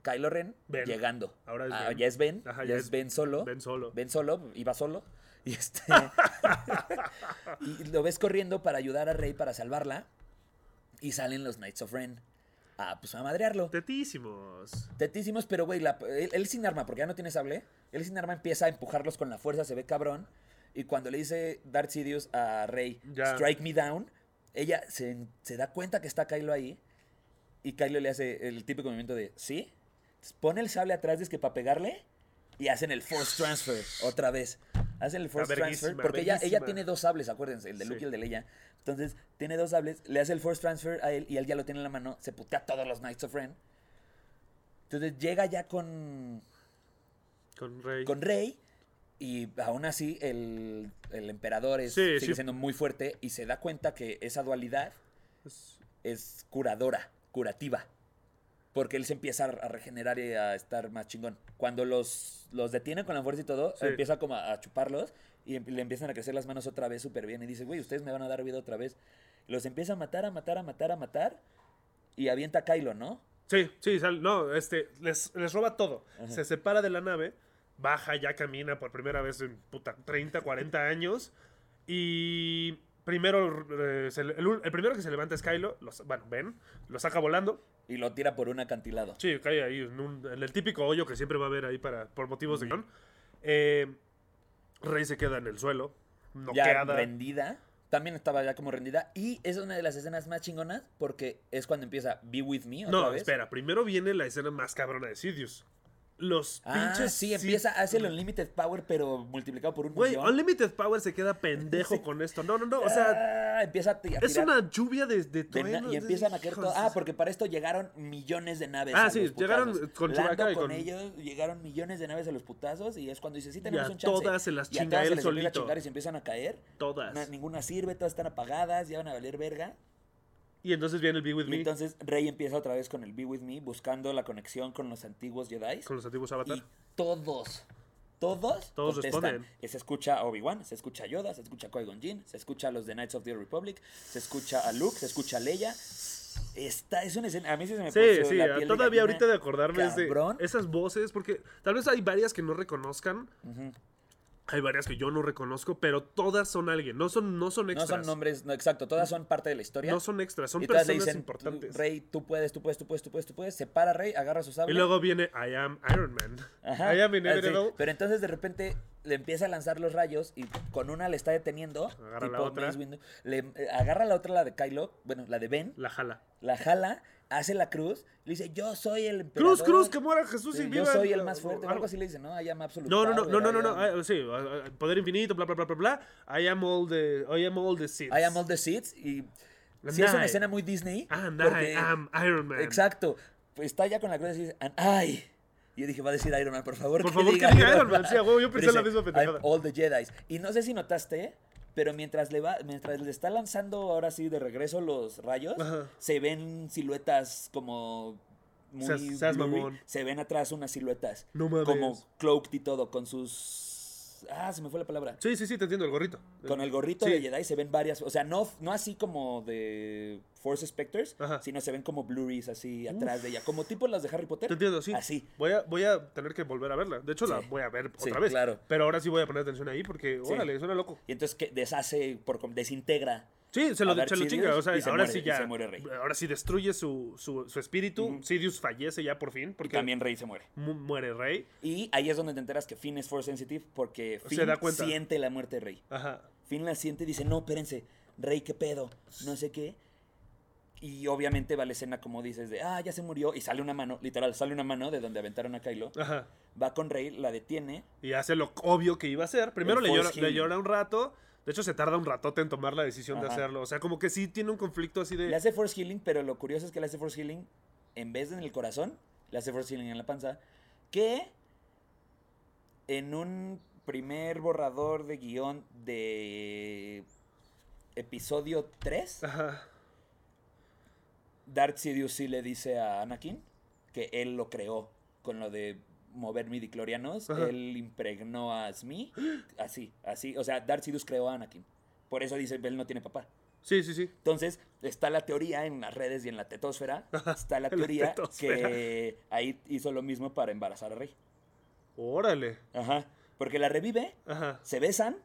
[SPEAKER 2] Kylo Ren
[SPEAKER 1] Ben.
[SPEAKER 2] llegando.
[SPEAKER 1] Ahora es
[SPEAKER 2] Ah,
[SPEAKER 1] Ben.
[SPEAKER 2] Ya es Ben.
[SPEAKER 1] Ajá,
[SPEAKER 2] ya, es Ben solo.
[SPEAKER 1] Ven solo.
[SPEAKER 2] Ven solo, iba solo. Y este. y lo ves corriendo para ayudar a Rey para salvarla. Y salen los Knights of Ren. Ah, pues a madrearlo.
[SPEAKER 1] Tetísimos.
[SPEAKER 2] Tetísimos, pero güey, la- él, él sin arma, porque ya no tiene sable. Él sin arma empieza a empujarlos con la fuerza, se ve cabrón. Y cuando le dice Darth Sidious a Rey,
[SPEAKER 1] Ya.
[SPEAKER 2] strike me down, ella se, se da cuenta que está Kylo ahí. Y Kylo le hace el típico movimiento de, ¿sí? Entonces, pone el sable atrás, es que para pegarle. Y hacen el Force Transfer otra vez. Hacen el Force Transfer.
[SPEAKER 1] verguísima,
[SPEAKER 2] Porque ella, ella
[SPEAKER 1] verguísima.
[SPEAKER 2] tiene dos sables, acuérdense, el de Luke
[SPEAKER 1] Sí.
[SPEAKER 2] y el de Leia. Entonces, tiene dos sables, le hace el Force Transfer a él y él ya lo tiene en la mano. Se putea a todos los Knights of Ren. Entonces llega ya con,
[SPEAKER 1] Con Rey.
[SPEAKER 2] con Rey y aún así el, el emperador es,
[SPEAKER 1] Sí,
[SPEAKER 2] sigue
[SPEAKER 1] sí.
[SPEAKER 2] siendo muy fuerte y se da cuenta que esa dualidad
[SPEAKER 1] Es-
[SPEAKER 2] es curadora, curativa. Porque él se empieza a regenerar y a estar más chingón. Cuando los, los detienen con la fuerza y todo,
[SPEAKER 1] Sí.
[SPEAKER 2] empieza como a, a chuparlos y em- le empiezan a crecer las manos otra vez súper bien. Y dice, güey, ustedes me van a dar vida otra vez. Los empieza a matar, a matar, a matar, a matar. Y avienta a Kylo, ¿no?
[SPEAKER 1] Sí, sí, sal- no, este, les, les roba todo. Se separa de la nave, baja, ya camina por primera vez en puta 30, 40 años. Y primero, eh, se le- el, un- el primero que se levanta es Kylo, lo sa- bueno, ven, lo saca volando.
[SPEAKER 2] Y lo tira por un acantilado.
[SPEAKER 1] Sí, cae ahí en, un- en el típico hoyo que siempre va a haber ahí para, por motivos de guión. Eh, Rey se queda en el suelo,
[SPEAKER 2] ya
[SPEAKER 1] noqueada.
[SPEAKER 2] rendida. También estaba ya como rendida. Y es una de las escenas más chingonas porque es cuando empieza Be With Me otra
[SPEAKER 1] No,
[SPEAKER 2] vez.
[SPEAKER 1] espera, primero viene la escena más cabrona de Sidious. Los
[SPEAKER 2] Ah,
[SPEAKER 1] pinches.
[SPEAKER 2] sí,
[SPEAKER 1] Sith-
[SPEAKER 2] empieza, hace el Unlimited Power, pero multiplicado por un
[SPEAKER 1] Güey,
[SPEAKER 2] millón.
[SPEAKER 1] Unlimited Power se queda pendejo con esto. No, no, no. O sea,
[SPEAKER 2] Ah, empieza a, ti- a
[SPEAKER 1] es
[SPEAKER 2] tirar
[SPEAKER 1] una lluvia de, de
[SPEAKER 2] de na-
[SPEAKER 1] truenos,
[SPEAKER 2] y
[SPEAKER 1] de-
[SPEAKER 2] empiezan a caer
[SPEAKER 1] hijos
[SPEAKER 2] todo.
[SPEAKER 1] de
[SPEAKER 2] Ah,
[SPEAKER 1] su-
[SPEAKER 2] porque para esto llegaron millones de naves.
[SPEAKER 1] Ah,
[SPEAKER 2] a
[SPEAKER 1] sí,
[SPEAKER 2] los
[SPEAKER 1] llegaron
[SPEAKER 2] putazos.
[SPEAKER 1] con
[SPEAKER 2] Lando
[SPEAKER 1] Chewbacca y
[SPEAKER 2] con,
[SPEAKER 1] con-
[SPEAKER 2] ellos llegaron millones de naves a los putazos y es cuando dice, sí, tenemos
[SPEAKER 1] a
[SPEAKER 2] un chance.
[SPEAKER 1] todas se las
[SPEAKER 2] y a
[SPEAKER 1] chinga
[SPEAKER 2] todas se
[SPEAKER 1] él
[SPEAKER 2] les empieza a
[SPEAKER 1] solito.
[SPEAKER 2] chingar y se empiezan a caer.
[SPEAKER 1] Todas.
[SPEAKER 2] Na- ninguna sirve, todas están apagadas, ya van a valer verga.
[SPEAKER 1] Y entonces viene el Be With
[SPEAKER 2] Y
[SPEAKER 1] Me
[SPEAKER 2] entonces Rey empieza otra vez con el Be With Me, buscando la conexión con los antiguos Jedi.
[SPEAKER 1] con los antiguos Avatar.
[SPEAKER 2] Y todos, todos,
[SPEAKER 1] Todos
[SPEAKER 2] contestan.
[SPEAKER 1] responden.
[SPEAKER 2] Se escucha a Obi-Wan, se escucha a Yoda, se escucha a Qui-Gon Jinn, se escucha a los de Knights of the Old Republic, se escucha a Luke, se escucha a Leia. Está, es una escena, a mí sí se me
[SPEAKER 1] Sí,
[SPEAKER 2] puso
[SPEAKER 1] sí,
[SPEAKER 2] la
[SPEAKER 1] a-
[SPEAKER 2] piel de
[SPEAKER 1] todavía
[SPEAKER 2] gallina,
[SPEAKER 1] ahorita de acordarme es de
[SPEAKER 2] cabrón.
[SPEAKER 1] esas voces, porque tal vez hay varias que no reconozcan,
[SPEAKER 2] Ujú.
[SPEAKER 1] hay varias que yo no reconozco, pero todas son alguien, no son, no son
[SPEAKER 2] No
[SPEAKER 1] extras.
[SPEAKER 2] son nombres, no, exacto, todas son parte de la historia.
[SPEAKER 1] No son extras, son
[SPEAKER 2] y todas le
[SPEAKER 1] personas
[SPEAKER 2] dicen,
[SPEAKER 1] importantes.
[SPEAKER 2] Rey, tú puedes, tú puedes, tú puedes, tú puedes, tú puedes. Se para Rey, agarra su sable.
[SPEAKER 1] Y luego viene I am Iron Man.
[SPEAKER 2] Ajá, Ah,
[SPEAKER 1] I am
[SPEAKER 2] así.
[SPEAKER 1] Inevitable.
[SPEAKER 2] Pero entonces de repente le empieza a lanzar los rayos y con una le está deteniendo.
[SPEAKER 1] Agarra la otra.
[SPEAKER 2] Mace Windu, le eh, agarra la otra, la de Kylo, bueno, la de Ben,
[SPEAKER 1] La jala.
[SPEAKER 2] la jala, hace la cruz, le dice, yo soy el emperador.
[SPEAKER 1] Cruz, cruz, que muera Jesús
[SPEAKER 2] Sí,
[SPEAKER 1] y
[SPEAKER 2] Yo
[SPEAKER 1] viva.
[SPEAKER 2] soy el más fuerte, o
[SPEAKER 1] Algo
[SPEAKER 2] algo así le dice, ¿no? I am absolute
[SPEAKER 1] No, no, no, no,
[SPEAKER 2] power,
[SPEAKER 1] no, no,
[SPEAKER 2] I
[SPEAKER 1] no,
[SPEAKER 2] am-
[SPEAKER 1] ah, sí, ah, ah, poder infinito, bla, bla, bla, bla, bla. I am all the, I am all the seeds.
[SPEAKER 2] I am all the seeds y
[SPEAKER 1] And
[SPEAKER 2] sí es una
[SPEAKER 1] I-
[SPEAKER 2] escena muy Disney.
[SPEAKER 1] And
[SPEAKER 2] porque-
[SPEAKER 1] I am Ah, Iron Man.
[SPEAKER 2] Exacto. Pues está ya con la cruz y dice, and I. Y yo dije, va a decir Iron Man, por favor.
[SPEAKER 1] Por favor, que diga Iron Man. Sí, a huevo, yo
[SPEAKER 2] Pero
[SPEAKER 1] pensé la
[SPEAKER 2] dice,
[SPEAKER 1] misma pendejada.
[SPEAKER 2] "I'm All the Jedi. Y no sé si notaste, pero mientras le va, mientras le está lanzando ahora sí de regreso los rayos,
[SPEAKER 1] Ajá.
[SPEAKER 2] se ven siluetas como muy
[SPEAKER 1] Seas- seas
[SPEAKER 2] blurry.
[SPEAKER 1] mamón.
[SPEAKER 2] Se ven atrás unas siluetas.
[SPEAKER 1] No mames.
[SPEAKER 2] Como cloaked y todo, con sus. Ah, se me fue la palabra.
[SPEAKER 1] Sí, sí, sí, te entiendo, el gorrito.
[SPEAKER 2] Con el gorrito
[SPEAKER 1] Sí.
[SPEAKER 2] de Jedi se ven varias, o sea, no, no así como de Force Spectres,
[SPEAKER 1] Ajá.
[SPEAKER 2] sino se ven como blurries así atrás de ella, como tipo las de Harry Potter.
[SPEAKER 1] Te entiendo, sí.
[SPEAKER 2] Así.
[SPEAKER 1] Voy a, voy a tener que volver a verla. De hecho, la
[SPEAKER 2] Sí.
[SPEAKER 1] voy a ver
[SPEAKER 2] Sí,
[SPEAKER 1] otra vez.
[SPEAKER 2] claro.
[SPEAKER 1] Pero ahora sí voy a poner atención ahí porque,
[SPEAKER 2] Sí.
[SPEAKER 1] órale, suena loco.
[SPEAKER 2] Y entonces que deshace, por, com- desintegra.
[SPEAKER 1] Sí, se
[SPEAKER 2] A
[SPEAKER 1] lo,
[SPEAKER 2] Darth
[SPEAKER 1] se lo
[SPEAKER 2] Sidious
[SPEAKER 1] chinga. O sea,
[SPEAKER 2] y se
[SPEAKER 1] ahora
[SPEAKER 2] muere,
[SPEAKER 1] sí
[SPEAKER 2] y
[SPEAKER 1] ya.
[SPEAKER 2] se muere Rey.
[SPEAKER 1] Ahora sí destruye su, su, su espíritu. Sidious fallece ya por fin
[SPEAKER 2] Y
[SPEAKER 1] porque
[SPEAKER 2] también Rey se muere.
[SPEAKER 1] mu- muere Rey.
[SPEAKER 2] Y ahí es donde te enteras que Finn es Force Sensitive porque
[SPEAKER 1] Se
[SPEAKER 2] Finn
[SPEAKER 1] da cuenta.
[SPEAKER 2] siente la muerte de Rey.
[SPEAKER 1] Ajá.
[SPEAKER 2] Finn la siente y dice, no, espérense, Rey, qué pedo, no sé qué. Y obviamente va la escena como dices de, ah, ya se murió. Y sale una mano, literal, sale una mano de donde aventaron a Kylo.
[SPEAKER 1] Ajá.
[SPEAKER 2] Va con Rey, la detiene,
[SPEAKER 1] Y hace lo obvio que iba a hacer. Primero
[SPEAKER 2] El
[SPEAKER 1] le llora,
[SPEAKER 2] force
[SPEAKER 1] le
[SPEAKER 2] healing.
[SPEAKER 1] llora un rato. De hecho, se tarda un ratote en tomar la decisión de
[SPEAKER 2] Ajá.
[SPEAKER 1] hacerlo. O sea, como que sí tiene un conflicto así de.
[SPEAKER 2] Le hace force healing, pero lo curioso es que le hace force healing en vez de en el corazón, le hace force healing en la panza. Que en un primer borrador de guión de episodio 3,
[SPEAKER 1] Ajá.
[SPEAKER 2] Darth Sidious sí le dice a Anakin que él lo creó con lo de mover midiclorianos.
[SPEAKER 1] Ajá.
[SPEAKER 2] Él impregnó a Smee así, así. O sea, Darth Sidious creó a Anakin. Por eso dice, él no tiene papá.
[SPEAKER 1] Sí, sí, sí.
[SPEAKER 2] Entonces, está la teoría en las redes y en la tetosfera. Está la
[SPEAKER 1] En la
[SPEAKER 2] teoría
[SPEAKER 1] tetosfera.
[SPEAKER 2] que ahí hizo lo mismo para embarazar a Rey.
[SPEAKER 1] Órale.
[SPEAKER 2] Ajá. Porque la revive,
[SPEAKER 1] Ajá.
[SPEAKER 2] se besan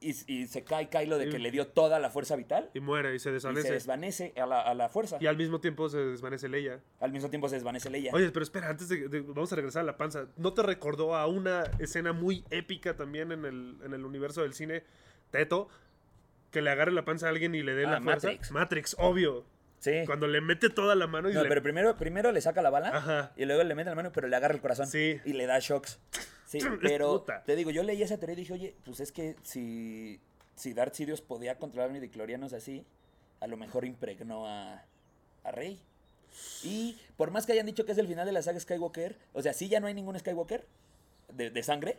[SPEAKER 2] y, y se cae Kylo de
[SPEAKER 1] Y-
[SPEAKER 2] que le dio toda la fuerza vital
[SPEAKER 1] Y muere y se
[SPEAKER 2] y se
[SPEAKER 1] desvanece.
[SPEAKER 2] desvanece a la, a la fuerza.
[SPEAKER 1] Y al mismo tiempo se desvanece Leia.
[SPEAKER 2] Al mismo tiempo se desvanece Leia.
[SPEAKER 1] Oye, pero espera, antes de, de- Vamos a regresar a la panza. ¿No te recordó a una escena muy épica también en el, en el universo del cine? Teto. Que le agarre la panza a alguien y le dé
[SPEAKER 2] Ah,
[SPEAKER 1] la fuerza.
[SPEAKER 2] Matrix.
[SPEAKER 1] Matrix, obvio.
[SPEAKER 2] sí.
[SPEAKER 1] Cuando le mete toda la mano y
[SPEAKER 2] No,
[SPEAKER 1] le-
[SPEAKER 2] pero primero, primero le saca la bala
[SPEAKER 1] Ajá.
[SPEAKER 2] y luego le mete la mano, pero le agarra el corazón
[SPEAKER 1] Sí.
[SPEAKER 2] y le da shocks. Sí,
[SPEAKER 1] Es
[SPEAKER 2] pero
[SPEAKER 1] puta.
[SPEAKER 2] te digo, yo leí esa teoría y dije, oye, pues es que si, si Darth Sidious podía controlar midiclorianos así, a lo mejor impregnó a, a Rey. Y por más que hayan dicho que es el final de la saga Skywalker, o sea, sí ya no hay ningún Skywalker de, de sangre.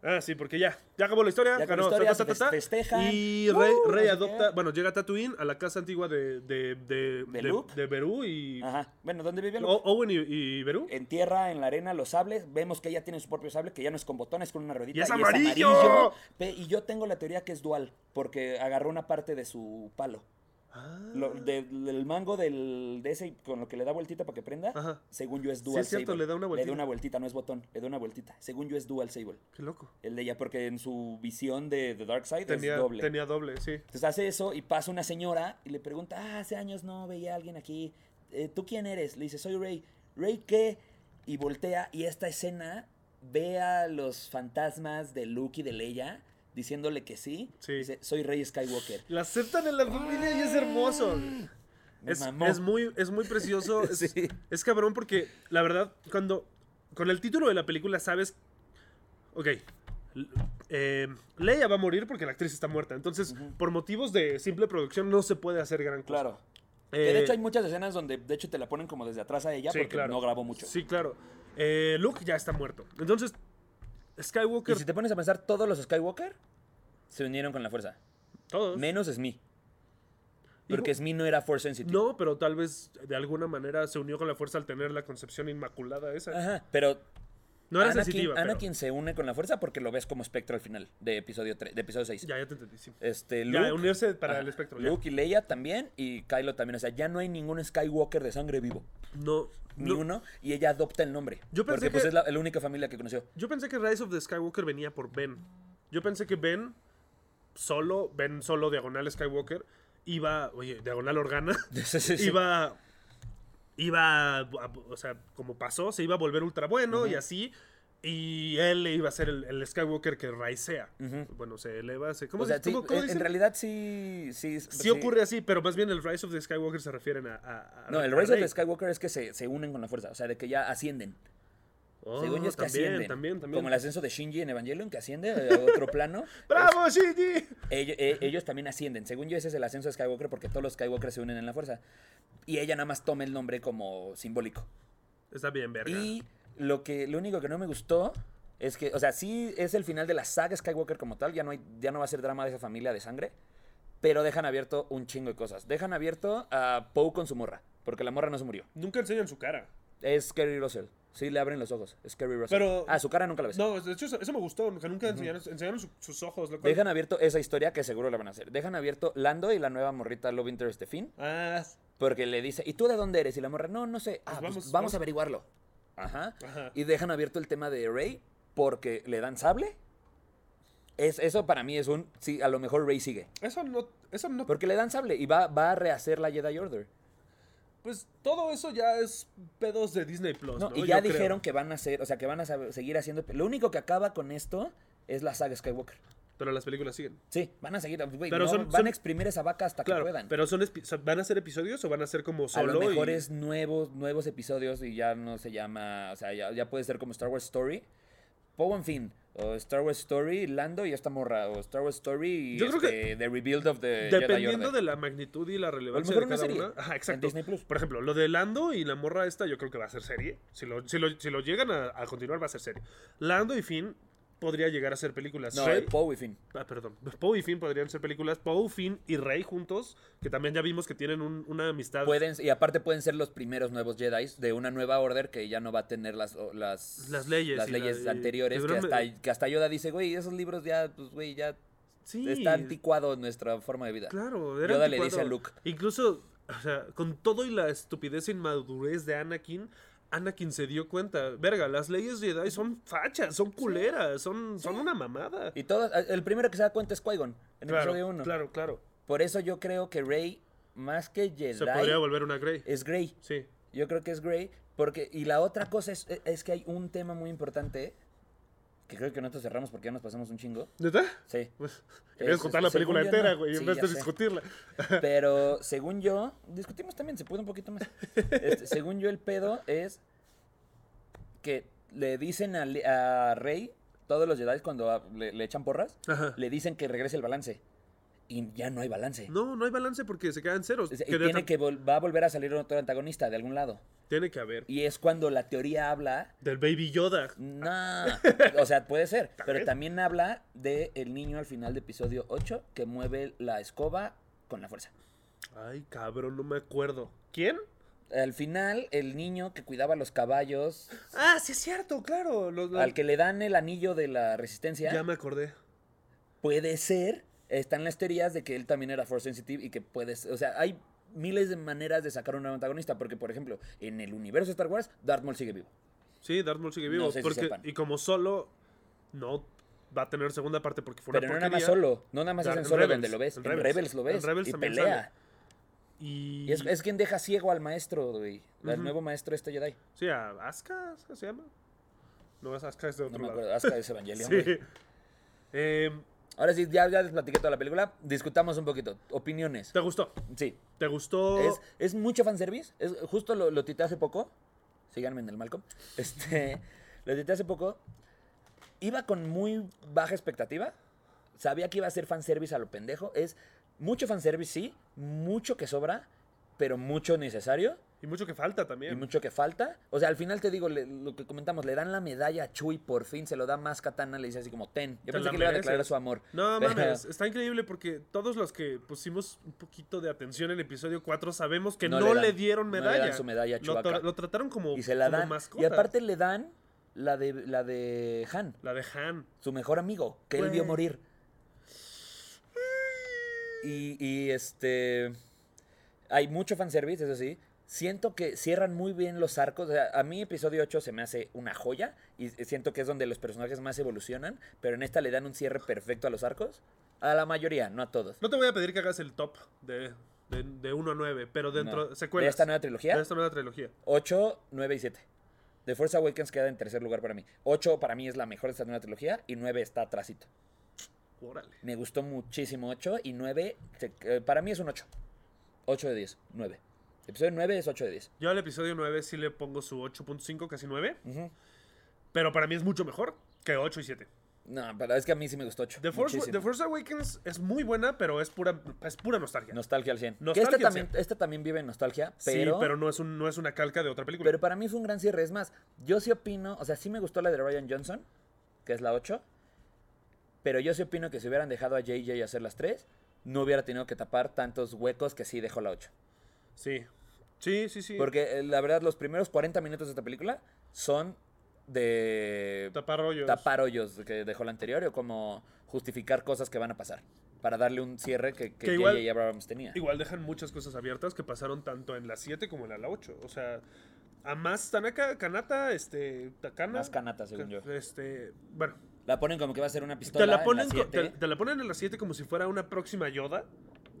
[SPEAKER 1] Ah, sí, porque ya. Ya acabó la historia.
[SPEAKER 2] Ya acabó la
[SPEAKER 1] ganó,
[SPEAKER 2] historia,
[SPEAKER 1] ta, ta,
[SPEAKER 2] se
[SPEAKER 1] ta, ta.
[SPEAKER 2] festejan.
[SPEAKER 1] Y
[SPEAKER 2] ¡Uh!
[SPEAKER 1] Rey,
[SPEAKER 2] No
[SPEAKER 1] Rey
[SPEAKER 2] sé
[SPEAKER 1] adopta.
[SPEAKER 2] qué.
[SPEAKER 1] Bueno, llega Tatooine a la casa antigua de. de. de. de,
[SPEAKER 2] ¿De Luke?
[SPEAKER 1] de Beru y.
[SPEAKER 2] Ajá. Eh, Bueno, ¿dónde vivía Luke?
[SPEAKER 1] O- Owen y, y Beru.
[SPEAKER 2] En tierra, en la arena, los sables. Vemos que ella tiene su propio sable, que ya no es con botones, con una ruedita.
[SPEAKER 1] ¡Y es amarillo!
[SPEAKER 2] Ve, Y yo tengo la teoría que es dual, porque agarró una parte de su palo.
[SPEAKER 1] Ah,
[SPEAKER 2] Lo- de- del mango del, de ese con lo que le da vueltita para que prenda,
[SPEAKER 1] Ajá.
[SPEAKER 2] según yo es
[SPEAKER 1] Sí,
[SPEAKER 2] dual
[SPEAKER 1] es cierto,
[SPEAKER 2] sable.
[SPEAKER 1] le da una vueltita.
[SPEAKER 2] vueltita, no es botón, le da una vueltita. Según yo es dual sable.
[SPEAKER 1] qué loco.
[SPEAKER 2] El de ella, porque en su visión de The Dark Side
[SPEAKER 1] Tenía
[SPEAKER 2] es doble.
[SPEAKER 1] tenía doble, sí.
[SPEAKER 2] Entonces hace eso y pasa una señora y le pregunta, ah, hace años no veía a alguien aquí, Eh, ¿tú quién eres? Le dice, soy Rey. ¿Rey qué? Y voltea y esta escena ve a los fantasmas de Luke y de Leia diciéndole que sí.
[SPEAKER 1] Sí.
[SPEAKER 2] Dice, soy Rey Skywalker.
[SPEAKER 1] La aceptan en la familia y es hermoso.
[SPEAKER 2] Ah.
[SPEAKER 1] güey.
[SPEAKER 2] Me
[SPEAKER 1] Es,
[SPEAKER 2] mamó.
[SPEAKER 1] es muy, es muy precioso. Es,
[SPEAKER 2] Sí.
[SPEAKER 1] es cabrón porque, la verdad, cuando. Con el título de la película sabes. Ok. l- eh, Leia va a morir porque la actriz está muerta. Entonces, por motivos de simple producción, no se puede hacer gran cosa.
[SPEAKER 2] Claro. Que de
[SPEAKER 1] Eh,
[SPEAKER 2] hecho hay muchas escenas donde de hecho te la ponen como desde atrás a ella
[SPEAKER 1] Sí,
[SPEAKER 2] porque
[SPEAKER 1] claro.
[SPEAKER 2] no grabó mucho.
[SPEAKER 1] Sí, claro. Eh, Luke ya está muerto. Entonces,
[SPEAKER 2] Y
[SPEAKER 1] Skywalker.
[SPEAKER 2] si te pones a pensar, todos los Skywalker se unieron con la fuerza.
[SPEAKER 1] Todos.
[SPEAKER 2] Menos Smee.
[SPEAKER 1] Digo-
[SPEAKER 2] Porque Smee no era Force Sensitive.
[SPEAKER 1] No, pero tal vez de alguna manera se unió con la fuerza al tener la concepción inmaculada esa.
[SPEAKER 2] Ajá, pero
[SPEAKER 1] No era
[SPEAKER 2] Ah, Anakin,
[SPEAKER 1] sensitiva, pero-
[SPEAKER 2] Anakin se une con la fuerza porque lo ves como espectro al final de episodio 3, de episodio 6.
[SPEAKER 1] Ya, ya te entendí. sí.
[SPEAKER 2] Este,
[SPEAKER 1] Ya,
[SPEAKER 2] Luke,
[SPEAKER 1] unirse para
[SPEAKER 2] ajá,
[SPEAKER 1] el espectro. ya.
[SPEAKER 2] Luke y Leia también y Kylo también. O sea, ya no hay ningún Skywalker de sangre vivo.
[SPEAKER 1] No,
[SPEAKER 2] Ni
[SPEAKER 1] no.
[SPEAKER 2] uno. Y ella adopta el nombre.
[SPEAKER 1] Yo pensé
[SPEAKER 2] porque pues
[SPEAKER 1] que-
[SPEAKER 2] es la, la única familia que conoció.
[SPEAKER 1] Yo pensé que Rise of the Skywalker venía por Ben. Yo pensé que Ben solo, Ben solo, diagonal Skywalker, iba, oye, diagonal Organa,
[SPEAKER 2] Sí, sí, sí.
[SPEAKER 1] iba, iba, a- o sea, como pasó, se iba a volver ultra bueno y así. Y él iba a ser el, el Skywalker que raicea. Bueno, se eleva, se... ¿Cómo,
[SPEAKER 2] O sea,
[SPEAKER 1] dice-
[SPEAKER 2] sí,
[SPEAKER 1] cómo- cómo
[SPEAKER 2] en, en
[SPEAKER 1] dicen?
[SPEAKER 2] realidad sí, sí.
[SPEAKER 1] Sí, ocurre así, pero más bien el Rise of the Skywalker se refieren a... a- a-
[SPEAKER 2] No, el
[SPEAKER 1] a
[SPEAKER 2] Rise of
[SPEAKER 1] Rey.
[SPEAKER 2] the Skywalker es que se, se unen con la fuerza, o sea, de que ya ascienden.
[SPEAKER 1] Oh,
[SPEAKER 2] Según yo es que
[SPEAKER 1] también,
[SPEAKER 2] ascienden.
[SPEAKER 1] también, también.
[SPEAKER 2] Como el ascenso de Shinji en Evangelion, que asciende a otro plano.
[SPEAKER 1] ¡Bravo, Shinji!
[SPEAKER 2] Ello- e- Ellos, también ascienden. Según yo, ese es el ascenso de Skywalker porque todos los Skywalkers se unen en la fuerza. Y ella nada más toma el nombre como simbólico.
[SPEAKER 1] Está bien, verga.
[SPEAKER 2] Y lo que lo único que no me gustó es que, o sea, sí es el final de la saga Skywalker como tal, ya no hay ya no va a ser drama de esa familia de sangre, pero dejan abierto un chingo de cosas. Dejan abierto a Poe con su morra, porque la morra no se murió.
[SPEAKER 1] Nunca enseñan su cara.
[SPEAKER 2] Es Kerry Russell. Sí le abren los ojos. Es Kerry Russell.
[SPEAKER 1] Pero-
[SPEAKER 2] ah, su cara nunca la ves.
[SPEAKER 1] No, de hecho, eso, eso me gustó. que Nunca enseñaron, enseñaron su- sus ojos, lo cual-
[SPEAKER 2] Dejan abierto esa historia que seguro la van a hacer. Dejan abierto Lando y la nueva morrita Love Interest de Finn.
[SPEAKER 1] Ah,
[SPEAKER 2] Porque le dice, ¿y tú de dónde eres? Y la morra, no, no sé. Ah, pues
[SPEAKER 1] vamos-
[SPEAKER 2] vamos,
[SPEAKER 1] vamos.
[SPEAKER 2] a averiguarlo. Ajá.
[SPEAKER 1] Ajá.
[SPEAKER 2] Y dejan abierto el tema de Rey porque le dan sable. Es, eso para mí es un, sí, a lo mejor Rey sigue.
[SPEAKER 1] eso no... Eso no...
[SPEAKER 2] Porque le dan sable y va, va a rehacer la Jedi Order.
[SPEAKER 1] Pues todo eso ya es pedos de Disney Plus, Pues ¿no?
[SPEAKER 2] No, y ya dijeron que van a hacer, o sea, que van a sab- seguir haciendo. Lo único que acaba con esto es la saga Skywalker.
[SPEAKER 1] Pero las películas siguen.
[SPEAKER 2] Sí, van a seguir, güey,
[SPEAKER 1] Pero
[SPEAKER 2] no,
[SPEAKER 1] son-
[SPEAKER 2] van
[SPEAKER 1] son-
[SPEAKER 2] a exprimir esa vaca hasta
[SPEAKER 1] Claro,
[SPEAKER 2] que puedan.
[SPEAKER 1] pero son espi- son- ¿van a ser episodios o van a ser como
[SPEAKER 2] a
[SPEAKER 1] solo?
[SPEAKER 2] lo mejor
[SPEAKER 1] y-
[SPEAKER 2] es nuevos, nuevos episodios y ya no se llama, o sea, ya, ya puede ser como Star Wars Story, Poe en Finn, o Star Wars Story, Lando y esta morra, o Star Wars Story y
[SPEAKER 1] Yo creo que
[SPEAKER 2] este, The Rebuild of the Jedi
[SPEAKER 1] Dependiendo
[SPEAKER 2] Order.
[SPEAKER 1] de la magnitud y la relevancia
[SPEAKER 2] mejor
[SPEAKER 1] de
[SPEAKER 2] una
[SPEAKER 1] cada
[SPEAKER 2] serie
[SPEAKER 1] una. Ajá,
[SPEAKER 2] en
[SPEAKER 1] exacto.
[SPEAKER 2] Disney Plus.
[SPEAKER 1] Por ejemplo, lo de Lando y la morra esta, yo creo que va a ser serie. Si lo, si lo, si lo llegan a, a continuar, va a ser serie. Lando y Finn podría llegar a ser películas.
[SPEAKER 2] No,
[SPEAKER 1] Rey-
[SPEAKER 2] eh, Poe y Finn.
[SPEAKER 1] Ah, perdón. Poe y Finn podrían ser películas. Poe, Finn y Rey juntos, que también ya vimos que tienen un- una amistad.
[SPEAKER 2] Pueden, y aparte pueden ser los primeros nuevos Jedi de una nueva orden que ya no va a tener las, o- las,
[SPEAKER 1] Las leyes
[SPEAKER 2] las
[SPEAKER 1] y la-
[SPEAKER 2] leyes
[SPEAKER 1] y-
[SPEAKER 2] anteriores, que
[SPEAKER 1] seguramente-
[SPEAKER 2] hasta, que hasta Yoda dice, güey, esos libros ya, pues, güey, ya
[SPEAKER 1] Sí.
[SPEAKER 2] está anticuado nuestra forma de vida.
[SPEAKER 1] Claro, era
[SPEAKER 2] Yoda le
[SPEAKER 1] anticuado.
[SPEAKER 2] dice a Luke.
[SPEAKER 1] Incluso, o sea, con todo y la estupidez e inmadurez de Anakin, Anakin se dio cuenta. Verga, las leyes Jedi son fachas, son culeras, son, son una mamada.
[SPEAKER 2] Y todos, el primero que se da cuenta es Qui-Gon, en el episodio
[SPEAKER 1] claro,
[SPEAKER 2] uno.
[SPEAKER 1] claro, claro.
[SPEAKER 2] Por eso yo creo que Rey, más que Jedi,
[SPEAKER 1] Se podría volver una Grey.
[SPEAKER 2] es Grey.
[SPEAKER 1] Sí.
[SPEAKER 2] Yo creo que es Grey. Porque, y la otra cosa es, e, es que hay un tema muy importante que creo que nosotros cerramos porque ya nos pasamos un chingo.
[SPEAKER 1] ¿Neta?
[SPEAKER 2] Sí.
[SPEAKER 1] Pues, querías
[SPEAKER 2] Es-
[SPEAKER 1] contar la
[SPEAKER 2] según
[SPEAKER 1] película
[SPEAKER 2] yo,
[SPEAKER 1] entera,
[SPEAKER 2] no.
[SPEAKER 1] güey,
[SPEAKER 2] Sí,
[SPEAKER 1] en vez
[SPEAKER 2] ya
[SPEAKER 1] de
[SPEAKER 2] sé.
[SPEAKER 1] discutirla.
[SPEAKER 2] Pero según yo, discutimos también, se puede un poquito más. Este, según yo, el pedo es que le dicen a, Le- a Rey, todos los Jedi cuando a- le, le echan porras,
[SPEAKER 1] Ajá.
[SPEAKER 2] le dicen que regrese el balance. Y ya no hay balance.
[SPEAKER 1] No, no hay balance porque se quedan ceros.
[SPEAKER 2] O sea, y
[SPEAKER 1] Que de
[SPEAKER 2] tiene
[SPEAKER 1] tam-
[SPEAKER 2] que vol- va a volver a salir otro antagonista de algún lado.
[SPEAKER 1] tiene que haber.
[SPEAKER 2] Y es cuando la teoría habla.
[SPEAKER 1] Del Baby Yoda.
[SPEAKER 2] No, o sea, puede ser, pero
[SPEAKER 1] También.
[SPEAKER 2] también habla de el niño al final de episodio 8 que mueve la escoba con la fuerza.
[SPEAKER 1] Ay, cabrón, no me acuerdo. ¿Quién?
[SPEAKER 2] Al final, el niño que cuidaba los caballos,
[SPEAKER 1] Ah, sí es cierto, claro. los- los-
[SPEAKER 2] al que le dan el anillo de la resistencia,
[SPEAKER 1] Ya me acordé.
[SPEAKER 2] puede ser, están las teorías de que él también era force sensitive y que puedes, o sea, hay miles de maneras de sacar a un antagonista, porque por ejemplo, en el universo de Star Wars, Darth Maul sigue vivo.
[SPEAKER 1] Sí, Darth Maul sigue vivo.
[SPEAKER 2] No sé si
[SPEAKER 1] porque,
[SPEAKER 2] sepan.
[SPEAKER 1] Y como solo no va a tener segunda parte porque fue una
[SPEAKER 2] Pero no nada
[SPEAKER 1] porquería.
[SPEAKER 2] más solo, no nada más
[SPEAKER 1] Dar-
[SPEAKER 2] es en
[SPEAKER 1] en
[SPEAKER 2] solo
[SPEAKER 1] Rebels,
[SPEAKER 2] donde lo ves,
[SPEAKER 1] en
[SPEAKER 2] en
[SPEAKER 1] Rebels.
[SPEAKER 2] Rebels, lo
[SPEAKER 1] En
[SPEAKER 2] ves
[SPEAKER 1] Rebels
[SPEAKER 2] y
[SPEAKER 1] también
[SPEAKER 2] pelea.
[SPEAKER 1] sale. Y,
[SPEAKER 2] Y es, es quien deja ciego al maestro, güey. Al
[SPEAKER 1] Ujú.
[SPEAKER 2] nuevo maestro este Jedi.
[SPEAKER 1] Sí, a Asuka, Asuka se llama. No, es Asuka es de
[SPEAKER 2] No
[SPEAKER 1] otro
[SPEAKER 2] me
[SPEAKER 1] lado.
[SPEAKER 2] acuerdo, Asuka es Evangelion, güey.
[SPEAKER 1] sí. Eh,
[SPEAKER 2] Ahora sí, ya, ya les platiqué toda la película. Discutamos un poquito. Opiniones.
[SPEAKER 1] ¿Te gustó?
[SPEAKER 2] Sí.
[SPEAKER 1] ¿Te gustó?
[SPEAKER 2] Es, es mucho fanservice. Es, justo lo, lo tuiteé hace poco. Síganme en el Malcolm. Este, lo tuiteé hace poco. Iba con muy baja expectativa. Sabía que iba a ser fanservice a lo pendejo. Es mucho fanservice, sí. Mucho que sobra. Pero mucho necesario.
[SPEAKER 1] Y mucho que falta
[SPEAKER 2] y
[SPEAKER 1] también.
[SPEAKER 2] mucho que falta. O sea, al final te digo, le- lo que comentamos, le dan la medalla a Chuy, por fin se lo da más katana, le dice así como ten.
[SPEAKER 1] Te
[SPEAKER 2] Yo pensé
[SPEAKER 1] la
[SPEAKER 2] que le iba a
[SPEAKER 1] mereces.
[SPEAKER 2] declarar su amor.
[SPEAKER 1] No
[SPEAKER 2] pero-
[SPEAKER 1] mames, está increíble porque todos los que pusimos un poquito de atención en episodio 4 sabemos que no,
[SPEAKER 2] No
[SPEAKER 1] le,
[SPEAKER 2] le dan-
[SPEAKER 1] dieron
[SPEAKER 2] no le
[SPEAKER 1] medalla.
[SPEAKER 2] dan su medalla a
[SPEAKER 1] Lo tra-
[SPEAKER 2] Chewbacca.
[SPEAKER 1] Lo, trataron como,
[SPEAKER 2] Y se la
[SPEAKER 1] como
[SPEAKER 2] dan.
[SPEAKER 1] mascota.
[SPEAKER 2] Y aparte le dan la de la de Han,
[SPEAKER 1] La de Han.
[SPEAKER 2] su mejor amigo, que él vio
[SPEAKER 1] Güey.
[SPEAKER 2] morir. Y, y, este. Hay mucho fanservice, eso sí. Siento que cierran muy bien los arcos. O sea, a mí episodio 8 se me hace una joya. Y siento que es donde los personajes más evolucionan. Pero en esta le dan un cierre perfecto a los arcos. A la mayoría, no a todos.
[SPEAKER 1] No te voy a pedir que hagas el top de, de, 1 a 9, pero dentro.
[SPEAKER 2] No.
[SPEAKER 1] Secuelas.
[SPEAKER 2] ¿De esta nueva trilogía?
[SPEAKER 1] De esta nueva trilogía.
[SPEAKER 2] 8, 9 y 7. The Force Awakens queda en tercer lugar para mí. 8 para mí es la mejor de esta nueva trilogía y 9 está atrasito.
[SPEAKER 1] Órale.
[SPEAKER 2] Me gustó muchísimo 8 y 9 se- eh, para mí es un 8. 8 de 10, 9. Episodio 9 es 8 de 10.
[SPEAKER 1] Yo al episodio 9 sí le pongo su 8.5, casi 9.
[SPEAKER 2] Ujú.
[SPEAKER 1] Pero para mí es mucho mejor que 8 y 7.
[SPEAKER 2] No, pero es que a mí sí me gustó 8.
[SPEAKER 1] The Force, The Force Awakens es muy buena, pero es pura, es pura nostalgia.
[SPEAKER 2] Nostalgia al 100. que
[SPEAKER 1] Nostalgia
[SPEAKER 2] esta,
[SPEAKER 1] al
[SPEAKER 2] también, esta también vive en nostalgia, pero,
[SPEAKER 1] sí, pero no es, un, no es una calca de otra película.
[SPEAKER 2] pero para mí fue un gran cierre. Es más, yo sí opino, o sea, sí me gustó la de Ryan Johnson, que es la 8, pero yo sí opino que si hubieran dejado a JJ hacer las 3, no hubiera tenido que tapar tantos huecos que sí dejó la 8.
[SPEAKER 1] sí. Sí, sí, sí.
[SPEAKER 2] Porque eh, la verdad, los primeros 40 minutos de esta película son de
[SPEAKER 1] tapar rollos.
[SPEAKER 2] tapar hoyos que dejó la anterior o como justificar cosas que van a pasar para darle un cierre que, que,
[SPEAKER 1] Que igual-
[SPEAKER 2] J.J. Abrams tenía.
[SPEAKER 1] Igual dejan muchas cosas abiertas que pasaron tanto en la 7 como en la 8. O sea, a más Tanaka, Kanata, este, Takana.
[SPEAKER 2] Más Kanata, según yo.
[SPEAKER 1] Este, bueno,
[SPEAKER 2] La ponen como que va a ser una
[SPEAKER 1] te
[SPEAKER 2] pistola
[SPEAKER 1] la, ponen,
[SPEAKER 2] en
[SPEAKER 1] co-
[SPEAKER 2] la
[SPEAKER 1] te,
[SPEAKER 2] 7.
[SPEAKER 1] te la ponen en la 7 como si fuera una próxima Yoda.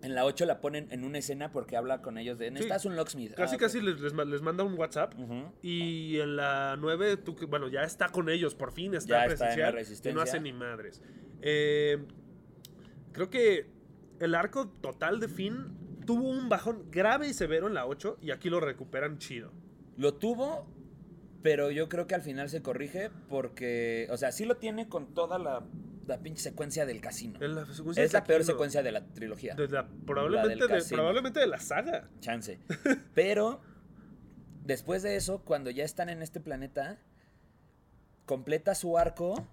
[SPEAKER 2] En la 8 la ponen en una escena porque habla con ellos de, necesitas un locksmith.
[SPEAKER 1] Casi,
[SPEAKER 2] Ah, ok.
[SPEAKER 1] casi les, les ma- les manda un WhatsApp.
[SPEAKER 2] Ujú.
[SPEAKER 1] Y en la 9, tú, que- bueno, ya está con ellos, por fin está
[SPEAKER 2] Ya está en la
[SPEAKER 1] presencial.
[SPEAKER 2] Resistencia.
[SPEAKER 1] y No hace ni madres. Eh, creo que el arco total de Finn tuvo un bajón grave y severo en la 8 y aquí lo recuperan chido.
[SPEAKER 2] Lo tuvo, pero yo creo que al final se corrige porque, o sea, sí lo tiene con toda la, la pinche secuencia del casino.
[SPEAKER 1] En la secuencia
[SPEAKER 2] Es
[SPEAKER 1] del
[SPEAKER 2] la peor
[SPEAKER 1] casino.
[SPEAKER 2] secuencia de la trilogía.
[SPEAKER 1] De la- probablemente, de,
[SPEAKER 2] casino.
[SPEAKER 1] probablemente de la saga.
[SPEAKER 2] Chance. Pero después de eso, cuando ya están en este planeta, completa su arco.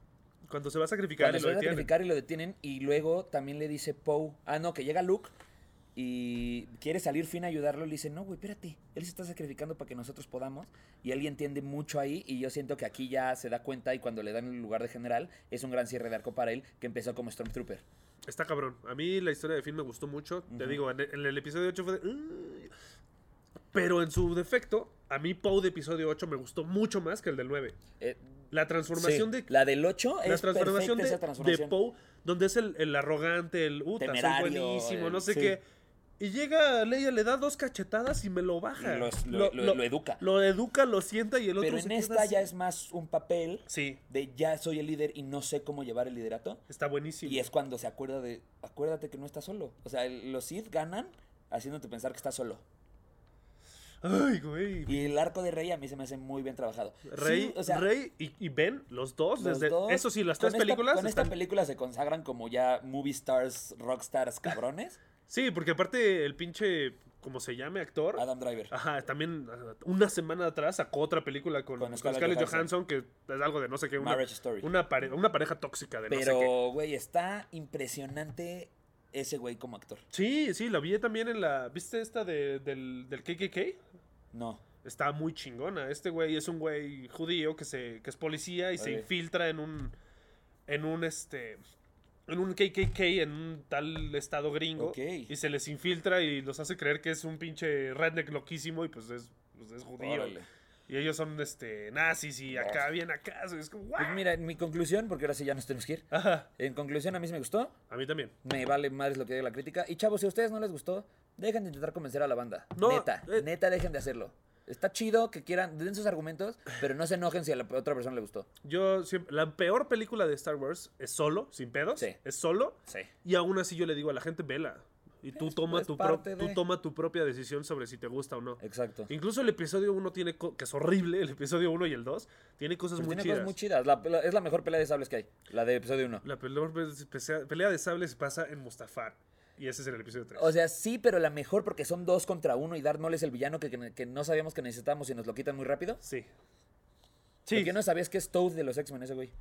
[SPEAKER 1] Cuando se va a sacrificar
[SPEAKER 2] Cuando
[SPEAKER 1] y
[SPEAKER 2] se
[SPEAKER 1] lo
[SPEAKER 2] va a
[SPEAKER 1] detienen.
[SPEAKER 2] sacrificar y lo detienen. Y luego también le dice Poe. Ah, no, que llega Luke y quiere salir Finn a ayudarlo. Le dice, no, güey, espérate. Él se está sacrificando para que nosotros podamos. Y él ya entiende mucho ahí. Y yo siento que aquí ya se da cuenta. Y cuando le dan el lugar de general, es un gran cierre de arco para él. Que empezó como Stormtrooper.
[SPEAKER 1] Está cabrón. A mí la historia de Finn me gustó mucho. Te
[SPEAKER 2] Ujú.
[SPEAKER 1] digo, en el, en el episodio 8 fue de... "Mm". Pero en su defecto, a mí Poe de episodio 8 me gustó mucho más que el del 9.
[SPEAKER 2] Eh,
[SPEAKER 1] La transformación
[SPEAKER 2] sí,
[SPEAKER 1] de...
[SPEAKER 2] La del 8
[SPEAKER 1] la
[SPEAKER 2] es
[SPEAKER 1] transformación
[SPEAKER 2] perfecta
[SPEAKER 1] de,
[SPEAKER 2] esa transformación.
[SPEAKER 1] de Poe, donde es el, el arrogante, el... Uta, soy
[SPEAKER 2] Temerario,
[SPEAKER 1] buenísimo,
[SPEAKER 2] el-
[SPEAKER 1] no sé
[SPEAKER 2] sí.
[SPEAKER 1] qué. Y llega Leia, le da dos cachetadas y me lo baja.
[SPEAKER 2] Y lo- lo- lo- lo educa.
[SPEAKER 1] Lo educa, lo sienta y el otro
[SPEAKER 2] Pero
[SPEAKER 1] se
[SPEAKER 2] en
[SPEAKER 1] queda
[SPEAKER 2] esta
[SPEAKER 1] así.
[SPEAKER 2] ya es más un papel
[SPEAKER 1] Sí,
[SPEAKER 2] de ya soy el líder y no sé cómo llevar el liderato.
[SPEAKER 1] está buenísimo.
[SPEAKER 2] Y es cuando se acuerda de, acuérdate que no estás solo. O sea, el- los Sith ganan haciéndote pensar que estás solo.
[SPEAKER 1] Ay, güey.
[SPEAKER 2] Y el arco de Rey a mí se me hace muy bien trabajado.
[SPEAKER 1] Rey,
[SPEAKER 2] Sí, o sea,
[SPEAKER 1] Rey y, y Ben, los dos,
[SPEAKER 2] los
[SPEAKER 1] desde
[SPEAKER 2] dos,
[SPEAKER 1] eso sí, las
[SPEAKER 2] con
[SPEAKER 1] tres
[SPEAKER 2] esta-
[SPEAKER 1] películas
[SPEAKER 2] con esta
[SPEAKER 1] están-
[SPEAKER 2] película se consagran como ya movie stars, rock stars cabrones.
[SPEAKER 1] Sí, porque aparte el pinche, como se llame, actor.
[SPEAKER 2] Adam Driver.
[SPEAKER 1] Ajá, también ah, una semana atrás sacó otra película con,
[SPEAKER 2] Con
[SPEAKER 1] con
[SPEAKER 2] Scarlett
[SPEAKER 1] Scarlett, Johansson, que es algo de no sé qué, una,
[SPEAKER 2] Marriage Story.
[SPEAKER 1] una, pare- una pareja tóxica de no sé qué.
[SPEAKER 2] Pero, güey, está impresionante ese güey como actor.
[SPEAKER 1] Sí, sí, la vi también en la. ¿Viste esta de- del, del KKK?
[SPEAKER 2] No.
[SPEAKER 1] Está muy chingona. Este güey es un güey judío que se que es policía y se
[SPEAKER 2] Ok.
[SPEAKER 1] infiltra en un en un este en un KKK en un tal estado gringo
[SPEAKER 2] Ok.
[SPEAKER 1] y se les infiltra y los hace creer que es un pinche redneck loquísimo y pues es pues es judío.
[SPEAKER 2] Órale.
[SPEAKER 1] Y ellos son este nazis y acá
[SPEAKER 2] Ah.
[SPEAKER 1] bien acá, es como
[SPEAKER 2] Pues
[SPEAKER 1] ¡guau!
[SPEAKER 2] mira, en mi conclusión, porque ahora sí ya nos tenemos que ir.
[SPEAKER 1] Ajá,
[SPEAKER 2] En conclusión, a mí sí me gustó.
[SPEAKER 1] a mí también.
[SPEAKER 2] Me vale madres lo que diga la crítica. Y chavos, si a ustedes no les gustó, dejen de intentar convencer a la banda.
[SPEAKER 1] No,
[SPEAKER 2] neta,
[SPEAKER 1] eh.
[SPEAKER 2] neta, dejen de hacerlo. Está chido que quieran, den sus argumentos, pero no se enojen si a la otra persona le gustó.
[SPEAKER 1] Yo siempre la peor película de Star Wars es solo, sin pedos,
[SPEAKER 2] Sí.
[SPEAKER 1] es solo.
[SPEAKER 2] Sí.
[SPEAKER 1] Y aún así yo le digo a la gente, vela. Y tú,
[SPEAKER 2] Es-
[SPEAKER 1] toma
[SPEAKER 2] es
[SPEAKER 1] tu pro-
[SPEAKER 2] parte
[SPEAKER 1] tú
[SPEAKER 2] de-
[SPEAKER 1] toma tu propia decisión sobre si te gusta o no.
[SPEAKER 2] Exacto.
[SPEAKER 1] Incluso el episodio 1 tiene, co- que es horrible, el episodio 1 y el 2, tiene cosas
[SPEAKER 2] Pero
[SPEAKER 1] muy
[SPEAKER 2] Pues tiene
[SPEAKER 1] chidas.
[SPEAKER 2] cosas muy chidas. La- la- es la mejor pelea de sables que hay, la de episodio 1.
[SPEAKER 1] La peor pe- pesea- pelea de sables pasa en Mustafar. Y ese es en el episodio 3.
[SPEAKER 2] O sea, sí, pero la mejor porque son dos contra uno y Darth Maul es el villano que, que- que no sabíamos que necesitábamos y nos lo quitan muy rápido.
[SPEAKER 1] sí.
[SPEAKER 2] Sí.
[SPEAKER 1] Sí.
[SPEAKER 2] Porque no sabías que es Toad de los X-Men ese güey.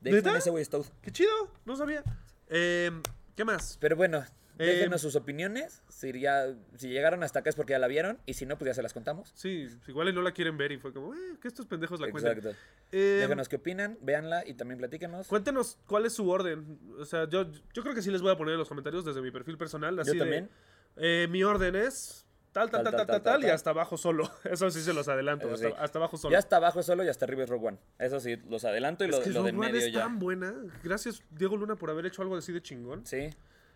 [SPEAKER 2] De
[SPEAKER 1] ¿Neta?
[SPEAKER 2] X-Men ese güey es Toad.
[SPEAKER 1] Qué chido, no sabía. Em, ¿Qué más?
[SPEAKER 2] Pero bueno, déjenos
[SPEAKER 1] Eh,
[SPEAKER 2] sus opiniones. Si, ya, si llegaron hasta acá es porque ya la vieron. Y si no, pues ya se las contamos.
[SPEAKER 1] Sí, igual y no la quieren ver y fue como, eh, que estos pendejos la cuentan.
[SPEAKER 2] Exacto.
[SPEAKER 1] Em,
[SPEAKER 2] Déjenos qué opinan, véanla y también platíquenos.
[SPEAKER 1] Cuéntenos cuál es su orden. O sea, yo, yo creo que sí les voy a poner en los comentarios desde mi perfil personal. Así de,
[SPEAKER 2] también.
[SPEAKER 1] eh, mi orden es tal, tal, tal, tal, tal, tal, y
[SPEAKER 2] tal.
[SPEAKER 1] hasta abajo solo. Eso sí se los adelanto.
[SPEAKER 2] Eso
[SPEAKER 1] Hasta,
[SPEAKER 2] sí.
[SPEAKER 1] hasta abajo solo.
[SPEAKER 2] Ya hasta abajo es solo y hasta arriba es Rogue One. Eso sí, los adelanto y
[SPEAKER 1] Es
[SPEAKER 2] lo,
[SPEAKER 1] que
[SPEAKER 2] lo del
[SPEAKER 1] Rogue One
[SPEAKER 2] medio
[SPEAKER 1] es
[SPEAKER 2] ya.
[SPEAKER 1] tan buena. Gracias, Diego Luna, por haber hecho algo así de chingón.
[SPEAKER 2] Sí.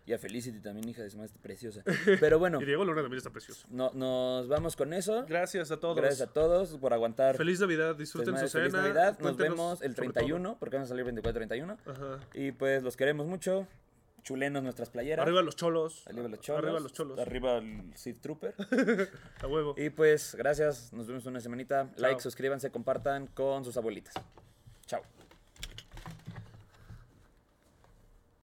[SPEAKER 2] Y a Felicity también, hija de su madre, está preciosa. Pero bueno,
[SPEAKER 1] Y Diego Luna también está precioso.
[SPEAKER 2] no- nos vamos con eso.
[SPEAKER 1] Gracias a todos.
[SPEAKER 2] Gracias a todos por aguantar.
[SPEAKER 1] Feliz Navidad,
[SPEAKER 2] Pues,
[SPEAKER 1] disfruten
[SPEAKER 2] madre,
[SPEAKER 1] su cena.
[SPEAKER 2] feliz Navidad. Nos
[SPEAKER 1] cuéntenos
[SPEAKER 2] vemos el
[SPEAKER 1] sobre
[SPEAKER 2] 31, porque vamos a salir 24-31.
[SPEAKER 1] todo. Ajá.
[SPEAKER 2] Y pues los queremos mucho. Chulenos nuestras playeras.
[SPEAKER 1] Arriba los cholos.
[SPEAKER 2] Arriba los cholos.
[SPEAKER 1] Ah, Arriba los cholos.
[SPEAKER 2] Arriba el Seed Trooper.
[SPEAKER 1] A huevo.
[SPEAKER 2] y pues gracias. Nos vemos en una semanita.
[SPEAKER 1] Chao.
[SPEAKER 2] Like, suscríbanse, compartan con sus abuelitas. Chao.